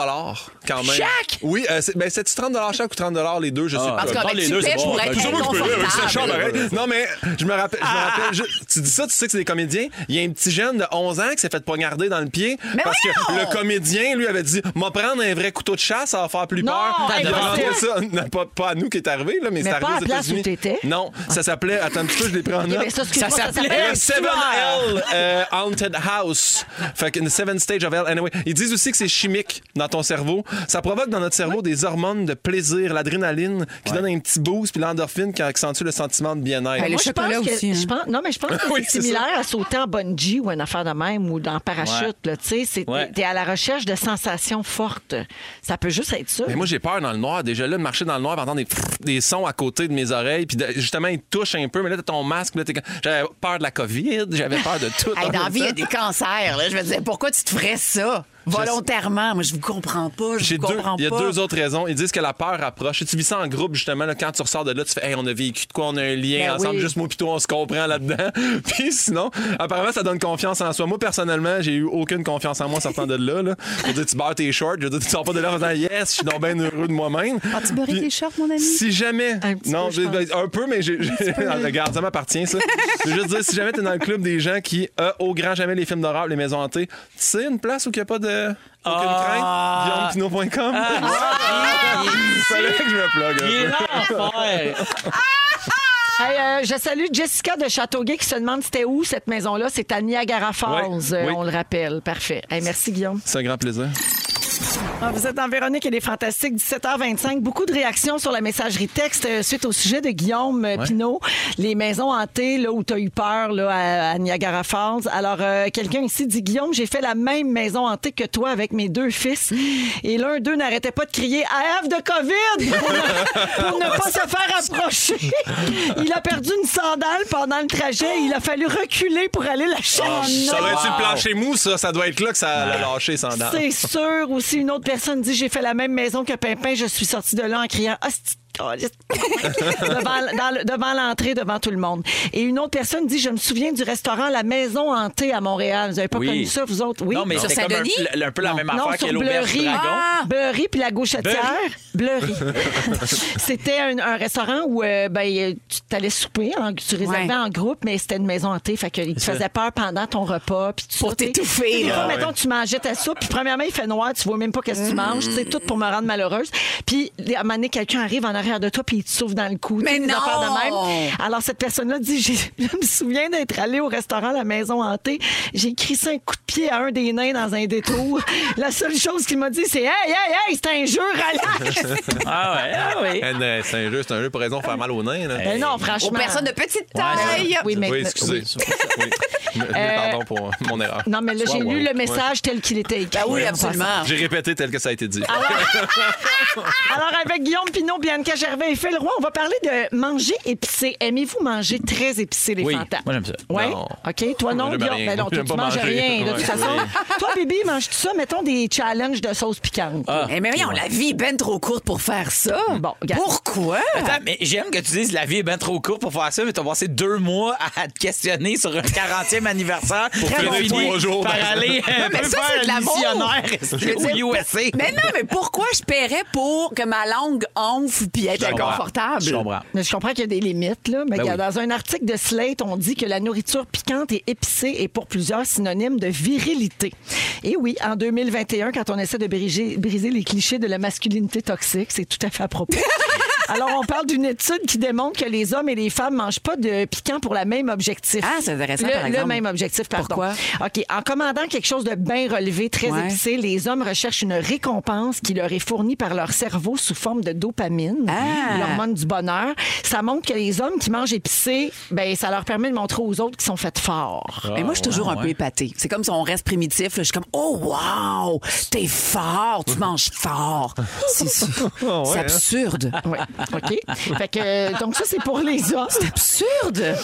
Speaker 2: quand même.
Speaker 8: Chaque?
Speaker 2: Oui, euh, c'est ben, c'est-tu 30 chaque ou 30 les deux, je sais
Speaker 8: Ah,
Speaker 2: pas.
Speaker 8: en tout cas, ben, tu paies pour être
Speaker 2: Sûrement que je peux, avec sa chambre,
Speaker 8: inconfortable.
Speaker 2: pareil. Non, mais je me rappelle, je me
Speaker 3: Ah.
Speaker 2: rappelle juste- tu dis ça, tu sais que c'est des comédiens. Il y a un petit jeune de 11 ans qui s'est fait poignarder dans le pied
Speaker 8: Mais
Speaker 2: parce que
Speaker 8: voyons!
Speaker 2: le comédien, lui, avait dit M'a prendre un vrai couteau de chasse, ça va faire plus peur.
Speaker 3: hey,
Speaker 2: Il a
Speaker 3: ben,
Speaker 2: demandé
Speaker 3: c'est-
Speaker 2: ça, non, pas, pas à nous qui est arrivé, là, mais,
Speaker 3: Mais
Speaker 2: c'est
Speaker 3: pas
Speaker 2: arrivé
Speaker 3: à
Speaker 2: aux
Speaker 3: la place où
Speaker 2: États-Unis.
Speaker 3: t'étais?
Speaker 2: Non, ça s'appelait, attends un petit peu, je l'ai pris en
Speaker 3: Ok,
Speaker 2: note.
Speaker 3: ben ça, excuse-moi, ça
Speaker 2: s'appelait
Speaker 3: s'appelle
Speaker 2: le 7L euh, Haunted House. Fait que une Seven Stage of Hell. Anyway, ils disent aussi que c'est chimique dans ton cerveau. Ça provoque dans notre cerveau des hormones de plaisir, l'adrénaline qui donne un petit boost, puis l'endorphine qui accentue le sentiment de bien-être.
Speaker 3: Moi, je pense que- je pense- non, mais je pense que
Speaker 2: hein. Oui,
Speaker 3: c'est
Speaker 2: c'est
Speaker 3: similaire à sauter en bungee ou une affaire de même ou dans
Speaker 2: Ouais.
Speaker 3: parachute. là, Tu sais, c'est-
Speaker 2: Ouais.
Speaker 3: t'es à la recherche de sensations fortes. Ça peut juste être ça.
Speaker 2: Mais moi, j'ai peur dans le noir. Déjà là, de marcher dans le noir, d'entendre des, des sons à côté de mes oreilles, puis de- justement, ils touchent un peu, mais là, t'as ton masque, puis là, t'es comme- j'avais peur de la COVID, j'avais peur de tout.
Speaker 8: Hey,
Speaker 2: en
Speaker 8: dans la
Speaker 2: même
Speaker 8: vie, il y a
Speaker 2: temps.
Speaker 8: des cancers. là. Je me disais, pourquoi tu te ferais ça volontairement? Moi, je vous comprends pas. Je
Speaker 2: J'ai
Speaker 8: vous
Speaker 2: deux-
Speaker 8: comprends
Speaker 2: il y a
Speaker 8: pas.
Speaker 2: deux autres raisons. Ils disent que la peur approche. Et tu vis ça en groupe, justement. là, quand tu ressors de là, tu fais Hey, on a vécu de quoi, on a un lien
Speaker 8: Ben
Speaker 2: ensemble,
Speaker 8: oui.
Speaker 2: juste moi pis toi, on se comprend là-dedans. Puis sinon, apparemment, ça donne confiance en soi. Moi, personnellement, j'ai eu aucune confiance en moi en sortant de là. là. Je veux dire, tu barres tes shorts, je veux dire, tu sors pas de là en disant Yes, je suis donc bien heureux de moi-même.
Speaker 8: As-tu beurré
Speaker 2: Puis-
Speaker 8: Ah, tes shorts, mon ami?
Speaker 2: Si jamais. non,
Speaker 8: je
Speaker 2: j'ai- ben, un peu, mais j'ai. j'ai- Regarde, ça m'appartient, ça. je veux juste dire, si jamais t'es dans le club des gens qui, euh, au grand jamais, les films d'horreur, les maisons hantées, tu sais, une place où il n'y a pas de. Aucune
Speaker 4: Ah.
Speaker 2: crainte, guillaumepinot.com. Fallait que je me plug.
Speaker 4: Il est là,
Speaker 3: Hey, euh, je salue Jessica de Châteauguay qui se demande c'était où cette maison-là. C'est à Niagara Falls,
Speaker 2: Ouais,
Speaker 3: euh,
Speaker 2: oui.
Speaker 3: on le rappelle. Parfait. Hey, merci, Guillaume.
Speaker 2: C'est un grand plaisir.
Speaker 3: Ah, vous êtes dans Véronique et les Fantastiques, 17h25. Beaucoup de réactions sur la messagerie texte euh, suite au sujet de Guillaume euh,
Speaker 13: Ouais.
Speaker 3: Pinault. Les maisons hantées, là, où tu as eu peur là, à, à Niagara Falls. Alors, euh, quelqu'un ici dit Guillaume, j'ai fait la même maison hantée que toi avec mes deux fils. Et l'un d'eux n'arrêtait pas de crier I have de COVID pour ne, pour ne pas se faire approcher. Il a perdu une sandale pendant le trajet. Il a fallu reculer pour aller la chercher.
Speaker 2: Oh, ça doit être sur le plancher mou, ça. Ça doit être là que ça a lâché, sans dents.
Speaker 3: C'est sûr. Aussi, une autre personne dit J'ai fait la même maison que Pimpin. Je suis sortie de là en criant Hostie de caliste. devant, dans le- devant l'entrée, devant tout le monde. Et une autre personne dit Je me souviens du restaurant La Maison Hantée à Montréal. Vous n'avez pas
Speaker 4: Oui.
Speaker 3: connu ça, vous autres Oui,
Speaker 4: Non, mais
Speaker 3: c'est
Speaker 4: c'était comme un, pl- un peu la même affaire que l'auberge du dragon.
Speaker 3: Ah! Bleury puis la gauchetière. Bleury. c'était un, un restaurant où euh, ben, euh, tu t'allais souper, en- tu réservais
Speaker 14: Ouais.
Speaker 3: en groupe, mais c'était une maison hantée. Fait qu'il te
Speaker 14: Ça.
Speaker 3: faisait peur pendant ton repas. Puis tu
Speaker 14: Pour
Speaker 3: tu sais,
Speaker 14: t'étouffer,
Speaker 3: des
Speaker 14: là.
Speaker 3: fois,
Speaker 14: Ah ouais. Mm.
Speaker 3: mettons, tu mangeais ta soupe, puis premièrement, il fait noir, tu vois même pas qu'est-ce que tu manges. C'est tout pour me rendre malheureuse. Puis à un moment donné, quelqu'un arrive en arrière de toi, puis il te souffle dans le cou. tu
Speaker 7: Mais
Speaker 3: sais, des
Speaker 7: non!
Speaker 3: affaires de même. Alors cette personne-là dit J'ai- Je me souviens d'être allée au restaurant La Maison Hantée. J'ai crissé un coup de pied à un des nains dans un détour. La seule chose qu'il m'a dit, c'est Hey, hey, hey, c'est un jeu, relax!
Speaker 4: ah ouais, ah oui.
Speaker 2: Eh, c'est un jeu, c'est un jeu pour raison de faire mal aux nains. Là.
Speaker 3: Ben non, franchement.
Speaker 7: Aux personnes de petite taille.
Speaker 3: oui, mais.
Speaker 2: oui, excusez. Oui. M- mille
Speaker 3: Euh,
Speaker 2: Pardon pour mon erreur.
Speaker 3: Non, mais là, j'ai
Speaker 2: Wow,
Speaker 3: lu
Speaker 2: wow.
Speaker 3: le message tel qu'il était
Speaker 7: Ben
Speaker 3: écrit.
Speaker 2: Ouais. J'ai répété tel que ça a été dit.
Speaker 3: Ah Alors, avec Guillaume Pinot, Bianca Gervais et Phil Roy, on va parler de manger épicé. Aimez-vous manger très épicé, les
Speaker 4: Oui,
Speaker 3: fantasmes?
Speaker 4: moi, j'aime ça.
Speaker 3: Oui?
Speaker 4: Non.
Speaker 3: OK. Toi, non,
Speaker 4: Moi, j'aime
Speaker 3: Guillaume?
Speaker 4: rien.
Speaker 3: Ben non, toi,
Speaker 4: J'aime
Speaker 3: tu
Speaker 4: pas
Speaker 3: manges
Speaker 4: manger.
Speaker 3: rien, de
Speaker 4: Ouais,
Speaker 3: toute façon.
Speaker 4: oui.
Speaker 3: Toi, Bibi, manges-tu ça? Mettons des challenges de sauce piquante.
Speaker 4: Ah.
Speaker 7: Eh, mais voyons, la vie est ben trop courte pour faire ça.
Speaker 3: Mm. Bon, regarde.
Speaker 7: Pourquoi?
Speaker 4: Attends, mais j'aime que tu dises la vie est bien trop courte pour faire ça, mais t'as passé deux mois à te questionner sur un 40e anniversaire
Speaker 2: Pour
Speaker 4: T'as
Speaker 2: finir
Speaker 4: fini
Speaker 2: trois jours
Speaker 4: par
Speaker 2: dans-
Speaker 4: aller euh,
Speaker 7: Ouais, mais
Speaker 4: me
Speaker 7: ça,
Speaker 4: faire
Speaker 7: c'est de
Speaker 4: un
Speaker 7: l'amour. Je veux
Speaker 4: missionnaire
Speaker 7: dire,
Speaker 4: au USA.
Speaker 7: Mais non, mais pourquoi je paierais pour que ma langue onfle puis être
Speaker 4: Je comprends.
Speaker 7: inconfortable?
Speaker 4: Je comprends.
Speaker 3: Mais je comprends qu'il y a des limites, là. Mais
Speaker 4: Ben
Speaker 3: regarde,
Speaker 4: oui.
Speaker 3: dans un article de Slate, on dit que la nourriture piquante et épicée est pour plusieurs synonyme de virilité. Et oui, en 2021, quand on essaie de briser, briser les clichés de la masculinité toxique, c'est tout à fait à propos. Alors, on parle d'une étude qui démontre que les hommes et les femmes mangent pas de piquant pour le même objectif.
Speaker 7: Ah, c'est intéressant,
Speaker 3: le,
Speaker 7: par exemple.
Speaker 3: Le même objectif, pardon.
Speaker 7: Pourquoi?
Speaker 3: OK. En commandant quelque chose de bien relevé, très
Speaker 7: Ouais.
Speaker 3: épicé, les hommes recherchent une récompense qui leur est fournie par leur cerveau sous forme de dopamine,
Speaker 7: Ah.
Speaker 3: l'hormone du bonheur. Ça montre que les hommes qui mangent épicé, ben, ça leur permet de montrer aux autres qu'ils sont faits forts.
Speaker 7: Mais moi, je suis
Speaker 2: Ah,
Speaker 7: toujours un peu épatée. C'est comme si on reste primitif. là. Je suis comme, oh, wow, t'es fort, tu manges fort. C'est
Speaker 2: hein.
Speaker 7: c'est absurde.
Speaker 3: Oui, OK. Fait que, euh, donc, ça, c'est pour les hommes.
Speaker 7: Absurde!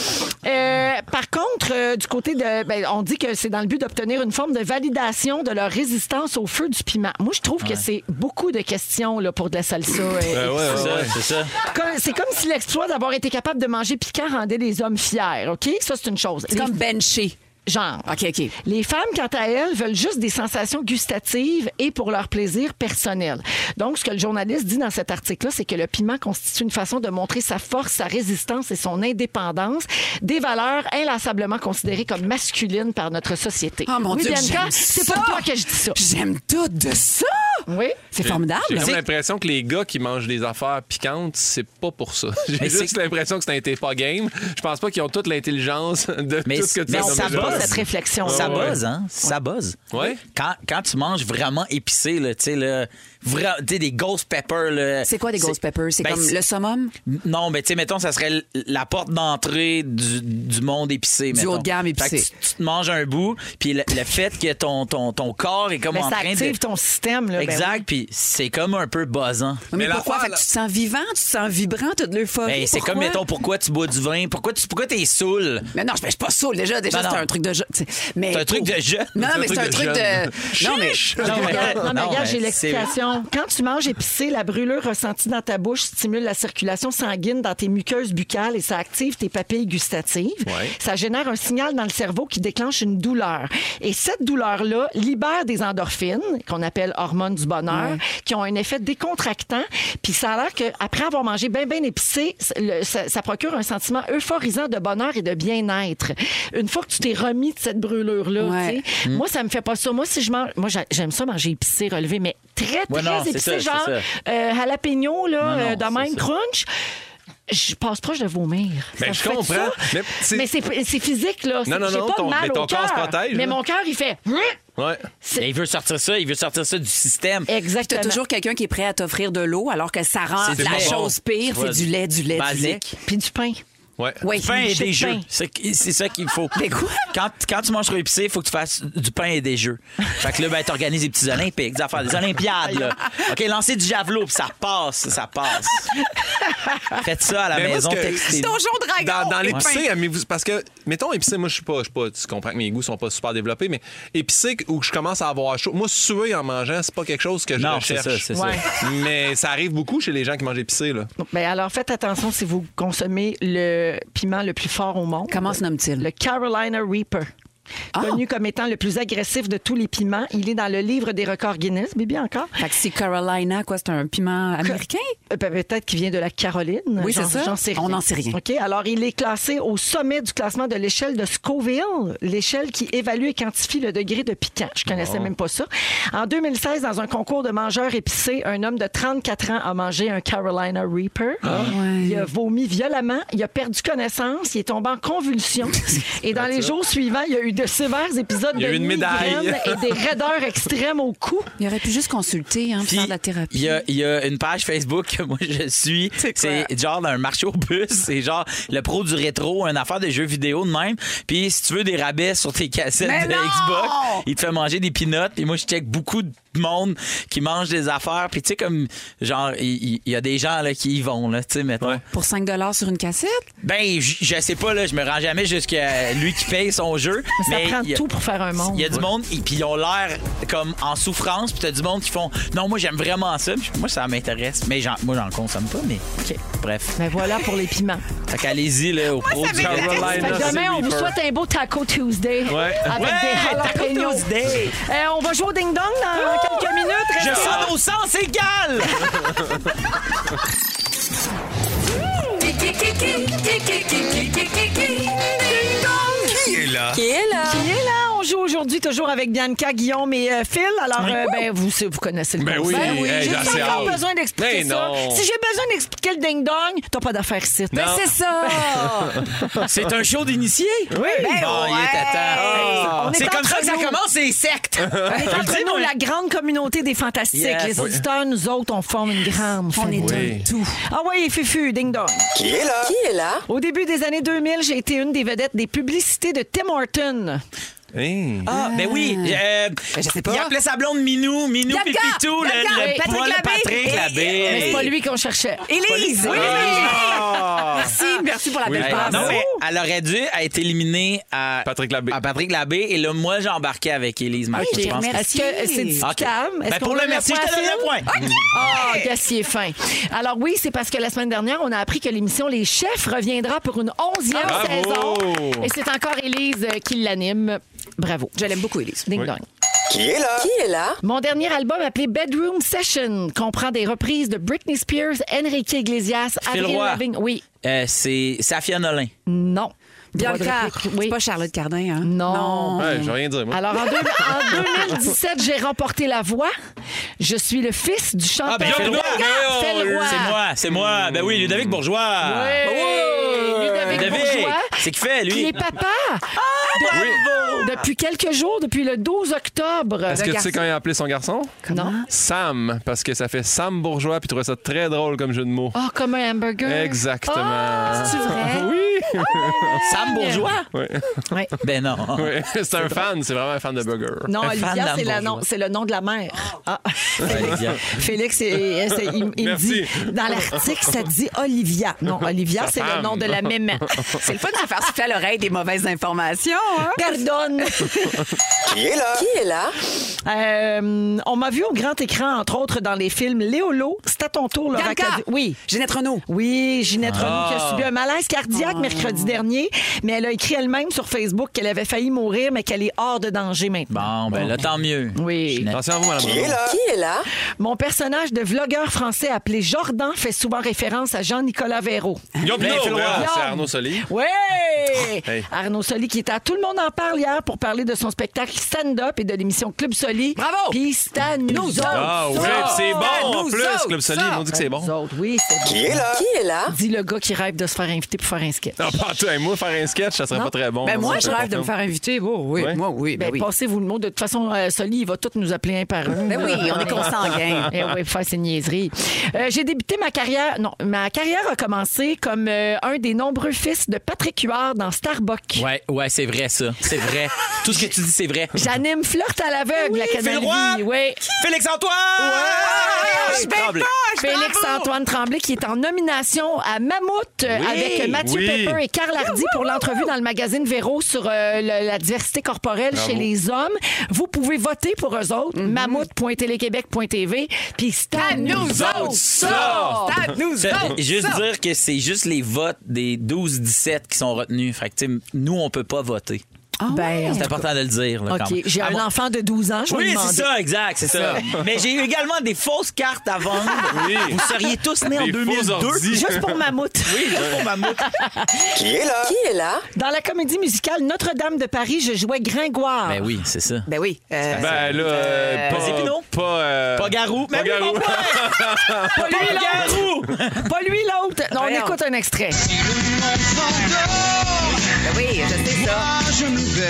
Speaker 3: Euh, par contre, euh, du côté de. ben, on dit que c'est dans le but d'obtenir une forme de validation de leur résistance au feu du piment. Moi, je trouve que c'est beaucoup de questions là, pour de la salsa. euh,
Speaker 2: Ben ouais,
Speaker 4: C'est
Speaker 2: ouais,
Speaker 4: ça,
Speaker 2: ouais.
Speaker 4: c'est ça.
Speaker 3: Comme- C'est comme si l'exploit d'avoir été capable de manger piquant rendait les hommes fiers, OK? Ça, c'est une chose.
Speaker 7: C'est
Speaker 3: Les-
Speaker 7: comme benché.
Speaker 3: Genre.
Speaker 7: OK, OK.
Speaker 3: Les femmes, quant à elles, veulent juste des sensations gustatives et pour leur plaisir personnel. Donc, ce que le journaliste dit dans cet article-là, c'est que le piment constitue une façon de montrer sa force, sa résistance et son indépendance, des valeurs inlassablement considérées comme masculines par notre société.
Speaker 7: Oh mon
Speaker 3: oui,
Speaker 7: Dieu,
Speaker 3: Bianca,
Speaker 7: j'aime
Speaker 3: c'est
Speaker 7: ça.
Speaker 3: pour toi que je dis ça.
Speaker 7: J'aime tout de ça!
Speaker 3: Oui.
Speaker 7: C'est
Speaker 2: J'ai
Speaker 7: formidable.
Speaker 2: comme l'impression que les gars qui mangent des affaires piquantes, c'est pas pour ça. J'ai
Speaker 4: Mais
Speaker 2: juste
Speaker 4: c'est-
Speaker 2: l'impression que c'est un t'es pas game. Je pense pas qu'ils ont toute l'intelligence de
Speaker 4: Mais
Speaker 2: tout ce que tu
Speaker 4: mais
Speaker 2: as
Speaker 4: ça
Speaker 2: nommé
Speaker 4: bosse,
Speaker 2: là.
Speaker 3: cette réflexion.
Speaker 4: Ça
Speaker 2: Ouais, ouais.
Speaker 4: buzz, hein? Ça buzz.
Speaker 2: Ouais.
Speaker 4: Quand, quand tu manges vraiment épicé, là, tu sais, là, vra- tu sais, des ghost peppers. là,
Speaker 7: C'est quoi des ghost peppers? C'est
Speaker 4: Ben,
Speaker 7: comme le summum?
Speaker 4: Non, mais tu sais, mettons, ça serait l- la porte d'entrée du, du monde épicé.
Speaker 7: Du
Speaker 4: mettons.
Speaker 7: haut de gamme
Speaker 4: Fait
Speaker 7: épicé.
Speaker 4: que tu, tu te manges un bout, puis le, le fait que ton, ton, ton corps est comme
Speaker 3: Mais
Speaker 4: en
Speaker 3: Ben, ça
Speaker 4: train de.
Speaker 3: active ton système. Là, ben
Speaker 4: exact, puis c'est comme un peu buzzant.
Speaker 7: Mais,
Speaker 2: Mais
Speaker 7: pourquoi?
Speaker 2: l'affaire,
Speaker 7: Fait que
Speaker 2: là-
Speaker 7: tu te sens vivant, tu te sens vibrant, tu de l'euphorie.
Speaker 4: Ben, c'est
Speaker 7: Pourquoi?
Speaker 4: comme, mettons, pourquoi tu bois du vin? Pourquoi tu pourquoi t'es saoul?
Speaker 7: Mais non, je je suis pas saoul. Déjà, déjà
Speaker 4: Non,
Speaker 7: c'est
Speaker 4: non.
Speaker 7: un truc de jeu. tu sais. Mais
Speaker 4: C'est un truc de jeune.
Speaker 7: Non, mais c'est un truc de.
Speaker 2: jeune.
Speaker 7: Non, mais.
Speaker 2: Chiche!
Speaker 3: Non, mais,
Speaker 4: mais-
Speaker 3: non, mais
Speaker 4: non,
Speaker 3: regarde,
Speaker 4: mais
Speaker 3: j'ai
Speaker 4: c'est-
Speaker 3: l'explication. Quand tu manges épicé, la brûlure ressentie dans ta bouche stimule la circulation sanguine dans tes muqueuses buccales et ça active tes papilles gustatives.
Speaker 2: Ouais.
Speaker 3: Ça génère un signal dans le cerveau qui déclenche une douleur. Et cette douleur-là libère des endorphines, qu'on appelle hormones du bonheur, qui ont un effet décontractant. Puis ça a l'air qu'après avoir mangé bien, bien épicé, c- le- ça, ça procure un sentiment euphorisant de bonheur et de bien-être. Une fois que tu t'es remis de cette brûlure-là,
Speaker 7: Ouais.
Speaker 3: tu sais, moi, ça me fait pas ça. Moi, si je mange. Moi, j'a- j'aime ça manger épicé, relevé, mais très, très
Speaker 4: Ouais, non, c'est
Speaker 3: épicé,
Speaker 4: ça,
Speaker 3: genre
Speaker 4: c'est
Speaker 3: euh, jalapeno, là,
Speaker 4: Non, non,
Speaker 3: euh, de
Speaker 4: c'est
Speaker 3: même,
Speaker 4: ça.
Speaker 3: crunch. Je passe proche de vomir.
Speaker 2: Ben,
Speaker 3: Ça
Speaker 2: je
Speaker 3: fait
Speaker 2: comprends,
Speaker 3: ça.
Speaker 2: mais c'est-
Speaker 3: Mais c'est c'est physique, là.
Speaker 2: Non, non,
Speaker 3: J'ai
Speaker 2: non,
Speaker 3: pas
Speaker 2: ton-
Speaker 3: de mal
Speaker 2: mais
Speaker 3: au
Speaker 2: ton corps se
Speaker 3: cœur.
Speaker 2: protège,
Speaker 3: Mais
Speaker 2: là.
Speaker 3: mon cœur, il fait.
Speaker 2: Ouais.
Speaker 4: Mais il veut sortir ça, il veut sortir ça du système.
Speaker 3: Exactement.
Speaker 7: T'as toujours quelqu'un qui est prêt à t'offrir de l'eau alors que ça rend
Speaker 4: C'est
Speaker 7: la
Speaker 4: du lait.
Speaker 7: chose pire,
Speaker 4: Ouais.
Speaker 7: c'est du lait, du lait, du lait.
Speaker 4: Basique.
Speaker 3: Puis du pain.
Speaker 2: Ouais.
Speaker 4: Du pain et des
Speaker 2: jeux.
Speaker 4: jeux. C'est c'est ça qu'il faut. Quand, quand tu manges trop épicé, il faut que tu fasses du pain et des jeux. Fait que là, ben, t'organises des petits Olympiques, des affaires, des Olympiades, là. OK, lancer du javelot, puis ça passe, ça passe. Faites ça à la
Speaker 2: Mais moi,
Speaker 4: maison,
Speaker 2: ce que-
Speaker 4: textez.
Speaker 2: Dans, dans l'épicé, aimez-vous- parce que, mettons, épicé, moi, je suis pas, je suis pas, tu comprends que mes goûts sont pas super développés, mais épicé où je commence à avoir chaud. Moi, suer en mangeant, c'est pas quelque chose que je
Speaker 4: Non, c'est
Speaker 2: recherche.
Speaker 4: ça, c'est ça. Ouais.
Speaker 2: Mais ça arrive beaucoup chez les gens qui mangent épicé, là.
Speaker 3: Ben alors, faites attention si vous consommez le piment le plus fort au monde.
Speaker 8: Comment se nomme-t-il?
Speaker 3: Le Carolina Reaper.
Speaker 2: Ah!
Speaker 3: Connu comme étant le plus agressif de tous les piments. Il est dans le livre des records Guinness, bébé encore.
Speaker 8: Fait que c'est Carolina, quoi, c'est un piment américain?
Speaker 3: Euh, ben, Peut-être qu'il vient de la Caroline.
Speaker 8: Oui, c'est
Speaker 3: J'en-
Speaker 8: ça.
Speaker 3: j'en sais rien.
Speaker 8: On n'en sait rien.
Speaker 3: OK. Alors, il est classé au sommet du classement de l'échelle de Scoville, l'échelle qui évalue et quantifie le degré de piquant. Je connaissais même pas ça. En 2016, dans un concours de mangeurs épicés, un homme de 34 ans a mangé un Carolina Reaper.
Speaker 4: Ah.
Speaker 3: Il a vomi violemment, il a perdu connaissance, il est tombé en convulsion. et dans les jours suivants, il y a eu de sévères épisodes
Speaker 2: Il y a
Speaker 3: de
Speaker 2: eu une médaille.
Speaker 3: migraines et des raideurs extrêmes au cou.
Speaker 8: Il aurait pu juste consulter, hein, pour
Speaker 4: Puis,
Speaker 8: faire de la thérapie.
Speaker 4: Il y a, il y a une page Facebook que moi je suis. C'est genre un marché au bus. C'est genre le pro du rétro, une affaire de jeux vidéo de même. Puis si tu veux des rabais sur tes cassettes
Speaker 8: Mais
Speaker 4: de
Speaker 8: non!
Speaker 4: Xbox, il te fait manger des peanuts. Puis moi je check beaucoup de monde qui mange des affaires. Puis tu sais, comme genre, il il- il y, a des gens là, qui y vont, là, tu sais, mettons.
Speaker 2: Ouais.
Speaker 8: Pour 5 sur une cassette?
Speaker 4: Ben, je je sais pas, là, je me rends jamais jusqu'à lui qui paye son jeu.
Speaker 3: Ça
Speaker 4: mais
Speaker 3: prend
Speaker 4: il y a-
Speaker 3: tout pour faire un monde.
Speaker 4: il y a du monde, et puis ils ont l'air comme en souffrance, puis t'as du monde qui font Non, moi j'aime vraiment ça, Puis moi ça m'intéresse, mais j'en- moi j'en consomme pas, mais OK. Bref.
Speaker 3: Mais voilà pour les piments.
Speaker 4: Fait qu'allez-y, là, au pro du
Speaker 3: Fait que
Speaker 2: Carolina,
Speaker 3: demain, on vous
Speaker 2: Reaper.
Speaker 3: souhaite un beau Taco Tuesday
Speaker 2: Ouais.
Speaker 3: avec
Speaker 4: Ouais,
Speaker 3: des
Speaker 4: Taco
Speaker 3: jalapenos.
Speaker 4: Tuesday.
Speaker 3: Euh, on va jouer au ding-dong dans quelques minutes.
Speaker 4: Je
Speaker 3: Restez Ah, là.
Speaker 4: sens nos sens égales!
Speaker 11: Qui est là?
Speaker 3: Qui est là? On joue aujourd'hui toujours avec Bianca, Guillaume et euh, Phil. Alors, euh, ben, vous, c'est- vous connaissez le
Speaker 2: Ben
Speaker 3: concept.
Speaker 2: oui, hey,
Speaker 3: j'ai
Speaker 2: j'ai assez
Speaker 3: pas encore
Speaker 2: hâte.
Speaker 3: besoin d'expliquer
Speaker 2: Ben
Speaker 3: ça.
Speaker 2: non.
Speaker 3: Si j'ai besoin d'expliquer le ding-dong, t'as pas d'affaires ici.
Speaker 8: Ben, c'est ça!
Speaker 4: C'est un show d'initié? Oui!
Speaker 3: Ben,
Speaker 4: il est à temps.
Speaker 3: On est
Speaker 4: C'est comme
Speaker 3: entre
Speaker 4: ça que ça
Speaker 3: nous.
Speaker 4: commence, c'est secte!
Speaker 3: On est entre nous, la grande communauté des fantastiques.
Speaker 4: Yes.
Speaker 3: Les auditeurs, nous autres, on forme une grande
Speaker 8: On
Speaker 3: famille.
Speaker 8: est
Speaker 2: Oui.
Speaker 8: un tout.
Speaker 3: Ah oui, Fufu, ding-dong. Au début des années 2000, j'ai été une des vedettes des publicités de Tim Horton.
Speaker 2: Hey.
Speaker 4: Ah, ben oui. Euh,
Speaker 8: je sais pas.
Speaker 4: Il appelait sa blonde Minou, Minou
Speaker 8: Bianca,
Speaker 4: Pipitou, le,
Speaker 8: Bianca,
Speaker 4: le
Speaker 8: Patrick
Speaker 4: poil
Speaker 8: Labbé.
Speaker 4: Patrick Labbé.
Speaker 3: eh, Mais c'est pas lui qu'on cherchait.
Speaker 8: Élise!
Speaker 2: Ah!
Speaker 8: Merci, merci pour la
Speaker 4: Oui,
Speaker 8: belle
Speaker 4: ben,
Speaker 8: passe.
Speaker 4: non, mais elle aurait dû être éliminée à
Speaker 2: Patrick Labbé.
Speaker 4: à Patrick Labbé. Et là, moi, j'ai embarqué avec Élise Marchand,
Speaker 8: Ok,
Speaker 4: je pense.
Speaker 8: merci.
Speaker 3: Est-ce que c'est
Speaker 4: Ok.
Speaker 3: discutable? Est-ce
Speaker 4: Ben,
Speaker 3: qu'on
Speaker 4: pour le
Speaker 3: donne
Speaker 4: merci, je te donne le
Speaker 3: à
Speaker 4: point.
Speaker 3: Phil? Ah, yes, il est fin. Alors oui, c'est parce que la semaine dernière, on a appris que l'émission Les Chefs reviendra pour une onzième
Speaker 2: Ah, bravo!
Speaker 3: saison. Et c'est encore Élise euh, qui l'anime. Bravo.
Speaker 8: Je l'aime beaucoup, Élise.
Speaker 3: Ding dong. Mon dernier album appelé Bedroom Session comprend des reprises de Britney Spears, Enrique Iglesias,
Speaker 4: Phil
Speaker 3: Avril
Speaker 4: Roy.
Speaker 3: Lavigne. Oui,
Speaker 4: Euh, c'est Safia Nolin.
Speaker 3: non. Droit de
Speaker 8: Bianca,
Speaker 3: réplique,
Speaker 8: c'est pas Charlotte Cardin, hein?
Speaker 3: Non.
Speaker 2: Ouais, je vais rien dire, moi.
Speaker 3: Alors, en, deux- en 2017, j'ai remporté la voix. Je suis le fils du chanteur.
Speaker 4: Ah, ben, Phil Roy.
Speaker 3: Phil
Speaker 4: Ben,
Speaker 3: Roy.
Speaker 4: C'est moi, Ah, c'est moi. Ben oui, Ludovic Bourgeois.
Speaker 3: Oui. Ludovic Bourgeois.
Speaker 4: C'est qui fait,
Speaker 3: Qui
Speaker 4: lui? Ah,
Speaker 3: est papa. Depuis quelques jours, depuis le 12 octobre.
Speaker 2: Est-ce que tu sais quand il a appelé son garçon?
Speaker 3: Non.
Speaker 2: Sam, parce que ça fait Sam Bourgeois, puis tu trouvais ça très drôle comme jeu de mots.
Speaker 3: Ah, comme un hamburger. Oh,
Speaker 2: Exactement.
Speaker 3: Ah!
Speaker 8: C'est vrai?
Speaker 2: Oui!
Speaker 4: Sam Bourgeois?
Speaker 3: Ouais.
Speaker 4: Ben non.
Speaker 2: Oui, c'est un fan, c'est vraiment un fan de burger.
Speaker 3: Non,
Speaker 4: Un fan
Speaker 3: Olivia, c'est, la
Speaker 4: d'hamburger.
Speaker 3: nom- c'est le nom de la mère. Ah.
Speaker 4: Olivia.
Speaker 3: Félix, et- et- c'est- il, il me
Speaker 2: Merci.
Speaker 3: dit, dans l'article, ça dit Olivia. Non, Olivia, c'est le
Speaker 2: femme.
Speaker 3: nom de la maman.
Speaker 8: C'est le fun de se faire souffler à l'oreille des mauvaises informations, hein?
Speaker 3: Pardonne.
Speaker 5: Qui est là?
Speaker 3: Euh, on m'a vu au grand écran, entre autres, dans les films Léolo, c'est à ton tour, Laura
Speaker 8: Bianca!
Speaker 3: Cadu- Oui.
Speaker 8: Ginette Renaud.
Speaker 3: Oui, Ginette Renaud
Speaker 2: Ah.
Speaker 3: qui a subi un malaise cardiaque mercredi dernier, mais elle a écrit elle-même sur Facebook qu'elle avait failli mourir, mais qu'elle est hors de danger maintenant.
Speaker 4: Bon, ben là, tant mieux.
Speaker 3: Oui.
Speaker 4: Ginette.
Speaker 2: Attention à vous, madame. Renaud.
Speaker 3: Mon personnage de vlogueur français appelé Jordan fait souvent référence à Jean-Nicolas Véraud.
Speaker 8: Hein?
Speaker 2: Yo,
Speaker 4: Ben,
Speaker 2: no,
Speaker 4: Phil Roy.
Speaker 2: ben, c'est
Speaker 3: Yo.
Speaker 2: Arnaud Soli.
Speaker 3: Ouais!
Speaker 2: Hey.
Speaker 8: Ah,
Speaker 3: Arnaud Soli qui était à Tout le monde en parle hier pour parler de son spectacle stand-up et de l'émission Club Soli Soli.
Speaker 8: Bravo!
Speaker 3: Puis c'est à nous autres.
Speaker 2: Ah oui,
Speaker 3: ça.
Speaker 2: puis c'est bon
Speaker 3: à
Speaker 2: en
Speaker 3: nous
Speaker 2: plus,
Speaker 3: autres,
Speaker 2: Club Soli,
Speaker 3: ça.
Speaker 2: ils m'ont dit que c'est
Speaker 3: À
Speaker 2: bon.
Speaker 3: nous autres, oui, c'est
Speaker 8: Qui est là? Qui est là?
Speaker 3: Dis le gars qui rêve de se faire inviter pour faire un sketch.
Speaker 2: Non, Ah, pas toi et moi, faire un sketch, ça serait
Speaker 3: Non.
Speaker 2: pas très bon.
Speaker 3: Ben,
Speaker 2: Non,
Speaker 3: moi,
Speaker 2: ça,
Speaker 3: je
Speaker 2: te
Speaker 3: rêve de me
Speaker 2: confirme.
Speaker 3: faire
Speaker 8: invité, bon, oui.
Speaker 2: Ouais.
Speaker 8: Moi, oui, ben
Speaker 3: Ben,
Speaker 8: oui.
Speaker 3: Passez-vous le mot. De toute façon, euh, Soli, il va tous nous appeler un par un.
Speaker 8: Ben oui, on est consanguins.
Speaker 3: Eh oui, pour faire ses niaiseries. Euh, J'ai débuté ma carrière. Non, ma carrière a commencé comme euh, un des nombreux fils de Patrick Huard dans Starbucks.
Speaker 4: Ouais, ouais, c'est vrai, ça. C'est vrai. Tout ce que tu dis, c'est vrai.
Speaker 3: J'anime Flirt à l'aveugle, la
Speaker 4: Phil
Speaker 3: Canal
Speaker 4: Roy.
Speaker 3: Vie, Oui.
Speaker 4: Félix-Antoine!
Speaker 3: Félix-
Speaker 4: Ah,
Speaker 3: Ah, Félix-Antoine Tremblay qui est en nomination à Mammouth euh,
Speaker 4: Oui,
Speaker 3: avec Mathieu
Speaker 4: oui.
Speaker 3: Pepper et Carl Hardy pour l'entrevue dans le magazine Véro sur euh, le- la diversité corporelle
Speaker 4: Bravo.
Speaker 3: chez les hommes. Vous pouvez voter pour eux autres, mammouth.téléquébec.tv. Puis c'est Mm-hmm. à nous autres, ça!
Speaker 8: C'est à nous
Speaker 4: Ça,
Speaker 8: autres,
Speaker 4: juste
Speaker 8: ça!
Speaker 4: dire que c'est juste les votes des 12-17 qui sont retenus. Fait que, tu sais, nous, on peut pas voter.
Speaker 3: Ben,
Speaker 4: C'est important de le dire. Là, quand
Speaker 3: OK,
Speaker 4: même.
Speaker 3: j'ai
Speaker 4: À
Speaker 3: un
Speaker 4: mon-
Speaker 3: enfant de 12 ans, je vais lui
Speaker 4: Ah
Speaker 3: demander.
Speaker 4: Oui, c'est ça, exact, c'est ça. Mais j'ai eu également des fausses cartes à vendre.
Speaker 2: Oui.
Speaker 4: Vous seriez tous nés en
Speaker 2: Des faux
Speaker 4: 2002.
Speaker 2: ordi.
Speaker 3: Juste pour Mammouth.
Speaker 4: Oui, juste pour ma moute.
Speaker 11: Qui est là?
Speaker 8: Qui est là?
Speaker 3: Dans la comédie musicale Notre-Dame de Paris, je jouais Gringoire.
Speaker 4: Ben oui, c'est ça.
Speaker 8: Ben oui. euh,
Speaker 2: Ben là, euh,
Speaker 4: Vas-y, Pino.
Speaker 2: pas. Pas, euh,
Speaker 4: Pas Garou.
Speaker 2: Pas
Speaker 4: Mais oui, mon
Speaker 2: Garou.
Speaker 4: frère!
Speaker 3: Pas lui,
Speaker 4: Pas
Speaker 3: l'autre. Pas lui, l'autre. Non, on
Speaker 8: Voyons.
Speaker 3: écoute un extrait.
Speaker 8: ben oui, je sais ça.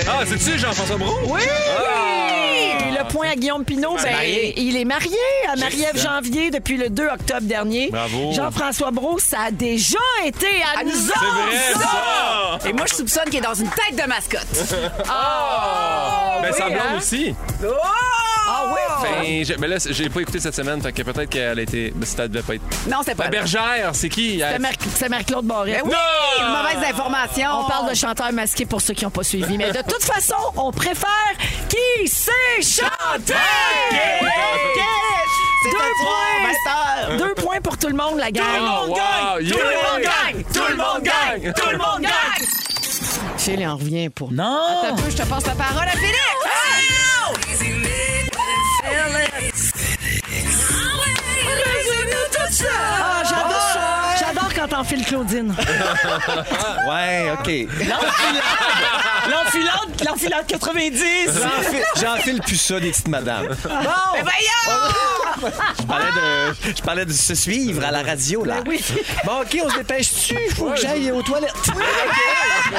Speaker 2: Ah, c'est-tu Jean-François Brou? Oui!
Speaker 3: Et le point à Guillaume Pinot, ben,
Speaker 4: marié.
Speaker 3: il est marié à Marie-Ève Janvier depuis le 2 octobre dernier.
Speaker 2: Bravo.
Speaker 3: Jean-François Brault, ça a déjà été à, nous
Speaker 8: nous
Speaker 2: C'est
Speaker 3: autres.
Speaker 2: vrai, ça!
Speaker 8: Et moi, je soupçonne qu'il est dans une tête de mascotte.
Speaker 3: Ah!
Speaker 2: Ben,
Speaker 3: oui,
Speaker 2: ça blonde
Speaker 3: hein?
Speaker 2: aussi.
Speaker 8: Ah oui?
Speaker 2: Ben, je- mais là, j'ai pas écouté cette semaine, fait que peut-être qu'elle a été. Ben, ça devait pas être.
Speaker 8: Non, c'est pas.
Speaker 2: La bergère, c'est qui?
Speaker 3: C'est Mar- C'est Marie-Claude Barrette.
Speaker 8: Ben oui, mauvaise information.
Speaker 3: On parle de chanteur masqué pour ceux qui n'ont pas suivi. Mais de toute façon, on préfère qui sait chanter!
Speaker 8: C'est un
Speaker 3: Deux points.
Speaker 8: trois, vingt heures.
Speaker 3: Deux points pour tout le monde, la gang.
Speaker 2: Oh, wow, yeah!
Speaker 3: Tout le monde gagne! Phil, il en revient pas.
Speaker 4: Non!
Speaker 8: Attends un peu, je te passe la parole à Félix. Ah!
Speaker 3: Ah, j'adore, j'adore quand t'enfiles Claudine.
Speaker 5: Ouais, OK.
Speaker 4: L'enfilante, l'enfilante 90!
Speaker 5: J'enfile- J'enfile plus ça des petites madames.
Speaker 8: Mais
Speaker 4: Ben
Speaker 8: voyons!
Speaker 5: Je parlais de, je parlais de se suivre à la radio,
Speaker 4: Ben
Speaker 5: là.
Speaker 3: oui.
Speaker 5: Bon, OK, on se dépêche-tu? Faut que j'aille aux toilettes.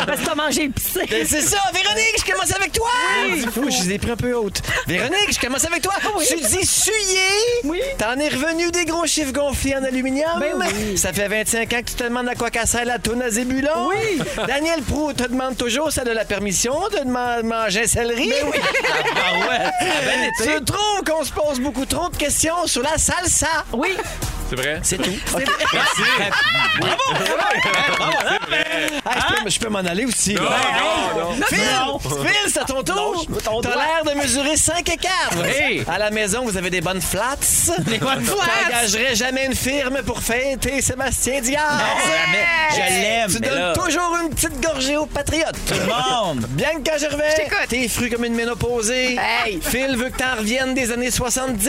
Speaker 3: Parce que t'as mangé épicé.
Speaker 5: Ben, C'est ça, Véronique, je commence avec toi! Il faut, je les ai pris un peu hautes. Véronique, je commence avec toi! Tu dis suyer!
Speaker 3: Ah Oui.
Speaker 5: T'en es revenu des gros chiffres gonflés en aluminium?
Speaker 3: Ben oui.
Speaker 5: Ça fait 25 ans que tu te demandes à quoi qu'elle sert la toune à Zébulon? Oui! Daniel Proux te demande toujours ça de la permission de dema- manger un céleri?
Speaker 3: Ben
Speaker 5: oui!
Speaker 3: Ah,
Speaker 5: tu trouves qu'on se pose beaucoup trop de questions sur la salsa?
Speaker 3: Oui,
Speaker 2: C'est vrai?
Speaker 4: C'est tout.
Speaker 2: Merci.
Speaker 5: Ah, je peux, je peux m'en aller aussi.
Speaker 2: Non, non, non.
Speaker 5: Phil, Phil, c'est à ton tour. T'as l'air de mesurer 5 et 4.
Speaker 4: Hey.
Speaker 5: À la maison, vous avez des bonnes flats.
Speaker 4: Des bonnes flats.
Speaker 5: T'engagerais jamais une firme pour fêter Sébastien
Speaker 4: Ah,
Speaker 5: Diard.
Speaker 4: jamais. Je l'aime,
Speaker 5: Tu
Speaker 4: mais
Speaker 5: donnes
Speaker 4: là-
Speaker 5: toujours une petite gorgée aux patriotes.
Speaker 4: Tout le monde!
Speaker 5: Bianca
Speaker 8: Je
Speaker 5: Gervais,
Speaker 8: t'écoute.
Speaker 5: t'es fruit comme une ménopausée.
Speaker 8: Hey.
Speaker 5: Phil veut que t'en reviennes des années 70.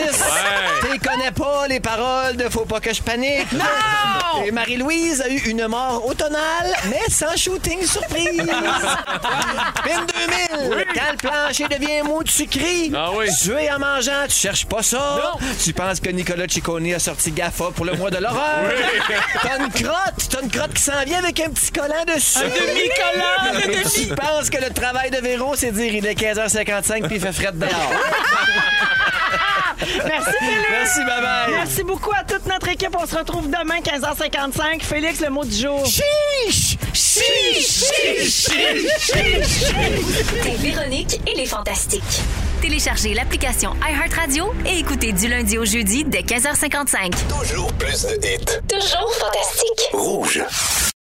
Speaker 5: T'y connais pas les paroles de Faut pas que je panique.
Speaker 8: Non.
Speaker 5: Et Marie-Louise a eu une mort automnale, mais sans shooting surprise. Pin 2000, quand le plancher devient mou, tu cries.
Speaker 2: Ah oui.
Speaker 5: Tu es en mangeant, tu cherches pas ça.
Speaker 2: Non.
Speaker 5: Tu penses que Nicolas Ciccone a sorti GAFA pour le mois de l'horreur. T'as une crotte, t'as une crotte qui s'en vient avec un petit collant dessus.
Speaker 4: Un demi-collant, un demi-
Speaker 5: Tu penses que le travail de Véro, c'est dire il est 15h55 puis il fait fret dehors.
Speaker 3: merci Philippe.
Speaker 5: Merci, bye bye.
Speaker 3: Merci beaucoup à toute notre équipe. On se retrouve demain, 15h55. Félix, le mot du jour.
Speaker 10: C'est Véronique et les Fantastiques.
Speaker 1: Téléchargez l'application iHeartRadio et écoutez du lundi au jeudi dès 15h55.
Speaker 11: Toujours plus de hits.
Speaker 10: Toujours fantastique.
Speaker 11: Rouge.